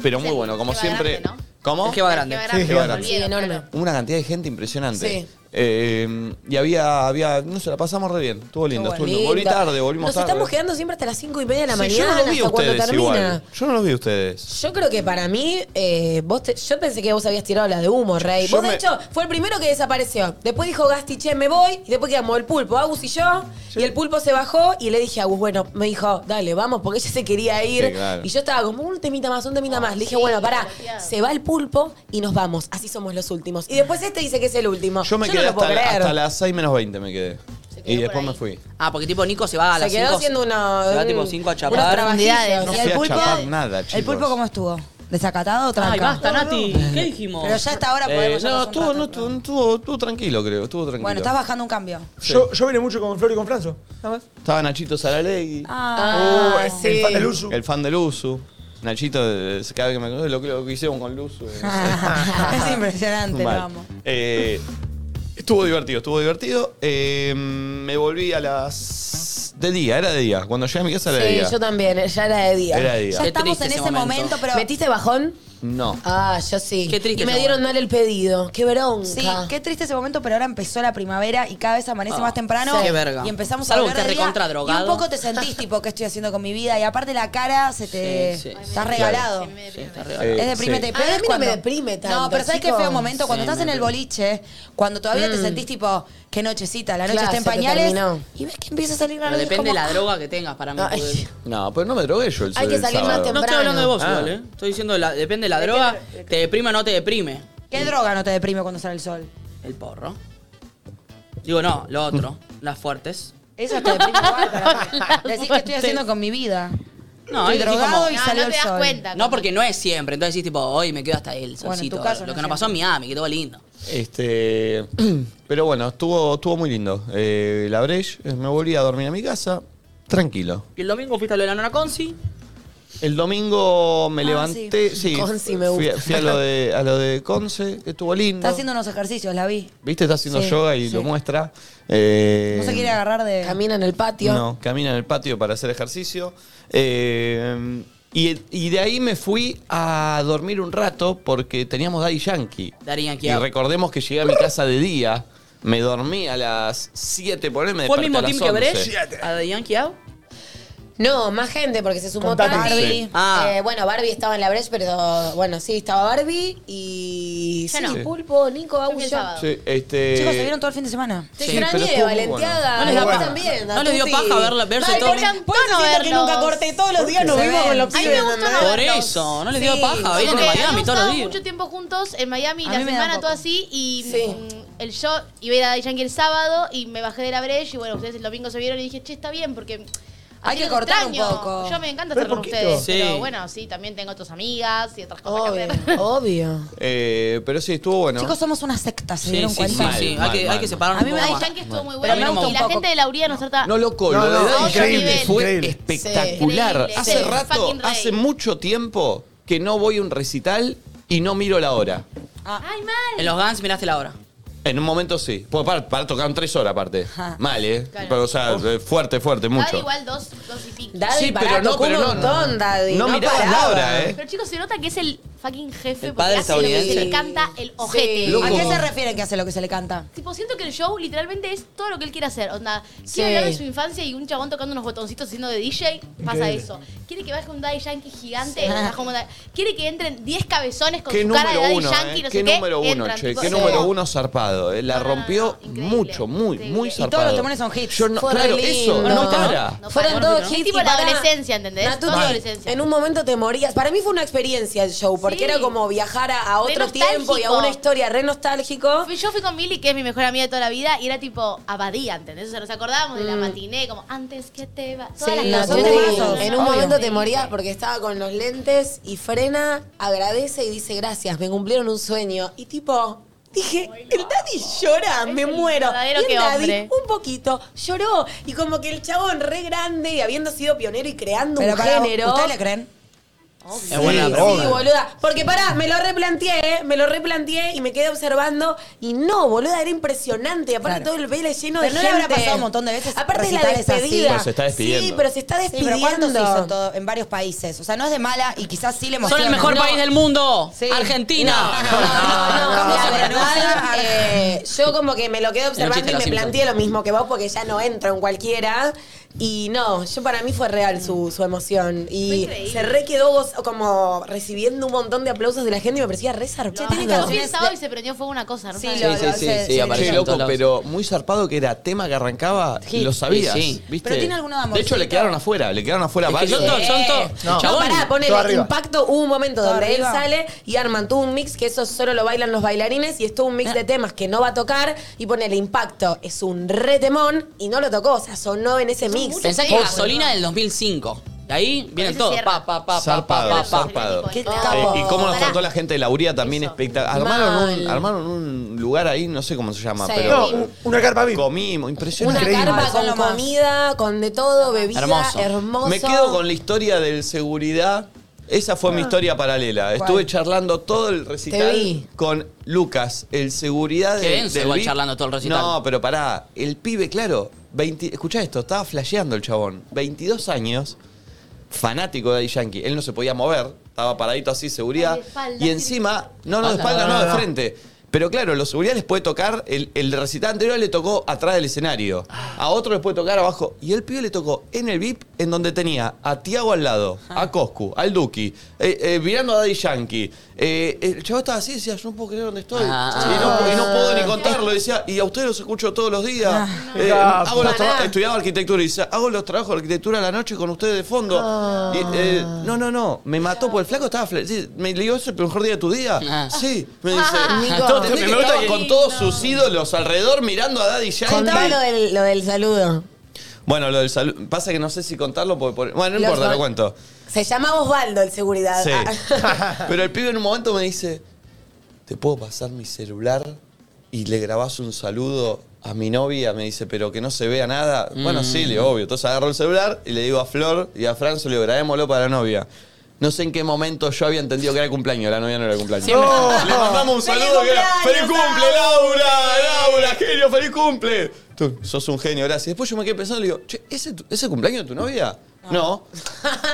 B: Pero muy bueno, como siempre. ¿Cómo?
J: El Jeva grande. El Jeva grande,
B: Jeva
J: me olvido, Sí, enorme.
B: Hubo Una cantidad de gente impresionante.
J: Sí.
B: Eh, y había, había, no sé, la pasamos re bien. Estuvo lindo, estuvo lindo.
J: Lindo.
B: Volví tarde, volvimos
J: Nos
B: tarde.
J: estamos quedando siempre hasta las 5 y media de la
B: Sí,
J: mañana,
B: yo no los vi a
J: hasta cuando
B: ustedes
J: termina.
B: igual. Yo no los vi a ustedes.
J: Yo creo que para mí, eh, vos te- yo pensé que vos habías tirado la de humo, Rey.
B: Yo
J: Vos,
B: me-
J: de hecho, fue el primero que desapareció. Después dijo Gasti, che, me voy. Y después quedamos el pulpo, Agus y yo. Y el pulpo se bajó y le dije a Agus, bueno, me dijo, dale, vamos, porque ella se quería ir.
B: Sí, claro. Ah,
J: Y yo estaba como, un temita más, un temita más. Le dije, bueno, pará, se va el pulpo y nos vamos. Así somos los últimos. Y después este dice que es el último.
B: Yo me
J: no
B: quedé
J: lo puedo
B: hasta, la-
J: creer.
B: hasta las 6 menos 20 me quedé. Y después me fui.
C: Ah, porque tipo Nico se va a
J: Se
C: las
J: quedó
C: cinco.
J: haciendo una-
C: Se va tipo
J: un-
C: 5 a
J: unos
C: chapar.
J: trabajillos.
B: No
F: Y
B: fui
F: el
B: a
F: pulpo.
B: chapar nada,
F: ¿El
B: chicos.
F: pulpo cómo estuvo? ¿Desacatado o tranca?
C: Ay, basta, Nati. ¿Qué dijimos?
F: Pero ya a esta hora podemos
B: Eh,
F: llamarnos
B: no,
F: un
B: estuvo, no, estuvo, estuvo, estuvo tranquilo, creo. Estuvo tranquilo.
F: Bueno, estás bajando un cambio.
S: Yo, yo vine mucho con Flor y con Franzo. Nada más.
B: Estaba Nachito Saralegui.
F: Ah,
S: Oh, el sí. fan del Usu.
B: El fan del Usu. Nachito, eh, cada vez que me acuerdo lo, que- lo que hicieron con el Usu. eh,
F: es impresionante, lo
B: mal.
F: amo.
B: Eh, estuvo divertido, estuvo divertido. Eh, me volví a las... De día, era de día. Cuando llegué a mi casa era de
J: Sí,
B: día.
J: yo también, eh, ya era de día.
B: Era de día.
J: Ya
B: Qué
J: estamos
B: triste
J: en
B: ese
J: ese momento,
B: momento,
J: pero. ¿Metiste bajón?
B: No.
J: Ah, yo sí.
F: Qué triste
J: Y me
F: ese
J: dieron mal el pedido. Qué bronca.
F: Sí, qué triste ese momento, pero ahora empezó la primavera y cada vez amanece
J: Ah,
F: más temprano.
J: sí. Qué verga.
F: Y empezamos
J: Salvo
F: a volver
J: que te
F: de día,
J: recontra
F: Y un
J: drogado.
F: poco te sentís, tipo, ¿qué estoy haciendo con mi vida? Y aparte la cara se te...
J: Sí, sí,
F: está
J: sí.
F: regalado.
J: Eh,
F: es deprimente.
J: sí.
F: Pero
J: Ay, a
F: es
J: mí no
F: cuando-
J: me deprime tanto,
F: No, pero ¿sabes qué
J: chicos?
F: feo momento? Cuando
J: Sí,
F: estás en
J: me
F: el
J: deprime.
F: boliche, cuando todavía te
J: Mm.
F: sentís, tipo, qué nochecita, la noche
J: Claro,
F: está en
J: se te
F: pañales.
J: terminó.
F: Y ves que empieza a salir la
C: Pero
F: luz,
C: depende de
F: como-
C: la droga que tengas para mí.
F: Ay.
B: No, pero no me drogué yo el
F: Hay que
B: el
F: salir más
B: sábado.
C: No estoy hablando de vos
B: Ah.
C: igual, ¿eh? Estoy diciendo, la- depende de la droga, te deprime o no te deprime.
F: ¿Qué droga no te deprime cuando sale el sol?
C: El porro. Digo, no, lo otro. Las fuertes.
F: Eso te deprime igual. para mí. Decís que estoy haciendo con mi vida.
C: No,
F: estoy
C: es decir,
F: drogado
C: como-
F: y
C: No,
F: salió
C: no
F: el
C: te das
F: sol.
C: cuenta. No, porque no es siempre. Entonces decís, tipo, hoy me quedo hasta ahí el
F: Bueno, en
C: solcito.
F: tu caso
C: lo
F: no
C: que nos pasó en Miami, que todo lindo.
B: Este, pero bueno, estuvo, estuvo muy lindo. Eh, la Breche, eh, me volví a dormir a mi casa, tranquilo.
C: Y el domingo fuiste a lo de la nona Conci.
B: El domingo me
C: Ah,
B: levanté,
C: sí.
B: sí,
C: Conce me
B: fui, a-
C: gusta.
B: fui a lo de a lo de Conce, que estuvo lindo.
F: Está haciendo unos ejercicios, la vi.
B: Viste, está haciendo
F: Sí,
B: yoga y
F: sí.
B: lo muestra. Eh,
F: No se quiere agarrar de.
J: Camina en el patio.
B: No, camina en el patio para hacer ejercicio. Eh, y, y de ahí me fui a dormir un rato porque teníamos Daddy Yankee.
C: Daddy Yankee,
B: Y
C: ah.
B: recordemos que llegué a mi casa de día, me dormí a las 7, por ahí me
C: ¿Fue el
B: desperté a
C: mismo
B: las
C: team que
B: 11.
C: Brecht? ¿A The Yankee Out?
J: No, más gente, porque se sumó
B: Con Tati.
J: Tati.
B: Sí.
C: Ah.
J: Eh, bueno, Barbie estaba en la brecha, pero bueno, sí, estaba Barbie y.
F: Ya
J: sí,
F: no.
J: Pulpo, Nico, Agus, yo.
B: Sí, este...
F: Chicos,
C: Eh,
F: se vieron todo el fin de semana.
J: Te extrañé, Valenteada.
F: No les da
J: Vos
F: paja.
J: también,
F: No les dio
J: Natuti.
F: paja verla- verse
J: Ay,
F: todo.
J: me encantó
F: Por eso
J: no
F: siento que
J: verlos.
F: nunca corté, todos los días nos
J: Se
F: vimos
J: ven.
F: con los
J: A mí me
F: pibes,
J: gustó
F: ¿entendés?
J: no
C: Por
J: verlos.
C: eso, no les
J: Sí.
C: dio paja. Vienen de
I: Porque
C: Miami
I: habíamos
C: todos los
I: estado
C: días.
I: mucho tiempo juntos en Miami,
F: A
I: la
F: mí me da
I: semana
F: poco.
I: todo así, y mm, el show iba a ir a Daddy Yankee el sábado y me bajé de la brecha y bueno, ustedes el domingo se vieron y dije, che, está bien, porque...
F: Hay
I: así
F: que
I: los
F: cortar un poco.
I: Yo me encanta
F: Re
I: estar con
F: poquito.
I: ustedes,
B: Sí.
I: pero bueno, sí, también tengo otras amigas y otras cosas que hacer.
J: Obvio, obvio.
B: Eh, pero sí, estuvo bueno.
F: Chicos, somos una secta, ¿se dieron
B: sí,
F: cuenta?
B: sí, sí. Hay que- hay que separarnos
F: A mí me
B: un
I: Daddy
B: poco
I: Yankee estuvo muy
B: Pero a mí no me
I: bueno y
B: gusta
I: la gente de la Uría nos trata...
B: No, loco,
I: No,
B: lo
I: no,
B: de Daddy
I: increíble,
B: Yankee fue
I: increíble.
B: espectacular.
I: Sí,
B: hace
I: increíble.
B: rato,
I: Fucking rey.
B: hace mucho tiempo que no voy a un recital y no miro la hora.
I: Ay, mal.
C: En los Guns miraste la hora.
B: En un momento sí. Porque para, para tocaron tres horas aparte.
C: Ajá.
B: Mal, ¿eh?
I: Claro.
B: Pero, o sea, eh, fuerte, fuerte,
I: Daddy
B: mucho.
I: igual dos, dos y pico.
J: Daddy,
B: Sí,
J: pará,
B: pero no,
J: tocó
B: pero
J: un
B: no,
J: montón, Daddy.
B: no mirabas la
J: paraba.
B: hora, ¿eh?
I: Pero chicos, se nota que es el fucking jefe
F: El
I: porque
F: padre
I: hace lo que se
F: estadounidense.
I: le canta el ojete.
F: ¿A qué se refieren que hace lo que se le canta?
I: Tipo, siento que el show literalmente es todo lo que él quiere hacer. Onda,
F: Sí.
I: quiere hablar de su infancia y un chabón tocando unos botoncitos haciendo de DJ, pasa
F: Increíble.
I: eso. Quiere que baje un Daddy Yankee gigante,
B: Sí.
F: Ah.
I: baja como Daddy- quiere que entren 10 cabezones con
B: Qué
I: su cara de
B: número
I: Daddy
B: uno,
I: Yankee,
B: eh.
I: no
B: Qué
I: sé qué.
B: número uno,
I: entran,
B: che.
I: tipo,
B: Qué
I: sí.
B: número uno zarpado. eh. La rompió mucho, muy, muy
F: Y
B: zarpado.
F: todos los temones son hits.
B: Yo no- claro, eso, no para.
J: Fueron
I: no.
J: todos hits.
I: Es tipo
J: y
I: la
J: pará.
I: adolescencia, ¿entendés?
J: Natu,
I: Toda
J: te-
I: adolescencia.
J: En un momento te morías. Para mí fue una experiencia el show, porque
I: Sí.
J: era como viajar a, a
I: Re
J: otro tiempo y a
I: nostálgico.
J: una historia re nostálgico.
I: Fui- Yo fui con Milly, que es mi mejor amiga de toda la vida, y era tipo abadía, ¿entendés? O sea, nos acordábamos de la
J: Mm.
I: matiné, como antes que te va.
J: Sí,
I: Todas las
J: Natu,
I: canciones.
J: en un momento te morías porque estaba con los lentes y frena, agradece y dice gracias, me cumplieron un sueño. Y tipo, dije, el daddy llora, me muero.
I: verdadero
J: Y el
I: que
J: daddy,
I: hombre.
J: un poquito, lloró. Y como que el chabón re grande y habiendo sido pionero y creando
F: Pero
J: un
F: pará,
J: género.
F: ¿ustedes le creen?
J: Sí, sí, boluda. Porque pará, me lo replanteé, ¿eh? me lo replanteé y me quedé observando. Y no, boluda, era impresionante. Aparte
F: Claro.
J: todo el baile lleno
F: Pero
J: de
F: no le habrá
J: gente.
F: pasado un montón de veces
J: Aparte la
F: recitales así.
J: despedida.
F: Pero Pues se está despidiendo.
J: Sí, pero se está
F: Sí, pero ¿cuántos
J: despidiendo.
F: se hizo en todo- en varios países? O sea, no es de mala y quizás sí le
C: Son
F: emocionan.
C: el mejor
F: No.
C: país del mundo.
F: Sí.
C: Argentina.
J: la verdad, eh, yo como que me lo quedé
C: chiste,
J: observando y
C: los
J: me
C: Simpsons.
J: planteé lo mismo que vos porque ya no entro en cualquiera. Y no, yo para mí fue real su, su emoción. Y
I: Fue increíble.
J: se re quedó gozo- como recibiendo un montón de aplausos de la gente y me parecía re zarpado.
I: Yo fui el sábado y se prendió fuego una cosa, ¿no?
J: Sí,
I: sabes?
B: Sí, sí, sí, sí,
A: apareció
B: Che,
A: en
B: loco,
A: todos lados.
B: pero muy zarpado que era tema que arrancaba,
A: Hit.
B: lo sabías,
A: Sí, sí.
B: ¿viste?
J: Pero tiene alguno de
B: de hecho, le
J: amorcito.
B: quedaron afuera, le quedaron afuera
A: Es que
B: varios.
A: son todos- son
J: No, pará,
B: Todo
J: ponele
B: arriba.
J: impacto. Hubo un momento
F: Todo
J: donde
F: arriba.
J: él sale y arman todo un mix que eso solo lo bailan los bailarines y es todo un mix de temas que no va a tocar. Y ponele impacto, es un retemón y no lo tocó, o sea, sonó en ese mix.
C: Pensá que gasolina del 2005. De ahí vienen todos. Pa, pa, pa, pa, pa,
B: Zarpado,
C: pa, pa.
B: zarpado.
J: Qué
B: Eh,
J: capo.
B: y cómo nos
J: Pará.
B: trató la gente de Lauría también espectacular. Armaron
J: Mal.
B: un, armaron un lugar ahí, no sé cómo se llama,
J: Sí.
B: pero.
J: No, un-
B: una carpa Comimos,
J: Una
B: impresionante.
J: carpa con comida, con de todo, bebida, hermoso.
B: Me quedo con la historia del seguridad. Esa fue mi historia paralela. Estuve charlando todo el
J: Ah. Te
B: recital
J: vi.
B: con Lucas, el seguridad
C: Qué
B: de-
C: denso
B: del
C: igual
B: VIP.
C: charlando todo el recital.
B: No, pero pará. El pibe, claro. 20, escuchá esto, estaba flasheando el chabón. 22 años, fanático de Daddy Yankee. Él no se podía mover, estaba paradito así, seguridad.
A: Ay, de espalda,
B: y
A: sí.
B: encima, no, no, de espalda, Ah, no, de frente. Pero claro, los seguridad les puede tocar, el, el recital anterior le tocó atrás del escenario, a otro les puede tocar abajo, y el pibe le tocó en el VIP, en donde tenía a Tiago al lado,
A: Ah.
B: a Coscu, al Duki, eh, eh, mirando a Daddy Yankee. Eh, el chavo estaba así, decía, yo no puedo creer dónde estoy. Y, no, y no puedo ni contarlo, decía, y a ustedes los escucho todos los días. Eh,
A: Ah,
B: hago los
A: pará.
B: traba- estudiaba arquitectura y decía, hago los trabajos de arquitectura a la noche con ustedes de fondo.
A: Ah.
B: Y, eh, no, no, no, me mató, porque el flaco estaba... fle- sí, me le digo, ¿es el mejor día de tu día? Sí, me dice.
J: Nico.
B: Todo- entendí que
J: Ah. Me gusta
B: estaba
J: que-
B: con todos sus ídolos alrededor mirando a Daddy
J: Contaba lo
B: Yankee.
J: del, lo del saludo.
B: Bueno, lo del salud. Pasa que no sé si contarlo porque. por- Bueno, no
J: Los
B: importa,
J: dos.
B: lo cuento.
J: Se llamaba Osvaldo el seguridad.
B: Sí.
J: Ah.
B: Pero el pibe en un momento me dice: ¿Te puedo pasar mi celular? Y le grabás un saludo a mi novia. Me dice: ¿Pero que no se vea nada? Bueno,
A: Mm.
B: sí, le digo, obvio. Entonces agarro el celular y le digo a Flor y a Franzo: Le digo, grabémoslo para la novia. No sé en qué momento yo había entendido que era el cumpleaños, la novia no era el cumpleaños.
A: Siempre.
B: Le mandamos un
A: ¡Feliz
B: saludo que era
A: cumpleaños,
B: ¡Feliz cumple, Laura!
A: Laura!
B: ¡Laura, genio, feliz cumple! Tú, sos un genio, gracias. Después yo me quedé pensando y le digo, che, ¿ese, tu- ese cumpleaños de tu novia? No.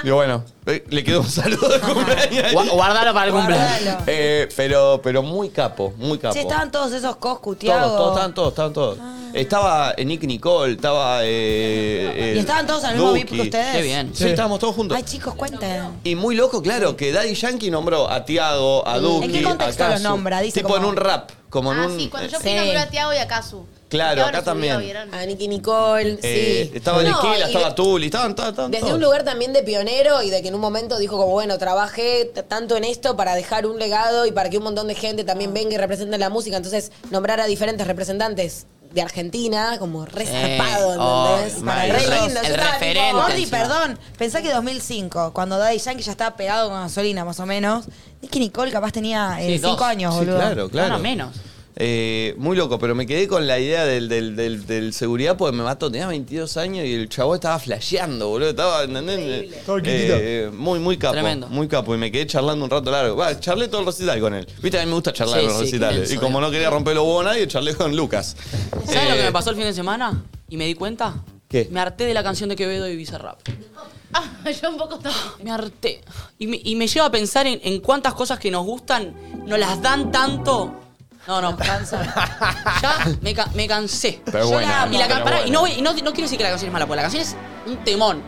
B: Digo, bueno, eh, le quedó un saludo de cumpleaños.
C: Gua- Guardalo para el cumpleaños.
B: Eh, pero, pero muy capo, muy capo.
F: Che, estaban todos esos Coscu, Tiago.
B: todos,
F: Ah.
B: todos, estaban todos, estaban todos. Estaba eh, Nick Nicole, estaba. eh,
F: ¿Y
B: eh,
F: estaban todos al mismo VIP que
B: Duki.
F: ustedes? Qué bien.
B: Sí, estábamos todos juntos.
F: Ay, chicos, cuenten.
B: Y muy loco, claro, que Daddy Yankee nombró a Tiago, a
F: ¿En
B: Duki,
F: qué contexto
B: a
F: los
B: Kazu.
F: nombra? Dice
B: tipo
F: como-
B: en un rap, como en
I: Ah,
B: un...
I: sí, cuando yo
B: eh,
I: fui a ver a Tiago y a Kazu.
B: Claro,
I: Tiago
B: acá
I: nos subió,
B: también.
I: ¿vieron?
J: A Nicky Nicole,
B: eh,
J: sí.
B: Estaba
J: No,
B: Niquila,
J: y-
B: estaba Tuli, estaban, estaban, estaban
J: Desde
B: todos.
J: un lugar también de pionero y de que en un momento dijo como, bueno, trabajé t- tanto en esto para dejar un legado y para que un montón de gente también venga y represente la música. Entonces, nombrar a diferentes representantes de Argentina como re
F: Sí.
J: zarpado,
F: Oh,
J: ¿entendés?
F: mal.
J: Para
F: El
J: re
F: re-
J: lindo. Yo
F: el
J: estaba
F: Referente
J: tipo,
F: Gordi, perdón, pensá que 2005, cuando Daddy Yankee ya estaba pegado con gasolina, más o menos. Nicky Nicole capaz tenía
B: Sí,
F: 5
B: dos.
F: años,
B: Sí,
F: boludo.
B: claro, claro. No, no, menos. Eh, muy loco, pero me quedé con la idea del, del, del, del seguridad porque me mató. Tenía 22 años y el chavo estaba flasheando, boludo. Estaba, ¿entendés?
A: Todo
B: Eh,
A: quitito.
B: eh, muy, muy capo.
A: Tremendo.
B: Muy capo. Y me quedé charlando un rato largo. Va, charlé todo el recital con él. Viste, a mí me gusta charlar
A: Sí,
B: en los
A: sí,
B: recitales.
A: inmenso,
B: Y como no quería romper los huevos a nadie, charlé con Lucas.
C: ¿Sabes lo que
B: Eh,
C: me pasó el fin de semana? Y me di cuenta.
B: ¿Qué?
C: Me harté de la canción de Quevedo y Bizarrap.
I: Ah, Yo un poco también.
C: Me harté. Y me, y me lleva a pensar en, en cuántas cosas que nos gustan nos las dan tanto. No, no. ya me, ca- me cansé.
B: Pero
C: Yo
B: buena,
C: la amo. Y, la
B: pero
C: ca- pará,
B: buena.
C: y no, voy- y no- no quiero decir que la canción es mala, porque la canción es un temón.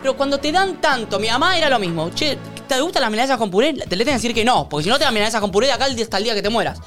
C: Pero cuando te dan tanto, mi mamá era lo mismo. Che, ¿te gustan las milanesas con puré? Te le tienen que decir que no, porque si no te dan milanesas con puré de acá el día- hasta el día que te mueras.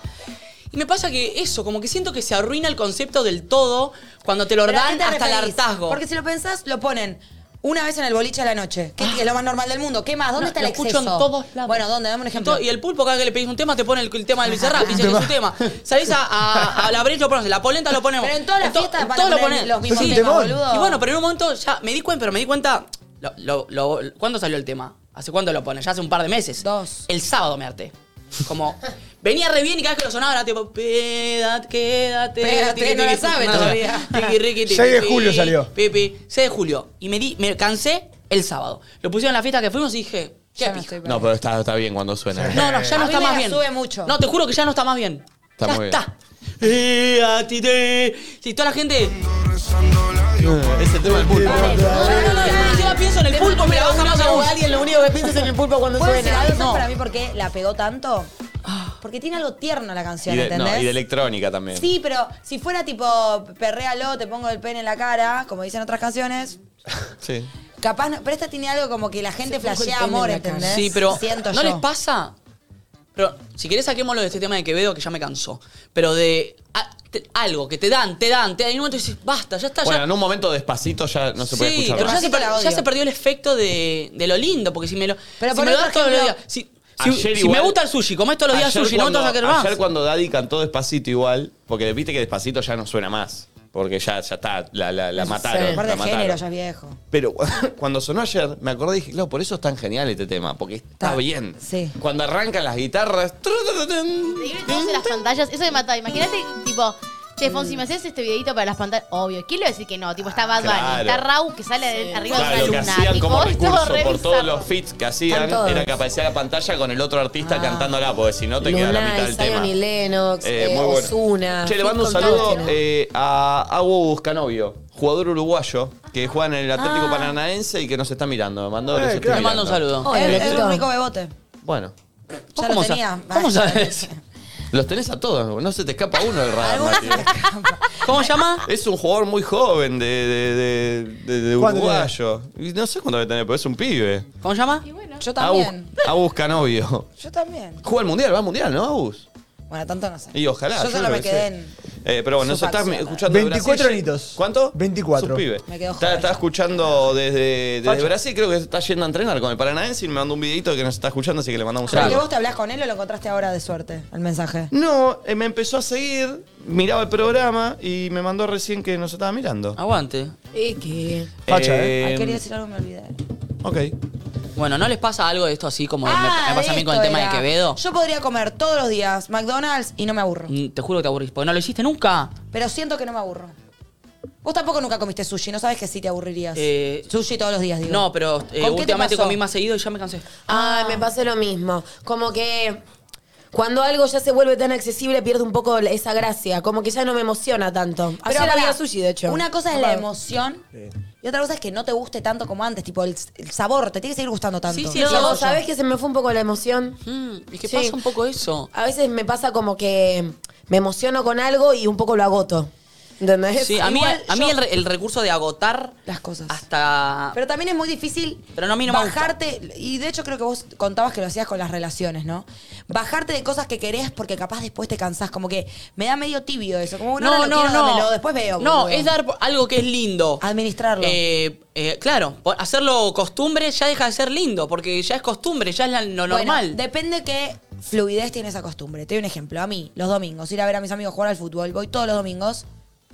C: Y me pasa que eso, como que siento que se arruina el concepto del todo cuando te lo
F: Pero ¿a
C: dan
F: qué te
C: hasta el
F: referís?
C: hartazgo.
F: Porque si lo pensás, lo ponen una vez en el boliche a la noche, que es lo más normal del mundo. ¿Qué más? ¿Dónde
C: No,
F: está
C: lo
F: el exceso?
C: escucho en todos
F: lados. Bueno, ¿dónde? Dame un ejemplo.
C: To- Y el pulpo, cada vez que le pedís un tema, te pone el, el tema del Bizarrap, dice que es su tema. Salís a, a, a la brecha, lo ponemos, la polenta lo ponemos.
F: Pero en todas las
C: to-
F: fiestas
C: en
F: van
C: todo
F: a
C: lo
F: poner
C: ponés.
F: los mismos Es un temas, temón. boludo.
C: Y bueno, pero en un momento ya me di cuenta, pero me di cuenta. lo- lo- lo- ¿Cuándo salió el tema? ¿Hace cuándo lo pones? Ya hace un par de meses. Dos. El sábado me harté. Como, venía re bien y cada vez que lo sonaba era tipo, quédate, quédate.
F: Pégate,
C: tiqui,
F: no la
C: tiqui,
F: sabe
C: nada.
F: todavía.
C: Tiqui, riqui, tiqui,
S: 6 de
C: tiqui,
S: julio salió.
C: Pipi, 6 de julio. Y me, di, me cansé el sábado. Lo pusieron en la fiesta que fuimos y dije, qué pija.
B: No, pero está, está bien cuando suena.
C: No, no, ya no
F: A mí
C: está
F: me
C: más
F: la
C: bien.
F: sube mucho.
C: No, te juro que ya no está más bien.
B: Está
C: ya
B: muy bien.
C: está. Eh, a ti te- Sí, toda la gente.
B: Es el tema del pulpo.
C: No, no, no, no, yo la pienso en el pulpo, me la baja más aún.
J: Alguien lo único que piensa es en el pulpo cuando
F: ¿Puedo
J: suena.
F: decir algo
J: No.
F: para mí porque la pegó tanto? Porque tiene algo tierno la canción,
B: Y de,
F: ¿entendés?
B: no, y de electrónica también.
F: Sí, pero si fuera tipo perréalo, te pongo el pene en la cara, como dicen otras canciones,
B: Sí.
F: capaz no, pero esta tiene algo como que la gente
C: pongo el pene
F: flashea
C: en
F: amor,
C: la cara.
F: ¿entendés?
C: Sí, pero
F: Siento
C: ¿no
F: yo.
C: les pasa? Pero si querés saquémoslo de este tema de Quevedo que ya me cansó. Pero de a- te- algo que te dan, te dan, te dan y en un momento dices, basta, ya está, ya
B: Bueno, en un momento despacito ya no se puede
C: sí,
B: escuchar
C: pero
B: más.
C: ya se, per-
F: la odio.
C: ya se perdió el efecto de, de lo lindo, porque si me lo,
F: Pero
C: si
F: por
C: me lo
F: otro
C: das todos los
F: ejemplo-
C: días. Si, si-
B: Ayer
C: si
B: igual-
C: me gusta el sushi, comés todos los días
B: Ayer
C: sushi, no me
B: cuando,
C: vas a querer más.
B: Ayer cuando Daddy cantó despacito igual, porque viste que despacito ya no suena más. Porque ya, ya está, la, la, la mataron.
F: Aparte
B: la
F: de
B: mataron.
F: género, ya es viejo.
B: Pero cuando sonó ayer, me acordé y dije, claro, por eso es tan genial este tema, porque está bien.
F: Sí.
B: Cuando arrancan las guitarras. tru, tru, tru, tru.
I: Te vienen todos en las pantallas, eso me mata. Imagínate, tipo, che, Fonsi, ¿me haces este videito para las pantallas? Obvio, ¿quién le va a decir que no? Tipo, está Bad Bunny,
B: Claro.
I: está Rau que sale de- arriba
B: Claro,
I: de
B: lo que
I: una luna.
B: hacían
I: Tipo,
B: como
I: es todo
B: recurso
I: re
B: por todos
I: bizarro.
B: los feats que hacían
I: Están todos.
B: era que aparecía la pantalla con el otro artista cantándola, porque si no te queda la mitad
E: Lunay,
B: del tema.
E: Zion y Lennox,
B: Eh,
E: eh,
B: muy bueno.
E: Ozuna.
B: Che, le mando un
E: Fit con todos
B: saludo
E: tienen.
B: eh, a Agu Buscanovio, jugador uruguayo que juega en el Atlético Paranaense y que nos está mirando. Me mandó,
C: Eh,
B: los estoy
C: claro. Le
B: mirando.
C: mando un saludo.
F: Es- es,
B: loquito.
F: un rico bebote.
B: Bueno,
F: Ya
C: cómo
F: lo
C: sa-
F: tenía.
C: cómo sabes?
B: los tenés a todos, no se te escapa uno del radar. Mati.
C: ¿Cómo se llama?
B: Es un jugador muy joven de, de, de- de- de
S: ¿Cuánto
B: uruguayo. Y no sé cuánto debe tener, pero es un pibe.
C: ¿Cómo se llama?
F: Yo
B: Agus,
F: también.
B: Agus Canovio.
F: Yo también.
B: Juega al mundial, va al mundial, ¿no, Agus?
F: Bueno, tanto no sé.
B: Y ojalá.
F: Yo solo
B: creo
F: me
B: que
F: quedé
B: sí.
F: en.
B: Eh, pero bueno, nos
F: Su
B: estás
F: facción.
B: escuchando de
S: 24
B: Brasil.
S: añitos.
B: ¿Cuánto?
S: 24.
B: Sus pibes.
F: Me quedo
B: Está,
F: joven.
B: está escuchando desde, desde
S: Facha.
B: Brasil, creo que está yendo a entrenar con el Paranaense y me mandó un videito que nos está escuchando, así que le mandamos un
F: ¿Por qué
B: saludo.
F: vos te hablás con él o lo encontraste ahora de suerte, el mensaje?
B: No, eh, me empezó a seguir, miraba el programa y me mandó recién que nos estaba mirando.
C: Aguante.
E: ¿Y qué?
B: Facha,
F: Ah,
B: ¿eh?
F: quería decir algo, me olvidé.
B: Ok.
C: Bueno, ¿no les pasa algo de esto así como me- me,
F: Ah,
C: pasa a mí con el
F: esto
C: tema
F: era.
C: de Quevedo?
F: Yo podría comer todos los días McDonald's y no me aburro.
C: Mm, Te juro que te aburrís, porque no lo hiciste nunca.
F: Pero siento que no me aburro. Vos tampoco nunca comiste sushi, no sabes que sí te aburrirías.
C: Eh,
F: sushi todos los días, digo.
C: No, pero
F: qué
C: eh,
F: te
C: últimamente
F: pasó?
C: comí más seguido y ya me cansé.
J: Ay, me pasó lo mismo. Como que cuando algo ya se vuelve tan accesible pierde un poco la- esa gracia. Como que ya no me emociona tanto.
F: Pero
J: Ayer había
F: pará,
J: sushi, de hecho.
F: Una cosa es la
J: Papá.
F: emoción y otra cosa es que no te guste tanto como antes. Tipo, el, el sabor, te tiene que seguir gustando tanto.
C: Sí, sí,
F: Siento
J: No,
F: yo.
J: ¿sabés que se me fue un poco la emoción?
C: Mm, ¿Y qué
J: Sí.
C: pasa un poco eso?
J: A veces me pasa como que me emociono con algo y un poco lo agoto. ¿Entendés?
C: Sí, a mí,
J: Igual
C: a mí
J: yo-
C: el, re- el recurso de agotar
F: Las cosas.
C: hasta...
F: Pero también es muy difícil
C: Ah. Pero no, a mí no me gusta.
F: bajarte, y de hecho creo que vos contabas que lo hacías con las relaciones, ¿no? Bajarte de cosas que querés porque capaz después te cansás, como que me da medio tibio eso, como bueno, ahora lo quiero, dámelo, después veo.
C: No,
F: boludo.
C: es dar algo que es lindo.
F: Administrarlo.
C: Eh, eh, claro, po- hacerlo costumbre ya deja de ser lindo, porque ya es costumbre, ya es la- lo
F: Bueno,
C: normal.
F: depende qué fluidez tiene esa costumbre. Te doy un ejemplo, a mí, los domingos, ir a ver a mis amigos jugar al fútbol, voy todos los domingos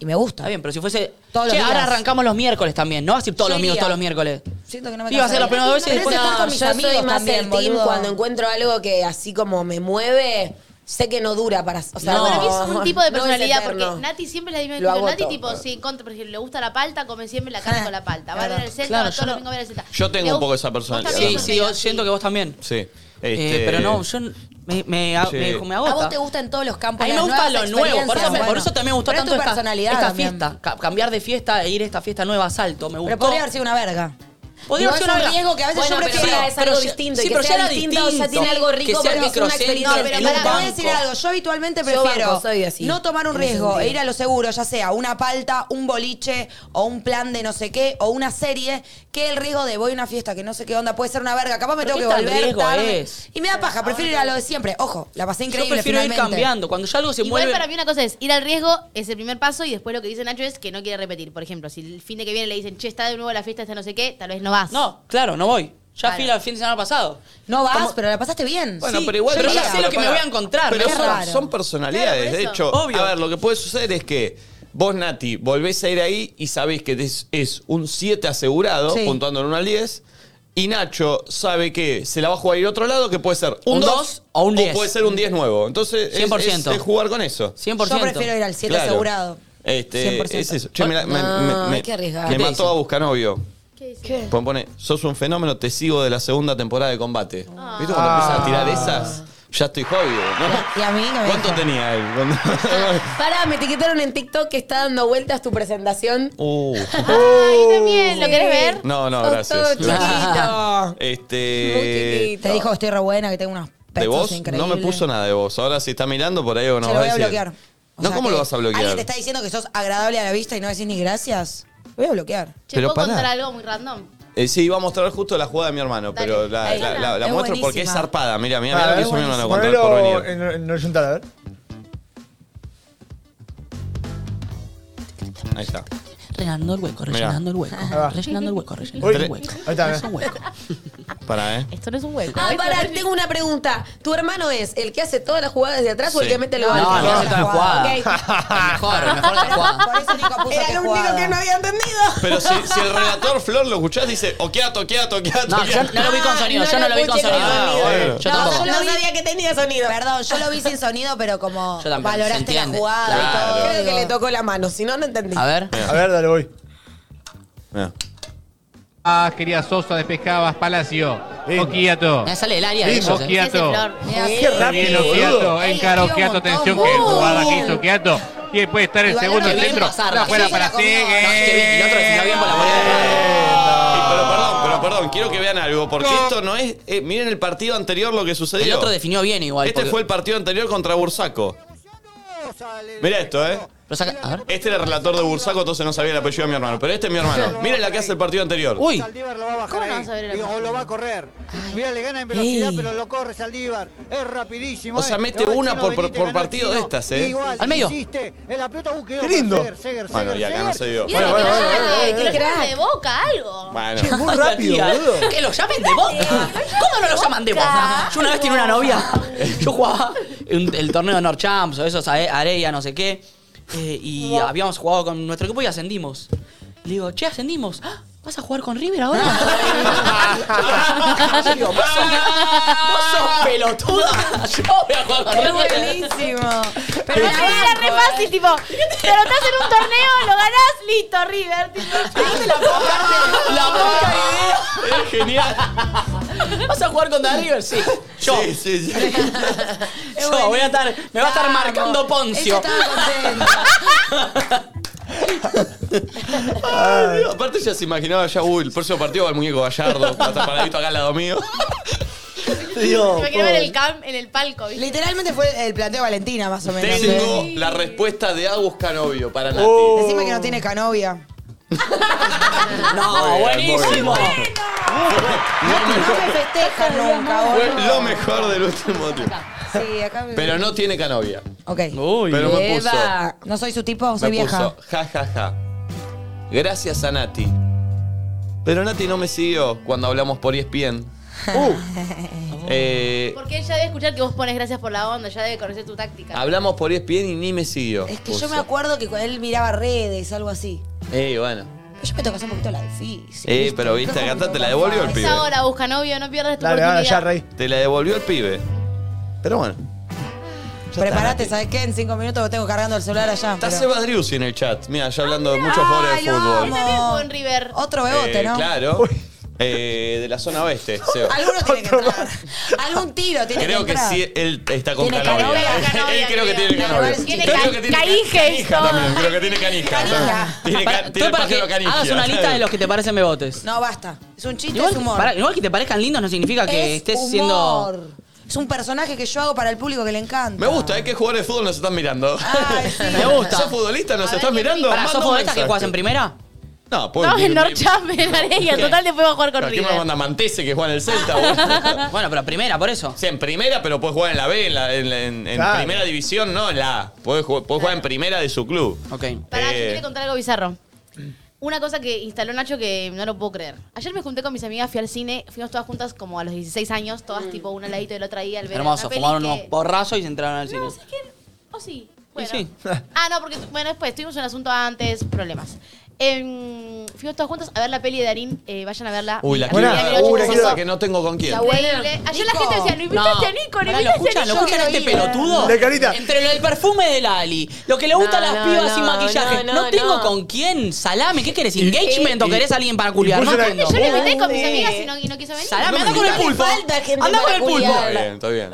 F: y me gusta.
C: Está bien, pero si fuese...
F: Todos los
C: che, ahora
F: días.
C: arrancamos los miércoles también, ¿no? Así todos
F: Yo
C: los miércoles,
F: iría.
C: todos los miércoles.
F: Siento que no me
C: Iba a ser la
F: cansaría.
C: primera vez y
F: Pero es
C: después-
F: estar
J: No,
F: con mis
J: yo
F: amigos
J: soy más
F: también,
J: el team
F: boludo.
J: cuando encuentro algo que así como me mueve, sé que no dura para. O sea,
C: No.
J: para
I: Para mí es un tipo de
J: no es
I: personalidad,
J: eterno.
I: porque Nati siempre es la
J: Lo
I: misma. actitud. Nati,
J: agoto.
I: tipo, si encontra, por ejemplo, le gusta la palta, come siempre la carne con la palta. Va a
F: Ah. Claro.
I: ver el celta,
C: Claro,
I: va todos
C: yo no-
I: los domingos a ver el celta.
B: Yo tengo
I: Le
B: un poco
I: gu-
B: esa personalidad.
I: también
C: Sí,
I: sos
C: sí,
I: medio
C: yo siento que vos también.
B: Sí.
C: Eh,
B: Este-
C: pero no, yo n- me, me, a-
B: Sí.
C: me, me
F: A vos
C: agota.
F: te gusta en todos los campos.
C: A mí me
F: las
C: gusta lo
F: nuevas
C: nuevo, por eso, me-
F: experiencias,
C: por eso
F: bueno.
C: también me gustó
F: Pero es
C: tanto
F: tu
C: esta,
F: personalidad
C: esta
F: también.
C: fiesta. Ca- cambiar de fiesta e ir a esta fiesta nueva a Salto, me gustó.
F: Pero podría haber sido una verga.
C: Podría
J: Podría
C: haber
J: ser
C: sido
J: un
C: una-
J: riesgo que a veces
C: Bueno,
J: yo
C: pero
J: prefiero
C: sí,
J: es
C: pero
J: algo
C: ya-
J: distinto.
C: sí,
J: y que
C: pero
J: sea
C: ya era
J: distinto, o sea,
C: distinto.
J: tiene algo
C: Que sea
J: rico porque es una
C: microcenter
J: experiencia.
C: en
J: pero
C: un
J: pará,
F: Te voy a
C: banco.
F: decir algo. Yo habitualmente
J: Yo
F: prefiero
J: banco, soy así.
F: no tomar un
J: En ese
F: riesgo e
J: sentido.
F: ir a lo seguro, ya sea una palta, un boliche o un plan de no sé qué o una serie, que el riesgo de voy a una fiesta que no sé qué onda, puede ser una verga. Capaz me
C: ¿Pero
F: tengo
C: qué
F: que
C: tan
F: volver
C: riesgo
F: tarde.
C: es? Ah,
F: Y me da paja, prefiero ir a lo de siempre. Ojo, la pasé increíble
C: Yo prefiero ir
F: finalmente.
C: cambiando. Cuando ya algo se
I: Igual
C: mueve.
I: para mí una cosa es ir al riesgo, es el primer paso, y después lo que dice Nacho es que no quiere repetir. Por ejemplo, si el fin de que viene le dicen, che, está de nuevo la fiesta, está no sé qué, tal vez no vas.
C: No, claro, no voy. Ya
I: Claro.
C: fui el fin de semana pasado.
F: No vas, pero la pasaste bien.
B: Bueno, pero igual.
C: Pero ya
B: pará,
C: sé lo que me
B: pará.
C: voy a encontrar.
B: Pero
C: ¿no?
B: son, son personalidades.
C: Claro, por
B: de
C: eso.
B: hecho,
C: Obvio.
B: a ver, lo que puede suceder es que vos, Nati, volvés a ir ahí y sabés que es, es un 7 asegurado,
C: Sí.
B: puntuando en 1 al 10. Y Nacho sabe que se la va a jugar a ir a otro lado, que puede ser un
C: Un
B: 2
C: dos o un 10.
B: puede ser un 10 nuevo. Entonces, es-
C: 100%.
B: Es, es jugar con eso.
F: Yo prefiero ir al 7
B: Claro.
F: asegurado.
B: Este,
F: 100%.
B: es eso. Che, me, la- me-
F: No,
B: me- me-
F: hay que arriesgar.
B: me
F: ¿Qué
B: mató
F: dice?
B: a Buscanovio.
F: ¿Qué?
B: Pon- Pone, sos un fenómeno, te sigo de la segunda temporada de combate. ¿Viste cuando
F: Ah.
B: empiezas a tirar esas? Ya estoy jodido, ¿no?
J: Y a mí no me
B: ¿Cuánto
J: dijo.
B: tenía él? Cuando-
J: Pará, me etiquetaron en TikTok que está dando vueltas tu presentación.
B: Uh.
J: Ay, también,
I: ¿lo querés ver?
B: No, no,
J: Sos
B: gracias.
J: todo chiquito.
B: Este.
F: Te dijo que estoy re buena, que tengo unas
B: ¿De
F: pechos
B: vos?
F: increíbles.
B: No me puso nada de vos. Ahora si está mirando por ahí o no
F: Se lo
B: va a
F: voy a
B: decir.
F: bloquear. O
B: no,
F: sea
B: ¿cómo
F: que
B: lo vas a bloquear?
F: Alguien te está diciendo que sos agradable a la vista y no decís ni gracias. Lo Voy a bloquear.
I: Che,
B: Pero pará.
I: ¿puedo contar algo muy random?
B: Eh, sí, iba a mostrar justo la jugada de mi hermano,
I: Dale.
B: pero la,
I: Ahí.
B: la- la- la
I: Es
B: muestro porque es
I: buenísima.
B: zarpada. Mira, mira,
S: A
B: mira lo que
S: ver,
B: hizo mi hermano contra el
S: Ponelo
B: porvenir.
S: en, en horizontal, a ver.
B: Ahí está.
C: Rellenando el hueco,
B: Mirá.
C: rellenando el hueco. Rellenando el hueco, rellenando
B: Uy.
C: el hueco.
B: Ahí está,
C: Es un hueco.
B: Para, ¿eh?
I: Esto no es un hueco.
J: Ah, pará, tengo una pregunta. ¿Tu hermano es el que hace todas las jugadas de atrás o el
B: Sí.
J: que mete el
C: No,
J: gol?
C: el que hace todas las
J: Ok.
C: Mejor, mejor la jugada.
J: Era el único que no había entendido.
B: Pero si, si el relator Flor lo escuchás, dice oqueato, oqueato, oqueato.
C: No, yo
B: oqueato.
C: no lo vi con sonido, yo no lo vi con
B: escuché
C: sonido.
B: con sonido. Ah, bueno.
C: Yo
F: No,
C: tampoco.
F: yo lo vi-
J: sabía que tenía sonido.
F: Perdón, yo lo vi sin sonido, pero como
C: Yo también, se
F: valoraste la
C: entiende.
F: jugada
B: Claro.
F: y todo.
J: Creo que
F: digo,
J: le tocó la mano, si no, no entendí.
C: A ver.
B: Mirá.
S: A ver, dale, voy.
H: Ah, quería Sosa, despejabas, Palacio, Okiato.
C: Me sale del área de ellos, eh.
H: Okiato.
C: Qué rápido, boludo.
H: encara Okiato, atención, que jugada que hizo Okiato. Y puede estar el
C: Igual
H: segundo
C: era bien
H: centro.
C: pasar,
H: La
C: Marcelo
H: fuera para
C: la comió. No, es que bien, el otro definió bien por la
B: Sí, pero perdón, pero perdón, quiero que vean algo, porque esto no es. eh, miren el partido anterior lo que sucedió.
C: El otro definió bien igual.
B: Este
C: porque-
B: fue el partido anterior contra Bursaco. Mira esto, ¿eh? Este era el relator de Bursaco, entonces no sabía el apellido de mi hermano. Pero este es mi hermano. Miren la que hace el partido anterior.
C: Uy.
U: Saldívar lo va a bajar
I: ¿Cómo no
U: ahí.
I: vas a ver el
U: Digo,
I: arco?
U: o lo va a correr. Mira, le gana en velocidad,
B: Ey.
U: pero lo corre Saldívar. Es rapidísimo.
B: O sea,
U: eh.
B: mete
U: Lo va el
S: este
B: una
U: chino
B: por- por-
U: Benítez, ganó
B: por
U: el
B: partido
U: chino.
B: de estas, eh.
U: Igual,
B: Al medio.
U: insiste. En la pelota busque
B: Qué lindo.
U: Seger, Seger,
B: Bueno, y
U: Seger,
B: acá no se dio.
I: Mira,
B: Bueno,
I: que
B: bueno,
I: lo
B: bueno,
I: llamen,
B: bueno,
I: que lo
B: bueno.
I: llamen de boca, algo.
B: Bueno.
C: Qué muy rápido, boludo. Que lo llamen de boca. ¿Cómo no lo llaman de boca? Yo una vez tenía una novia. Yo jugaba en el torneo de Norchamps o esos, Are- Areia, no sé qué. eh, y habíamos jugado con nuestro equipo y ascendimos. Le digo, che, ascendimos. Ah, ¿Vas a jugar con River ahora? Yo digo, ¿Vos, sos, vos sos pelotuda. Yo voy a jugar
F: Qué
C: con River.
F: buenísimo.
I: Pero la idea era
J: eh.
I: re fácil, tipo, te anotás en un torneo, lo ganás, listo, River. Tipo,
C: La poca
B: Es genial.
C: idea. ¿Vas a jugar contra River? Sí. Yo.
B: Sí, sí, sí.
C: Yo voy a estar, me va a estar marcando Poncio.
B: Ay, Dios. Aparte ya se imaginaba ya, uy, el próximo partido va el muñeco Gallardo, hasta paradito acá al lado mío.
I: me quiero ver el cam en el palco. ¿viste?
F: Literalmente fue el planteo de Valentina, más o menos.
B: Tengo la respuesta de Agus Canovio para Nati.
F: Decime que no tiene canovia. Ah,
C: No,
B: Muy bien,
C: buenísimo.
B: muy bien.
F: No me festejas nunca,
B: Fue
F: boludo.
B: lo mejor del último tiempo.
F: Sí, acá me-
B: Pero no tiene canovia.
F: Ok.
B: Pero me puso.
F: Eva, No soy su tipo, soy
B: me
F: vieja.
B: puso, ja, ja, ja. Gracias a Nati. Pero Nati no me siguió cuando hablamos por E ESPN. Uh. Eh,
I: Porque ella debe escuchar que vos pones gracias por la onda, ya debe conocer tu táctica.
B: hablamos por E ESPN y ni me siguió.
F: Es que yo me acuerdo que cuando él miraba redes, algo así.
B: Eh, bueno.
F: Pero yo me tocó hacer un poquito la difícil.
B: Eh, pero viste, acá está, te la devolvió el
I: Es
B: pibe.
I: ahora, busca novio, no pierdas tu
B: Dale,
I: oportunidad.
B: dale, ya, Rey. Te la devolvió el pibe. Pero bueno.
F: Prepárate, ¿sabes qué? En cinco minutos que tengo cargando el celular allá.
B: Está
F: pero-
B: Seba Driussi en el chat. Mira, ya hablando de muchos jugadores de
F: lo
B: fútbol.
F: amo.
I: También jugó en River.
F: Otro bebote,
B: Eh,
F: ¿no?
B: Claro. Eh, de la zona oeste, Seba.
F: Alguno tiene que entrar. Algún tiro tiene
B: Creo
F: que
B: que
F: entrar.
B: sí, él está con
F: Tiene
B: Canovia.
F: Canovia,
B: Él creo que tiene Canovia.
F: Tiene
B: Creo que
F: ca-
B: tiene
F: canijes,
B: canija
F: todo.
B: también. Creo que tiene canija.
F: Canija.
B: Tiene, ca- tiene
C: Estoy para
B: pájaro
C: que
B: canigia.
C: hagas una lista de los que te parecen bebotes.
F: No, basta. Es un chiste,
C: Igual,
F: es humor.
C: pará, igual que te parezcan lindos no significa que
F: Es
C: estés
F: humor.
C: siendo.
F: Es un personaje que yo hago para el público que le encanta.
B: Me gusta, ¿eh? Que jugadores de fútbol nos están mirando. Me gusta. ¿Sos futbolista? ¿Nos estás mirando?
C: Pará,
B: Manda
C: ¿sos
B: un
C: futbolistas que
B: mensaje.
C: juegas en primera?
B: No, pues.
I: Estamos en Norcham, en Areia. Total, después va a jugar con
B: ¿Quién me
I: River.
B: manda Mantese que juega en el Celta? vos?
C: bueno, pero primera, por eso.
B: Sí, en primera, pero puedes jugar en la B, en, la- en- en- en
C: Claro.
B: primera división, no en la A. Puedes jugar, en primera de su club. Eh,
C: Ok.
I: Pará, yo quiero contar algo bizarro. Una cosa que instaló Nacho que no lo puedo creer. Ayer me junté con mis amigas, fui al cine, fuimos todas juntas como a los 16 años, todas
J: Mm.
I: tipo una al ladito de la otra día al ver
C: Hermoso,
I: una peli
C: fumaron
I: que-
C: unos borrazos y se entraron al cine.
I: Oh, sí.
C: Y
I: Bueno.
C: sí.
I: Ah, no, porque bueno, después tuvimos un asunto antes, problemas. Em, fuimos todas juntas a ver la peli de Darín, eh, vayan a verla.
B: Uy, la
I: Me
B: quiero.
I: encantaría que
B: Uy,
I: lo
B: la
I: chequen.
B: quiero, que no tengo con quién.
I: Está Increíble. Ayer la gente decía, no invitaste a Nico, no
C: Pará, ¿Lo
I: invitaste a
C: escuchan,
I: Nico.
C: ¿lo escuchan a este pelotudo?
S: La carita.
C: Entre lo del perfume de Lali, lo que le gusta a
I: No,
C: las
I: no,
C: pibas sin
I: no,
C: maquillaje.
I: no,
C: No,
I: no,
C: tengo
I: no.
C: con quién, salame. ¿Qué querés? ¿Engagement
I: y-
C: o querés a alguien para culiar?
I: Y
C: No
I: puso una-
C: entiendo.
I: Yo le metí con mis amigas y no, y no quiso venir.
C: Salame, anda con el pulpo. Anda con el pulpo.
B: Está bien, está bien.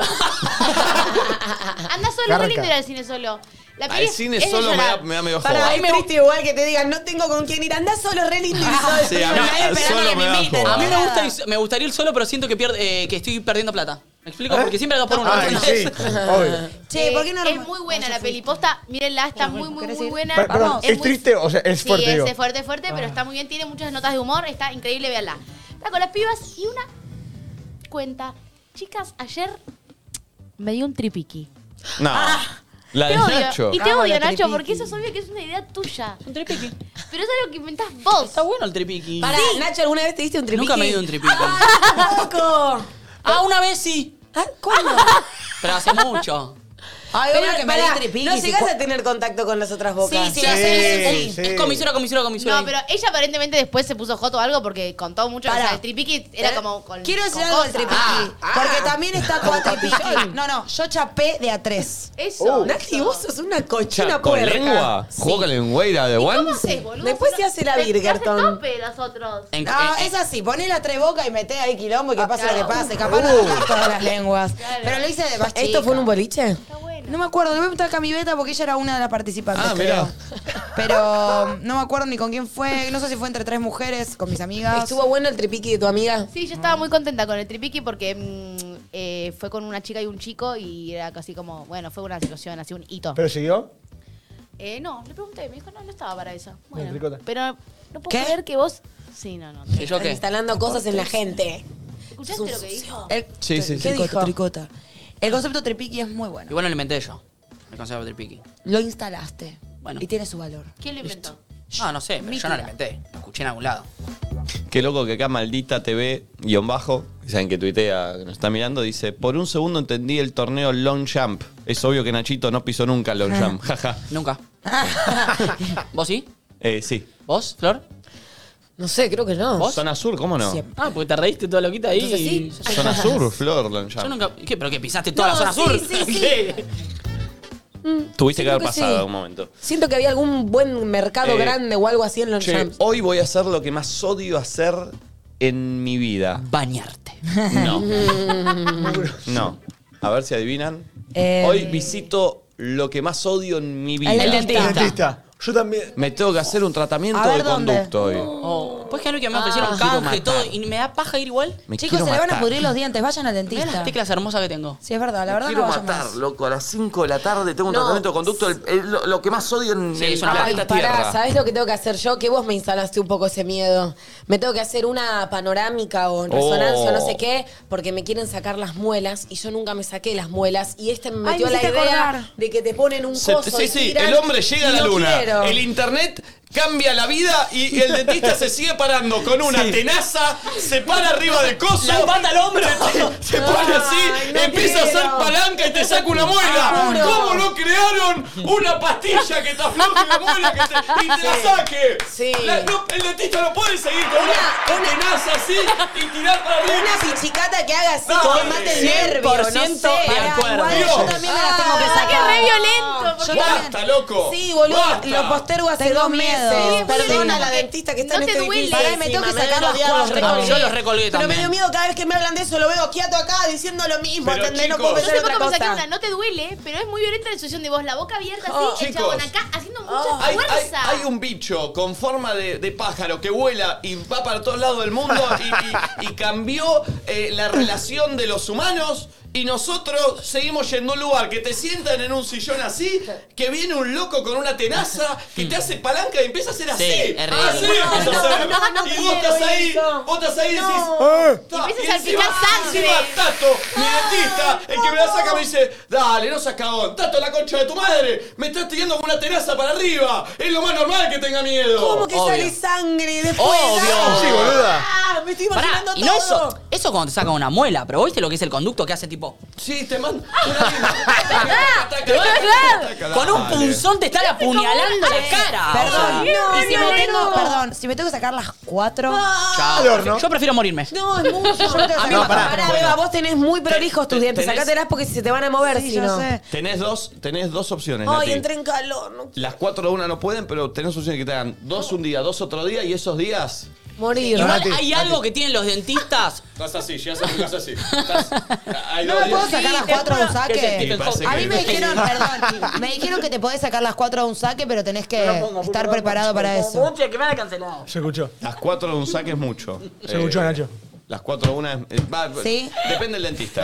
I: Anda solo,
B: Garca.
I: no ir al cine solo. La peli
B: Al
I: es-
B: cine
I: es de
B: solo me da,
I: llorar.
B: me da medio
J: Para
B: joda.
J: ahí me gusta igual que te digan, no tengo con quién ir, anda solo, re lindo y solo.
B: Sí, a mí
J: Nadie esperando
B: solo
J: que
B: me da
J: inviten.
B: joda.
C: A mí me, gusta ir- me gustaría ir solo, pero siento que, pierde, eh, que estoy perdiendo plata. ¿Me explico?
J: ¿Eh?
C: Porque siempre hay dos por uno.
S: Ay, sí, obvio.
I: Eh, Es muy buena la peli. Posta, mírenla, está muy, muy, muy buena.
S: Pero, perdón,
I: es
S: ¿es
I: muy
S: triste? O sea, es
I: Sí,
S: fuerte,
I: es
S: digo.
I: de fuerte, fuerte, pero está muy bien. Tiene muchas notas de humor, está increíble, véanla. Está con las pibas y una cuenta. Chicas, ayer me dio un tripiqui.
B: No. la de
I: te odio.
B: Nacho.
I: Y te
B: Ah,
I: odio,
B: la
I: Nacho,
B: tripiqui.
I: porque eso es obvio que es una idea tuya. Un
C: tripiqui.
I: Pero es algo que inventás vos. Está
C: bueno el tripiqui.
J: Pará, Nacho, ¿alguna vez te diste un tripiqui?
C: Nunca me he ido un tripiqui.
J: ¡Loco!
C: Ah, una vez sí.
J: ¿Cuándo?
C: Pero hace mucho.
J: Ay,
C: Pero,
J: obvio que me
C: pará,
J: di tripiqui.
C: no
J: si
C: llegás
J: cu-
C: a
J: tener contacto con las otras bocas.
C: Sí, sí, sí, sí, sí. Es comisura, comisura, comisura.
I: No, pero ella aparentemente después se puso joto o algo porque contó mucho.
F: Pará.
I: O sea, el tripiqui era como con.
F: Quiero decir
I: con
F: algo del
I: cosas.
F: tripiqui.
J: Ah,
F: porque también está cuatripiqui. No, no, yo chapé de a tres.
I: Eso.
J: Nati, vos sos una
B: Cha,
J: cochina
B: ¿Con
J: puerca.
B: lengua? ¿Jugó con lengüeira de Wan?
J: Después se hace la Birgerton.
I: tope los otros.
C: En- eh,
F: No,
C: en-
F: es así, poné la tres boca y meté ahí quilombo y que pase lo que pase. Capaz no
J: Uh.
F: tocás todas las lenguas. Pero lo hice de más
J: ¿Esto fue en un
F: chica.
J: boliche?
F: No me acuerdo, le voy a preguntar acá a mi beta porque ella era una de las participantes.
J: Ah,
F: creo.
J: mirá.
F: Pero no me acuerdo ni con quién fue. No sé si fue entre tres mujeres, con mis amigas.
J: ¿Estuvo bueno el tripiqui de tu amiga?
I: Sí, yo estaba muy contenta con el tripiqui porque mm, eh, fue con una chica y un chico y era casi como, bueno, fue una situación, así un hito.
S: ¿Pero siguió?
I: Eh, no, le pregunté, me dijo, no, no estaba para eso.
S: Bueno,
I: Bueno,
S: ricota.
I: pero no puedo creer que vos... Sí, no, no.
C: eh,
J: ¿Y yo qué? Instalando cosas en la gente.
I: ¿Escuchaste lo que dijo?
F: El-
C: Sí, sí, sí.
F: ¿Qué
C: Tricota,
F: dijo? El concepto tripiqui es muy bueno.
C: Igual no lo inventé yo. El concepto de tripiqui.
F: Lo instalaste.
C: Bueno.
F: Y tiene su valor.
I: ¿Quién lo inventó?
C: No, no sé, pero yo no
F: Mítila.
C: lo inventé. Lo escuché en algún lado.
B: Qué loco que acá maldita TV, guión bajo, que saben que tuitea, que nos está mirando, dice, por un segundo entendí el torneo long jump. Es obvio que Nachito no pisó nunca el long jump. Jaja.
C: Nunca. ¿Vos sí?
B: Eh, sí.
C: ¿Vos, Flor?
J: No sé, creo que no.
B: ¿Zona sur? ¿Cómo no?
C: Ah, porque te reíste toda loquita ahí.
J: Entonces sí.
B: ¿Zona sur, Flor, long
C: Yo
B: jump?
C: nunca. ¿Qué? ¿Pero qué? ¿Pisaste toda
J: No,
C: la zona
J: sí,
C: sur?
J: sí, sí.
C: ¿Qué?
B: Tuviste que
J: Siento
B: haber
J: que sí.
B: pasado un momento.
J: Siento que había algún buen mercado
B: Eh,
J: grande o algo así en los
B: Che,
J: champs.
B: hoy voy a hacer lo que más odio hacer en mi vida.
C: Bañarte.
B: No, no. A ver si adivinan.
F: Eh,
B: Hoy visito lo que más odio en mi vida.
F: El dentista. El dentista.
B: Yo también. Me tengo que hacer un tratamiento
F: A ver,
B: de
F: ¿dónde? Uh.
B: conducto hoy.
C: Oh. Pues que no, que me
J: Ah.
C: ofrecieron
B: Me quiero
C: canje,
B: matar.
C: todo. Y me da paja ir igual.
B: Me
F: Chicos,
B: quiero
F: se le van a
B: matar.
F: pudrir los dientes. Vayan al
C: Mirá
F: dentista.
C: las teclas hermosas que tengo.
F: Sí, es verdad. La
B: Me
F: verdad
B: quiero
F: no vayan
B: matar,
F: más.
B: loco. A las 5 de la tarde tengo un
J: No.
B: tratamiento de conducto. el- el- lo, lo que más odio en el planeta Tierra.
J: pará, ¿sabés lo que tengo que hacer yo? Que vos me instalaste un poco ese miedo. Me tengo que hacer una panorámica o en
B: Oh.
J: resonancia o no sé qué, porque me quieren sacar las muelas y yo nunca me saqué las muelas. Y este me
F: Ay,
J: metió
F: me
J: la idea
F: hiciste acordar.
J: de que te ponen un
B: Se-
J: coso.
B: sí,
J: y
B: sí,
J: giran
B: el hombre llega a
J: y
B: la
J: no
B: luna.
J: quiero.
B: El internet cambia la vida y el dentista se sigue parando con una
C: Sí.
B: tenaza, se para arriba del coso.
C: La pata al hombro.
B: Se pone así,
C: no
B: empieza
C: quiero.
B: a hacer palanca y te saca una muela.
C: Ah, juro.
B: ¿Cómo no crearon una pastilla que te afloje la muela que te- y te
J: Sí.
B: la saque?
J: Sí.
B: La- no, el dentista no puede seguir con una, tenaza así y tirar para arriba.
J: Una pichicata que haga así,
B: No,
J: que me mate el nervio, no
C: 100%
J: sé.
C: de
J: Pará,
C: acuerdo.
J: igual Yo
B: Dios.
J: también me las tengo que
I: Ah,
J: sacar.
I: que re violento.
J: Yo
B: ¡Basta, loco!
J: Sí, boludo,
B: ¡Basta!
J: lo postergo hace
F: Tengo
J: dos
F: miedo.
J: meses. meses.
F: miedo.
J: Perdona
F: Sí.
J: a la dentista que está
F: No
J: en
F: te
J: este
F: duele
J: edificio.
F: Pará, me tengo que sacar las cuatro.
C: Ah,
F: Yo los recolgué
J: Pero me
F: también.
J: dio miedo cada vez que me hablan de eso, lo veo quieto acá diciendo lo mismo.
F: Pero,
J: ¿entendés? No
F: chicos.
J: puedo pensar
F: Yo
J: en
F: hace
J: otra
F: poco me
J: cosa.
F: saqué
I: una, no te duele, pero es muy violenta la situación de vos, la boca abierta así,
B: Oh,
I: el
B: chicos.
I: chabón acá haciendo mucha
B: Hay, hay-
I: fuerza.
B: hay un bicho con forma de, de pájaro que vuela y va para todos lados del mundo y, y- y cambió eh, la relación de los humanos y nosotros seguimos yendo a un lugar que te sientan en un sillón así, que viene un loco con una tenaza que te hace palanca y empieza a hacer así.
V: Sí, es ridículo.
B: así empieza a hacer.
V: No, no, no
B: y vos
V: quiero
B: estás ahí,
V: eso.
B: vos estás ahí y decís...
V: No.
B: "Eh, ta".
V: Y empieza
B: Y
V: a salpicar
B: encima-
V: sangre.
B: encima Tato, mi dentista, el que me la saca me dice, dale, no seas cagón, Tato, la concha de tu madre, me estás tirando como una tenaza para arriba, es lo más normal que tenga miedo.
J: ¿Cómo que sale sangre después?
C: Obvio.
B: Sí, boluda.
J: Ah, me estoy
C: Pará,
J: imaginando
C: y no
J: todo.
C: eso, eso cuando te saca una muela, pero ¿viste lo que es el conducto que hace tipo? Ah,
B: Sí, te manda.
J: Ah,
C: Te va a atacar. Con
B: Ah,
C: un punzón te están apuñalando la cara.
F: Perdón,
C: O sea,
F: no,
C: y si
F: no,
C: me tengo-
F: no. Perdón, si me tengo que sacar las cuatro.
C: Chao.
F: Al
C: Yo- Yo prefiero morirme.
J: No,
F: Ah,
J: es mucho. Yo no tengo
C: A mí
J: que-
C: me
J: pará,
C: mataron.
J: pará, Beba, vos tenés muy prolijos tus dientes.
B: tenés-
J: Sacátelas porque se te van a mover,
F: Sí,
J: si
F: yo
J: no.
F: sé.
B: Tenés dos, tenés dos opciones,
J: Ay,
B: Nati.
J: entré en calor. no.
B: Las cuatro de una no pueden, pero tenés opciones que te hagan dos un día, dos otro día y esos días.
J: Morir.
C: Igual
B: Nati,
C: hay
B: Nati.
C: algo que tienen los dentistas.
B: Estás así, llegas a tu casa así. Estás, hay
F: No
B: dos
F: me puedo
B: días.
F: sacar las cuatro de un
B: Que se-
F: saque.
B: que parece
F: A
B: que-
F: mí me dijeron, perdón, me dijeron que te podés sacar las cuatro de un saque, pero tenés que estar preparado para eso.
C: que me han cancelado.
B: Se escuchó. Las cuatro de un saque es mucho. Eh,
S: Se escuchó, Nacho.
B: Las cuatro de una es. eh, va,
F: Sí.
B: Depende del dentista.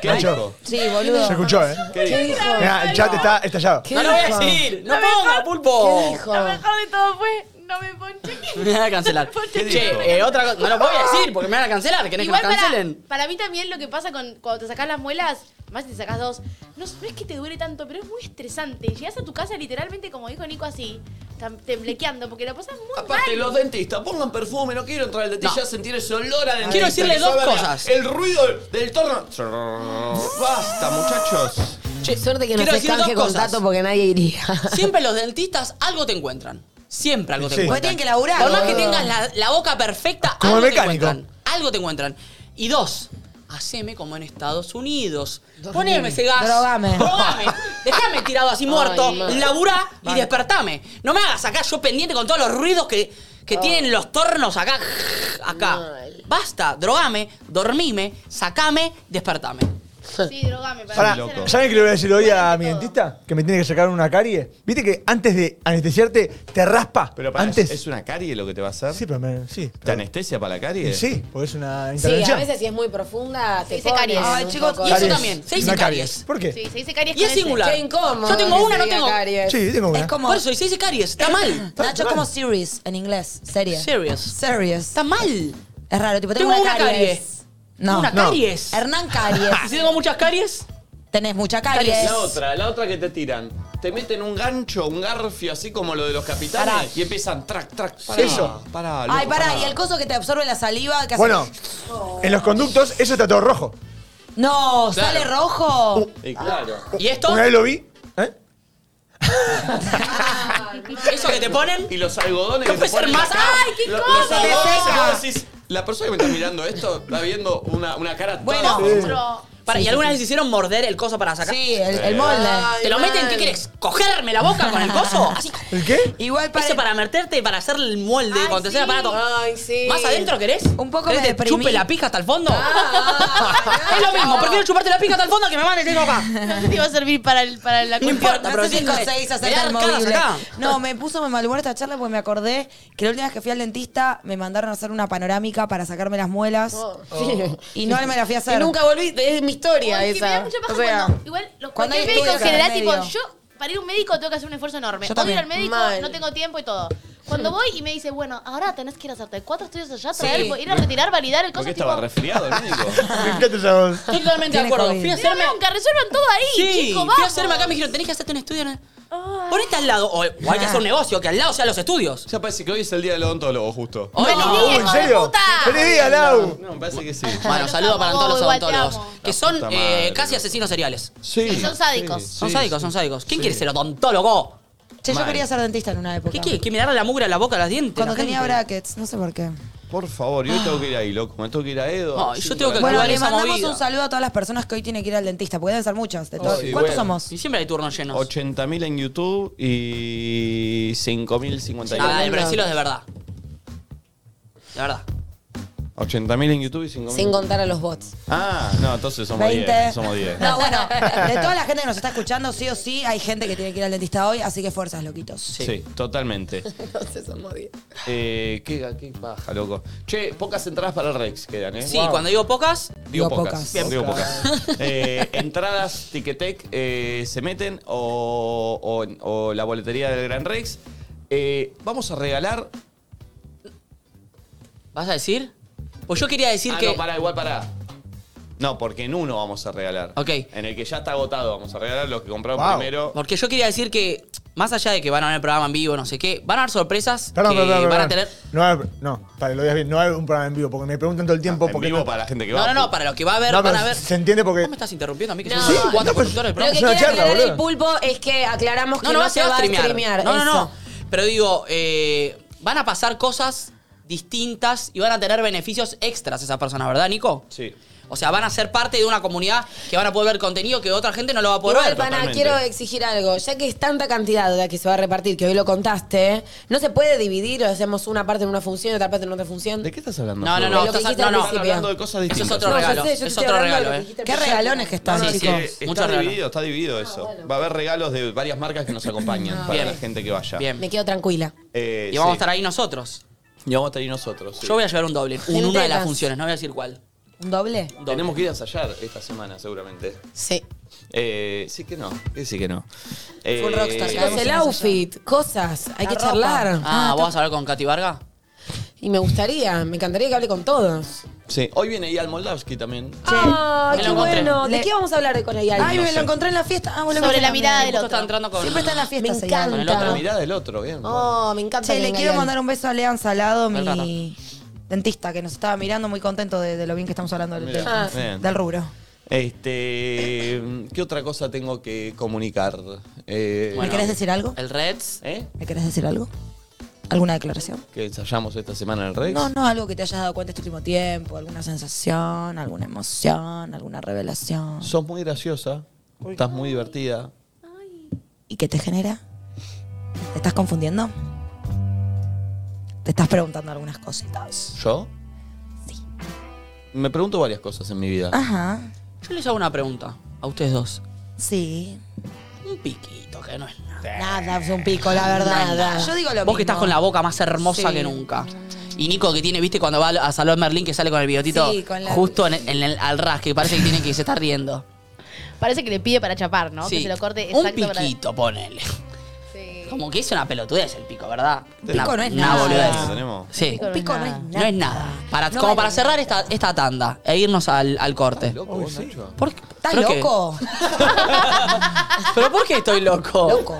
B: ¿Qué
S: Nacho.
B: dijo?
F: Sí, boludo.
S: Se escuchó, ¿eh?
B: ¿Qué ¿Qué dijo? dijo?
S: Mirá, el chat está estallado.
C: No lo voy a decir. No ponga, pulpo.
I: Lo mejor de todo fue, no me ponché.
C: Me van a cancelar. Che, eh, otra cosa. No lo voy a decir porque me van a cancelar. ¿Querés que me
I: Igual para-
C: cancelen?
I: Para, mí también lo que pasa con cuando te sacas las muelas, más si te sacas dos, no, no es que te duele tanto, pero es muy estresante. Llegas a tu casa literalmente, como dijo Nico, así, tam- temblequeando, porque la pasas muy
B: Aparte,
I: mal.
B: los dentistas, pongan perfume, no quiero entrar al dentista,
I: No.
B: ya sentir ese olor a dentista.
C: Quiero decirle
B: que sabe
C: dos
B: a-
C: cosas.
B: El ruido del torno. Basta, muchachos.
J: Suerte
C: que no Quiero se decir canje dos con cosas. Tato
J: porque nadie iría.
C: Siempre los dentistas algo te encuentran. Siempre algo te
J: Sí.
C: encuentran.
F: Pues
J: Porque tienen que laburar,
C: Por más que
J: boludo.
C: tengas la, la boca perfecta,
J: Ah. Como
C: algo
J: el
C: te
J: mecánico.
C: encuentran. Algo te encuentran. Y dos, haceme como en Estados Unidos. Poneme ese gas.
F: Drogame.
C: Drogame. Dejame tirado así muerto,
F: Ay, madre.
C: laburá y despertame. No me hagas acá yo pendiente con todos los ruidos que,
F: Ah.
C: que tienen los tornos acá. Acá. Basta, drogame, dormime, sacame, despertame.
I: Sí, drogame.
S: Pará, ¿saben qué le voy a decir hoy a mi dentista? Que me tiene que sacar una carie. ¿Viste que antes de anestesiarte te raspa?
B: Pero para,
S: antes.
B: ¿es una carie lo que te va a hacer? Sí,
S: pero me, sí.
B: ¿Te anestesia para la carie?
S: Y sí, porque es una
E: Sí, a
S: intervención.
E: veces si es muy profunda, te
I: dice
E: ponen
I: caries. Ay,
E: un
I: chicos,
E: poco
I: y eso
E: de-
I: también. Se dice
S: Una
C: caries.
S: ¿Por qué?
I: Sí, se dice caries
C: Y es
I: con ese.
C: singular.
F: Qué incómodo
C: Yo tengo
F: que
C: una, no
F: diga
C: tengo.
F: caries. Sí,
S: tengo
F: una. Es como-
C: Por eso dice caries. Está mal.
F: Nacho es como serious en inglés. Serie.
C: Serious.
F: Serious.
C: Está mal.
F: Es raro, tipo, tengo,
C: Tengo una caries.
F: caries. No.
C: Una
F: No.
C: caries.
F: Hernán Caries.
C: ¿Y si tengo muchas caries?
F: Tenés mucha caries.
B: La otra, la otra que te tiran. Te meten un gancho, un garfio, así como lo de los capitanes,
F: Pará.
B: y empiezan track, track,
S: Sí.
B: pará.
S: Eso.
B: Pará, loco,
F: Ay, pará, y el coso que te absorbe la saliva. Que hace-
S: Bueno, en los conductos eso está todo rojo.
F: No, sale rojo.
B: Y claro.
C: ¿Y esto?
S: Una vez lo vi. ¿eh?
C: ¿Eso que te ponen?
B: Y los algodones
C: ¿Qué
B: que te
C: puede ser
B: ponen
C: más?
B: acá,
C: ¡Ay, qué
B: lo-
C: cosa!
B: Los algodones
C: Te
B: que
C: seca.
B: vos decís, la persona que me está mirando esto está viendo una, una cara
C: Bueno,
B: toda...
C: pero- Para, ¿Y alguna vez hicieron morder el coso para sacar?
F: Sí,
B: el- el molde.
C: ¿Te lo
F: Ay,
C: meten?
F: mal.
C: ¿Qué quieres? ¿Cogerme la boca con el coso? Así.
S: ¿El qué?
F: Igual
C: para. Ese para meterte, para hacer el molde con tercer aparato.
F: Ay, sí.
C: ¿Más adentro querés? Un
F: poco
C: ¿Querés
F: me
C: que te
F: deprimí.
C: chupe la pija hasta el fondo? es lo mismo, prefiero chuparte la pija hasta el fondo que me mande tengo acá.
I: No sé si va a servir para, el, para la
C: No importa, pero sí,
F: Cinco,
C: me-
F: seis,
C: me
F: hacerte
C: da
F: el
C: arcadas
F: movible.
C: acá.
F: No, me puso me malhumor esta charla porque me acordé que la última vez que fui al dentista me mandaron a hacer una panorámica para sacarme las muelas. Oh.
E: Sí.
F: Y no me la fui a hacer.
E: Y nunca volví, es mi historia
I: Ay, que me da
E: esa.
I: mucha paja
E: O sea,
I: cuando- igual los
E: cuando
I: cualquier
E: hay
I: médico en
E: estudios
I: general,
E: en el
I: tipo,
E: medio.
I: yo para ir a un médico tengo que hacer un esfuerzo enorme.
E: Yo
I: Odio ir
E: también.
I: al médico,
E: Mal.
I: no tengo tiempo y todo. Cuando voy y me dice, bueno, ahora tenés que ir a hacerte cuatro estudios allá,
C: Sí.
I: traer, ir a retirar, validar el
B: Porque
I: coso,
B: estaba
I: tipo...
B: resfriado el médico.
S: Fíjate esa voz.
C: Estoy totalmente de
B: Tiene
C: acuerdo.
B: COVID.
C: Fui a hacerme.
I: Dígame, aunque resuelvan todo ahí,
C: Sí,
I: chico,
C: fui a
I: vamos.
C: hacerme acá, me dijeron, tenés que hacerte un estudio. ¿no? Ponete al lado, o, o hay
B: Ah.
C: que hacer un negocio, que al lado sean los estudios.
B: Ya parece que hoy es el día del odontólogo, justo.
C: Hoy no.
S: Uy, ¿En serio? ¡Feliz día, Lau!
B: No, me parece que sí.
C: Bueno, saludo para todos los
I: igual te
C: odontólogos,
I: amo.
C: que son eh, casi asesinos seriales.
B: Sí.
I: Sí, son sádicos. sí,
C: son
I: sí,
C: sádicos, son sádicos. ¿Quién quiere ser odontólogo?
F: Che, yo quería ser dentista en una época.
C: ¿Qué quiere? ¿Que mirarle la mugre a la boca, a las dientes?
F: Cuando
C: la gente?
F: tenía brackets, no sé por qué.
B: Por favor, y hoy tengo que ir ahí, loco. Me tengo que ir a Edo.
C: Ay, yo tengo que
F: Bueno,
C: activar
F: le
C: esa
F: mandamos
C: movida.
F: un saludo a todas las personas que hoy tienen que ir al dentista, porque deben ser muchas. de todo-
B: Oh, Sí,
F: ¿Cuántos
B: bueno.
F: somos?
C: Y siempre hay turnos llenos.
B: 80.000 en YouTube y 5.051.
C: Ah, el Brasil es de verdad. De verdad.
B: 80.000 en YouTube y 5.000.
E: Sin contar a los bots.
B: Ah, no, entonces somos
F: 20.
B: 10. Somos 10.
F: No, bueno, de toda la gente que nos está escuchando, sí o sí, hay gente que tiene que ir al dentista hoy, así que fuerzas, loquitos.
B: Sí, totalmente.
F: Entonces somos 10.
B: Eh, qué, qué paja, loco. Che, pocas entradas para el Rex quedan, ¿eh?
C: Sí,
B: Wow.
C: cuando digo pocas.
B: Digo, pocas. Digo pocas. Eh, entradas Ticketek eh, se meten o, o- o la boletería del Gran Rex. Eh, vamos a regalar.
C: ¿Vas a decir? Pues yo quería decir
B: Ah,
C: que.
B: No, pará, igual pará. No, porque en uno vamos a regalar. Ok. En el que ya está agotado, vamos a regalar los que compraron primero.
C: Porque yo quería decir que, más allá de que van a ver el programa en vivo, no sé qué, van a haber sorpresas
S: Perdón,
C: que
S: perdón, perdón,
C: van a
S: perdón.
C: tener.
S: No, hay- no, para que lo digas bien, no hay un programa en vivo, porque me preguntan todo el tiempo. porque
B: Ah, vivo para la gente que
C: No, no, no, para los que va a ver,
S: No,
C: van
S: pero
C: a ver.
S: Se entiende porque.
C: ¿Me estás interrumpiendo a mí que
S: No,
C: soy
S: sí,
C: cuatro
S: no, pues, pero-
C: conductores del
J: Lo
C: programa?
J: que quiere aclarar el pulpo es que aclaramos que
C: No,
J: no,
C: no,
J: se va a streamear.
C: No, no, no.
J: eso.
C: Pero digo, eh, van a pasar cosas distintas y van a tener beneficios extras esas personas, ¿verdad, Nico?
B: Sí.
C: O sea, van a ser parte de una comunidad que van a poder ver contenido que otra gente no lo va a poder
J: Igual,
C: ver.
J: pana, quiero exigir algo. Ya que es tanta cantidad la que se va a repartir, que hoy lo contaste, ¿no se puede dividir o hacemos una parte en una función y otra parte en otra función?
B: ¿De qué estás hablando?
C: No, no, no,
J: Lo que
C: estás-
J: dijiste
C: no,
J: al
C: no.
J: principio.
B: Hablando de cosas
C: Eso es
B: distintas.
C: otro
J: No, yo
C: regalo.
J: sé, yo
C: eh.
J: te
C: es
J: estoy
C: otro
J: hablando de
C: regalo,
J: lo que
C: ¿eh?
J: dijiste al
F: Qué
J: principio.
F: regalones que
B: No,
F: están,
B: no, es que
F: chicos.
B: está dividido, está dividido eso. Va a haber regalos de varias marcas que nos acompañan para
C: Ah. Bien.
B: la gente que vaya.
C: Bien.
J: Me quedo tranquila.
B: Eh,
C: Y vamos a
B: sí.
C: estar ahí nosotros.
B: Y vamos a estar ahí nosotros. sí.
C: Yo voy a llevar un doble. En una de
J: Enteras.
C: las funciones, no voy a decir cuál.
J: ¿Un doble?
B: Tenemos que ir a ensayar esta semana, seguramente.
J: Sí.
B: Eh, sí que no. que sí que no. Eh,
J: Full rockstar. Chicos, el outfit, cosas, hay que
C: ropa.
J: charlar.
C: Ah,
J: está-
C: ¿vos vas a hablar con Katy Varga?
J: Y me gustaría, me encantaría que hable con todos.
B: Sí, hoy viene Ial Moldavsky también.
J: ¡Ay,
C: Me
J: qué
C: lo encontré.
J: bueno! ¿De
F: Le-
J: qué vamos a hablar hoy con ella?
F: Ay,
B: No
F: me
B: sé.
F: lo encontré en la fiesta. Ah, vos lo
I: Sobre
F: encontraste
I: la
F: también.
I: mirada del
C: Justo está
I: otro.
C: entrando con...
F: Siempre está en la fiesta,
J: Me
F: se
J: encanta.
F: llama.
B: Con el otro. La mirada del otro, bien.
J: Ah. Oh, me encanta.
F: Che,
J: que
F: le
J: venga
F: quiero
J: Ian.
F: mandar un beso a Lean Salado, mi dentista, que nos estaba mirando muy contento de, de lo bien que estamos hablando del,
B: Mirá,
F: tema,
B: bien.
F: del rubro.
B: Este, ¿Qué otra cosa tengo que comunicar? Eh,
F: ¿Me querés decir algo?
C: El Reds.
B: ¿Eh?
F: ¿Me querés decir algo? ¿Alguna declaración?
B: Que ensayamos esta semana en el Rex.
F: No, no, algo que te hayas dado cuenta este último tiempo, alguna sensación, alguna emoción, alguna revelación.
B: Sos muy graciosa. Estás muy divertida.
F: ¿Y qué te genera? ¿Te estás confundiendo? Te estás preguntando algunas cositas.
B: ¿Yo? Sí. Me pregunto varias cosas en mi vida.
F: Ajá.
C: Yo les hago una pregunta a ustedes dos.
F: Sí.
C: Un piquito, que no es nada.
F: Nada, es un pico, la verdad.
C: Nada.
F: Yo digo lo
C: Vos
F: mismo.
C: que estás con la boca más hermosa
F: Sí.
C: que nunca. Y Nico que tiene, viste, cuando va a Salón Merlín que sale con el bigotito
F: Sí, con la-
C: justo en el, en el- al ras, que parece que tiene que se está riendo.
I: Parece que le pide para chapar, ¿no?
C: Sí.
I: Que se lo corte
C: Un
I: exacto para-
C: piquito, ponele. Como que es una pelotudez el pico, ¿verdad?
F: Pico
C: Una-
F: no es
C: una
F: nada.
C: boludez.
B: ¿Tenemos?
C: Sí.
F: Un pico no es nada.
C: No es nada. Para,
F: No
C: como
F: vale
C: para
F: nada.
C: cerrar esta, esta tanda e irnos al, al corte.
B: Loco, vos, Nacho.
F: ¿Estás
C: Creo que-
F: loco?
C: ¿Pero por qué estoy loco? Loco.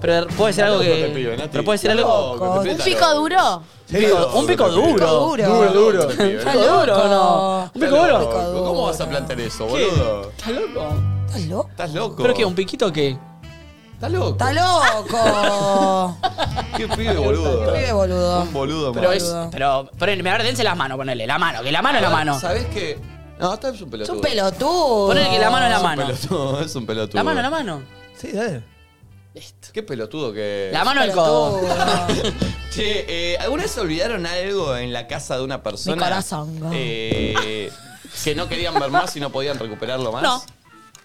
C: Pero puede ser algo
B: Loco
C: que.
B: te pido, Nati.
C: pero puede ser algo.
B: Loco, te
I: ¿Un
B: pido.
I: pico duro?
C: Un pico, un pico duro.
F: Duro.
S: Duro, duro.
B: Pibe,
C: Un pico duro o no. Un pico duro.
B: loco, ¿Cómo vas a plantear eso, boludo?
C: ¿Estás loco?
F: ¿Estás loco?
B: ¿Estás loco?
C: ¿Pero qué? ¿Un piquito qué?
B: ¿Estás loco?
F: ¡Estás loco!
B: ¿Qué pibe, boludo?
F: Pibe boludo.
B: Un boludo,
C: Pero
B: man.
C: es. Pero. Ponele, a ver, dense las manos, ponele. La mano, que la mano es la mano.
B: ¿Sabés qué? No, está es un pelotudo.
F: Es un pelotudo.
C: Ponele que la mano es la
B: Es un
C: mano.
B: pelotudo, es un pelotudo.
C: La mano, la mano.
B: Eh.
S: Sí, dale.
B: Qué pelotudo que es.
C: La mano el codo.
B: Che, eh, ¿alguna vez olvidaron algo en la casa de una persona?
F: Mi corazón, go.
B: Eh, que no querían ver más y no podían recuperarlo más.
C: No.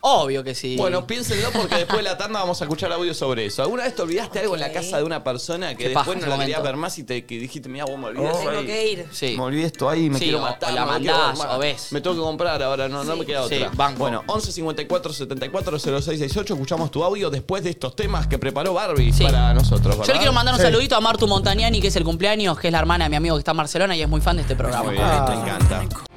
C: Obvio que sí.
B: Bueno, piénsenlo porque después de la tanda vamos a escuchar audio sobre eso. ¿Alguna vez te olvidaste algo en la casa de una persona que
C: Qué paja
B: después no
C: ese
B: la querías
C: momento.
B: ver más y te que dijiste, mira, vos me olvidé esto
F: Tengo
B: ahí"?
F: que ir.
C: Sí.
B: Oh, Me olvidé esto ahí, me
C: Sí,
B: quiero
C: o-
B: matar.
C: o la
B: no me quiero
C: mandás,
B: armar.
C: o ves.
B: Me tengo que comprar ahora, no, no me queda
C: Sí,
B: otra.
C: banco.
B: Bueno, 11 54 74 0668, escuchamos tu audio después de estos temas que preparó Barbie para nosotros.
C: Yo le
B: ¿verdad?
C: quiero mandar un
B: Sí.
C: saludito a
B: Ah,
C: Martu Montagnani, que es el cumpleaños, que es la hermana de mi amigo que está en Barcelona y es muy fan de este programa.
B: Muy bien, te encanta.